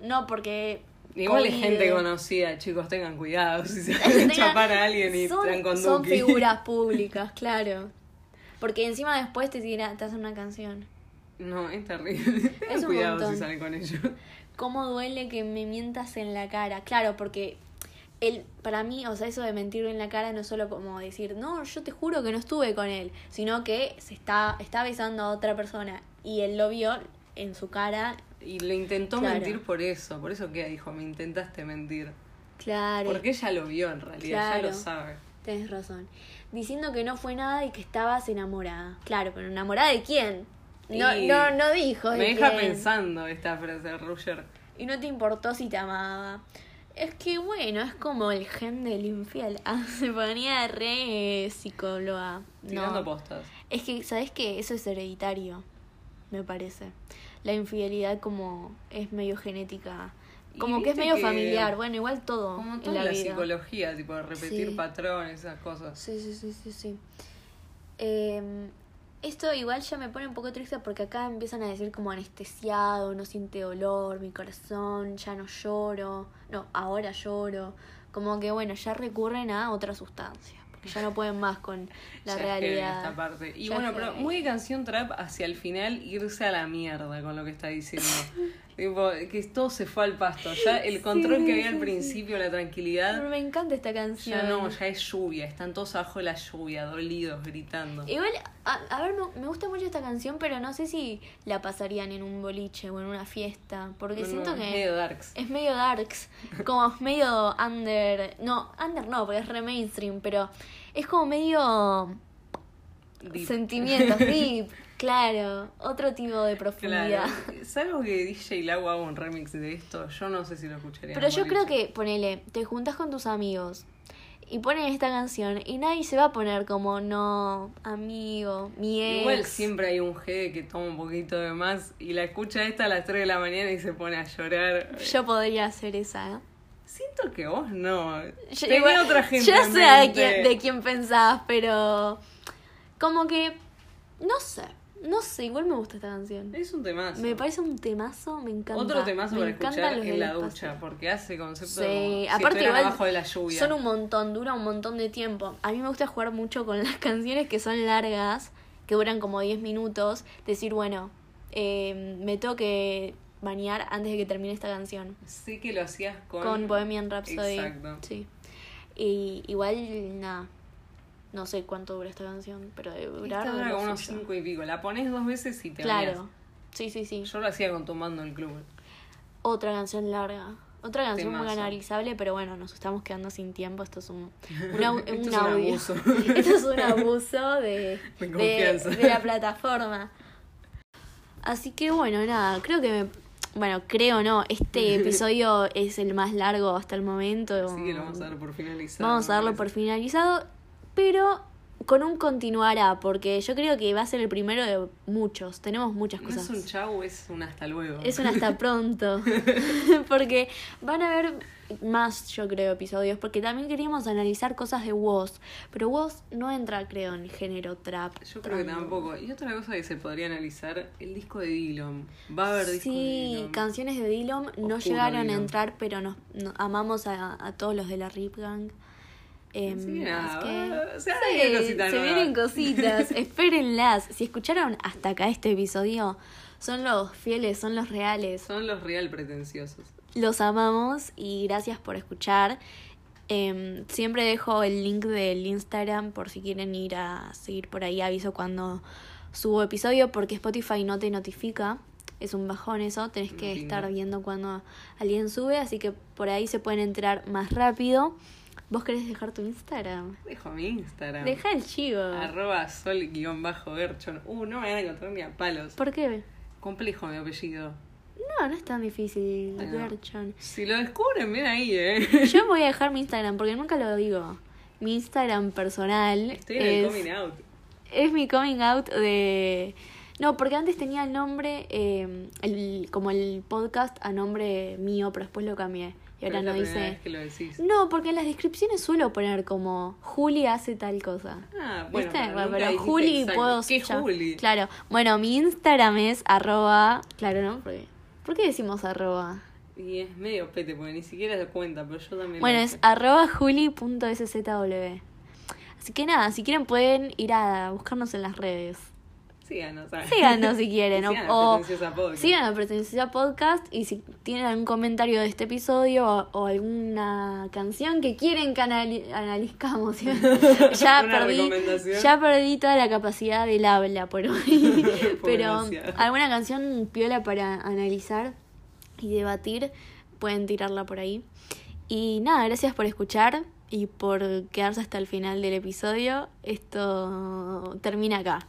A: No, porque.
B: Igual es
A: COVID.
B: gente
A: <laughs>
B: conocida, chicos, tengan cuidado si se van
A: Tengan-
B: a chapar a alguien y
A: son,
B: están con
A: son
B: Duki.
A: figuras públicas, claro. Porque encima después te, tira, te hacen una canción.
B: <laughs> No, es terrible. Tengan
A: Es un
B: cuidado
A: montón.
B: si salen con ellos. <laughs>
A: ¿Cómo duele que me mientas en la cara? Claro, porque el, para mí, o sea, eso de mentir en la cara no es solo como decir, no, yo te juro que no estuve con él, sino que se está, está besando a otra persona y él lo vio en su cara.
B: Y lo intentó
A: Claro.
B: mentir por eso, por eso que dijo, me intentaste mentir.
A: Claro.
B: Porque ella lo vio en realidad, ya
A: Claro.
B: lo sabe.
A: Tienes razón. Diciendo que no fue nada y que estabas enamorada. Claro, pero ¿enamorada de quién? No,
B: Y
A: no, no dijo. de
B: Me deja
A: quién.
B: pensando esta frase de Roger.
A: Y no te importó si te amaba. Es que bueno, es como el gen del infiel. <laughs> Ah, Se ponía re eh, psicóloga.
B: Tirando
A: No.
B: postas.
A: Es que, ¿sabes qué? Eso es hereditario, me parece. La infidelidad como es medio genética.
B: Y
A: Como que es
B: viste
A: medio
B: que-
A: familiar. Bueno, igual todo.
B: Como
A: en
B: toda la,
A: vida.
B: psicología, tipo, repetir
A: Sí.
B: patrones, esas cosas.
A: Sí, sí, sí, sí, sí. Eh, esto igual ya me pone un poco triste porque acá empiezan a decir como anestesiado, no siente dolor, mi corazón, ya no lloro, no, ahora lloro. Como que bueno, ya recurren a otra sustancia, porque ya no pueden más
B: <laughs>
A: con la
B: Ya es heavy
A: realidad.
B: esta parte. Y
A: Ya es
B: bueno, pero
A: heavy.
B: muy de canción trap hacia el final irse a la mierda con lo que está
A: <laughs>
B: diciendo. tipo, que todo se fue al pasto. Ya el control que había al
A: sí, sí.
B: principio, la tranquilidad,
A: Me encanta esta canción.
B: ya no, ya es lluvia. Están todos abajo de la lluvia, dolidos, gritando.
A: Igual, a, a ver, me, me gusta mucho esta canción, pero no sé si la pasarían en un boliche o en una fiesta, porque
B: No, no,
A: siento
B: es
A: que...
B: medio darks.
A: Es medio darks, como medio under. No, under no, porque es re mainstream, pero es como medio
B: Deep. <laughs>
A: sentimientos, deep, claro, otro tipo de profundidad.
B: Claro. Salvo que DJ Lau haga un remix de esto, yo no sé si lo escucharía.
A: Pero yo creo
B: Mauricio.
A: que, ponele, te juntas con tus amigos y ponen esta canción y nadie se va a poner como, no, amigo, mi ex.
B: Igual siempre hay un G que toma un poquito de más y la escucha esta a las 3 de la mañana y se pone a llorar.
A: Yo podría hacer esa, ¿no?
B: Siento que vos no.
A: Yo-
B: Tenía
A: igual-
B: otra gente.
A: Yo
B: en
A: sé a
B: mente.
A: quién- de quién pensabas, pero. Como que. No sé. No sé, igual me gusta esta canción.
B: Es un temazo.
A: Me parece un temazo, me encanta.
B: Otro temazo
A: me
B: para
A: encantan
B: escuchar
A: los
B: en
A: del
B: la
A: espacio.
B: ducha, porque hace concepto de
A: Sí,
B: si
A: aparte
B: estuvieran
A: igual
B: abajo de la lluvia.
A: son un montón, dura un montón de tiempo. A mí me gusta jugar mucho con las <laughs> canciones que son largas, que duran como 10 minutos, decir, bueno, eh, me tengo que bañar antes de que termine esta canción.
B: Sé que lo hacías con.
A: con Bohemian Rhapsody.
B: Exacto.
A: Sí. Y igual, nada. No sé cuánto dura esta canción, pero de
B: Esta
A: durar.
B: dura
A: no
B: como
A: sé
B: unos
A: yo.
B: 5 y pico. La pones dos veces y te
A: Claro.
B: bañás.
A: Sí, sí, sí.
B: Yo lo hacía con Tomando el Club.
A: Otra canción larga. Otra canción muy
B: Temazo.
A: analizable, pero bueno, nos estamos quedando sin tiempo. Esto es un, un au-
B: <laughs> Esto
A: un
B: es un
A: audio.
B: abuso.
A: <laughs> Esto es un abuso de,
B: <laughs> De
A: de-
B: confianza.
A: de la plataforma. Así que bueno, nada, creo que me- Bueno, creo no.
B: <laughs>
A: Este episodio es el más largo hasta el momento.
B: Así que lo vamos a dar por finalizado.
A: Vamos a darlo por finalizado, pero con un continuará, porque yo creo que va a ser el primero de muchos. Tenemos muchas
B: No es
A: cosas.
B: un chau, es un hasta luego.
A: Es un
B: <laughs>
A: hasta pronto, <laughs> porque van a haber más, yo creo, episodios, porque también queríamos analizar cosas de Woz, pero Woz no entra, creo, en género trap.
B: Yo creo que
A: trap.
B: tampoco. Y otra cosa que se podría analizar, el disco de Dylan. Va a haber disco de
A: Sí,
B: Dylan.
A: canciones de Dillom no
B: Oscuro
A: llegaron
B: Dillom.
A: a entrar, pero nos, no- amamos a, a todos los de la Rip Gang. Em,
B: Así que nada,
A: así
B: va- se
A: sí,
B: vienen cositas
A: se
B: nuevas.
A: vienen
B: <laughs>
A: cositas, espérenlas. Si escucharon hasta acá este episodio, son los fieles, son los reales.
B: Son los real pretenciosos.
A: Los amamos y gracias por escuchar. Em, siempre dejo el link del Instagram por si quieren ir a seguir por ahí. Aviso cuando subo episodio porque Spotify no te notifica. Es un bajón eso, tenés que
B: Entiendo.
A: estar viendo cuando alguien sube, así que por ahí se pueden enterar más rápido. ¿Vos querés dejar tu Instagram?
B: Dejo mi Instagram.
A: Deja el chivo.
B: Arroba sol guión bajo Gerchon. Uh, no me van a encontrar ni a palos.
A: ¿Por qué?
B: Complejo mi apellido.
A: No, no es tan difícil,
B: Bueno.
A: Gerchon.
B: Si lo descubren, ven ahí, ¿eh? <laughs>
A: Yo voy a dejar mi Instagram porque nunca lo digo. Mi Instagram personal
B: Estoy en el
A: es,
B: coming out.
A: es mi coming out de... No, porque antes tenía el nombre, eh, el, como el podcast a nombre mío, pero después lo cambié. Y ahora
B: Pero es la
A: no
B: primera
A: dice...
B: vez que lo decís.
A: No, porque en las descripciones suelo poner como Juli hace tal cosa.
B: Ah, bueno,
A: ¿Viste?
B: pero
A: Bueno,
B: nunca
A: pero
B: dijiste
A: Juli
B: exacto.
A: puedo
B: ¿Qué
A: ya-
B: Juli?
A: Claro. Bueno, mi Instagram es arroba. Claro, ¿no? Porque, ¿Por qué decimos arroba?
B: Y es medio pete, porque ni siquiera se cuenta, pero yo también. lo
A: Bueno, es
B: hice.
A: arroba juli.szw. Así que nada, si quieren pueden ir a buscarnos en las redes.
B: Síganos, ¿sabes?
A: Síganos si quieren. o-
B: <laughs> Síganos,
A: o sigan a
B: Pretenciosa Podcast.
A: Pretenciosa Podcast y si tienen algún comentario de este episodio o, o alguna canción que quieren que anali- analizcamos.
B: <laughs>
A: ya,
B: Una
A: perdí,
B: recomendación.
A: ya perdí toda la capacidad del habla por
B: <laughs>
A: hoy.
B: Fue
A: <laughs> Pero
B: demasiado.
A: alguna canción piola para analizar y debatir, pueden tirarla por ahí. Y nada, gracias por escuchar y por quedarse hasta el final del episodio. Esto termina acá.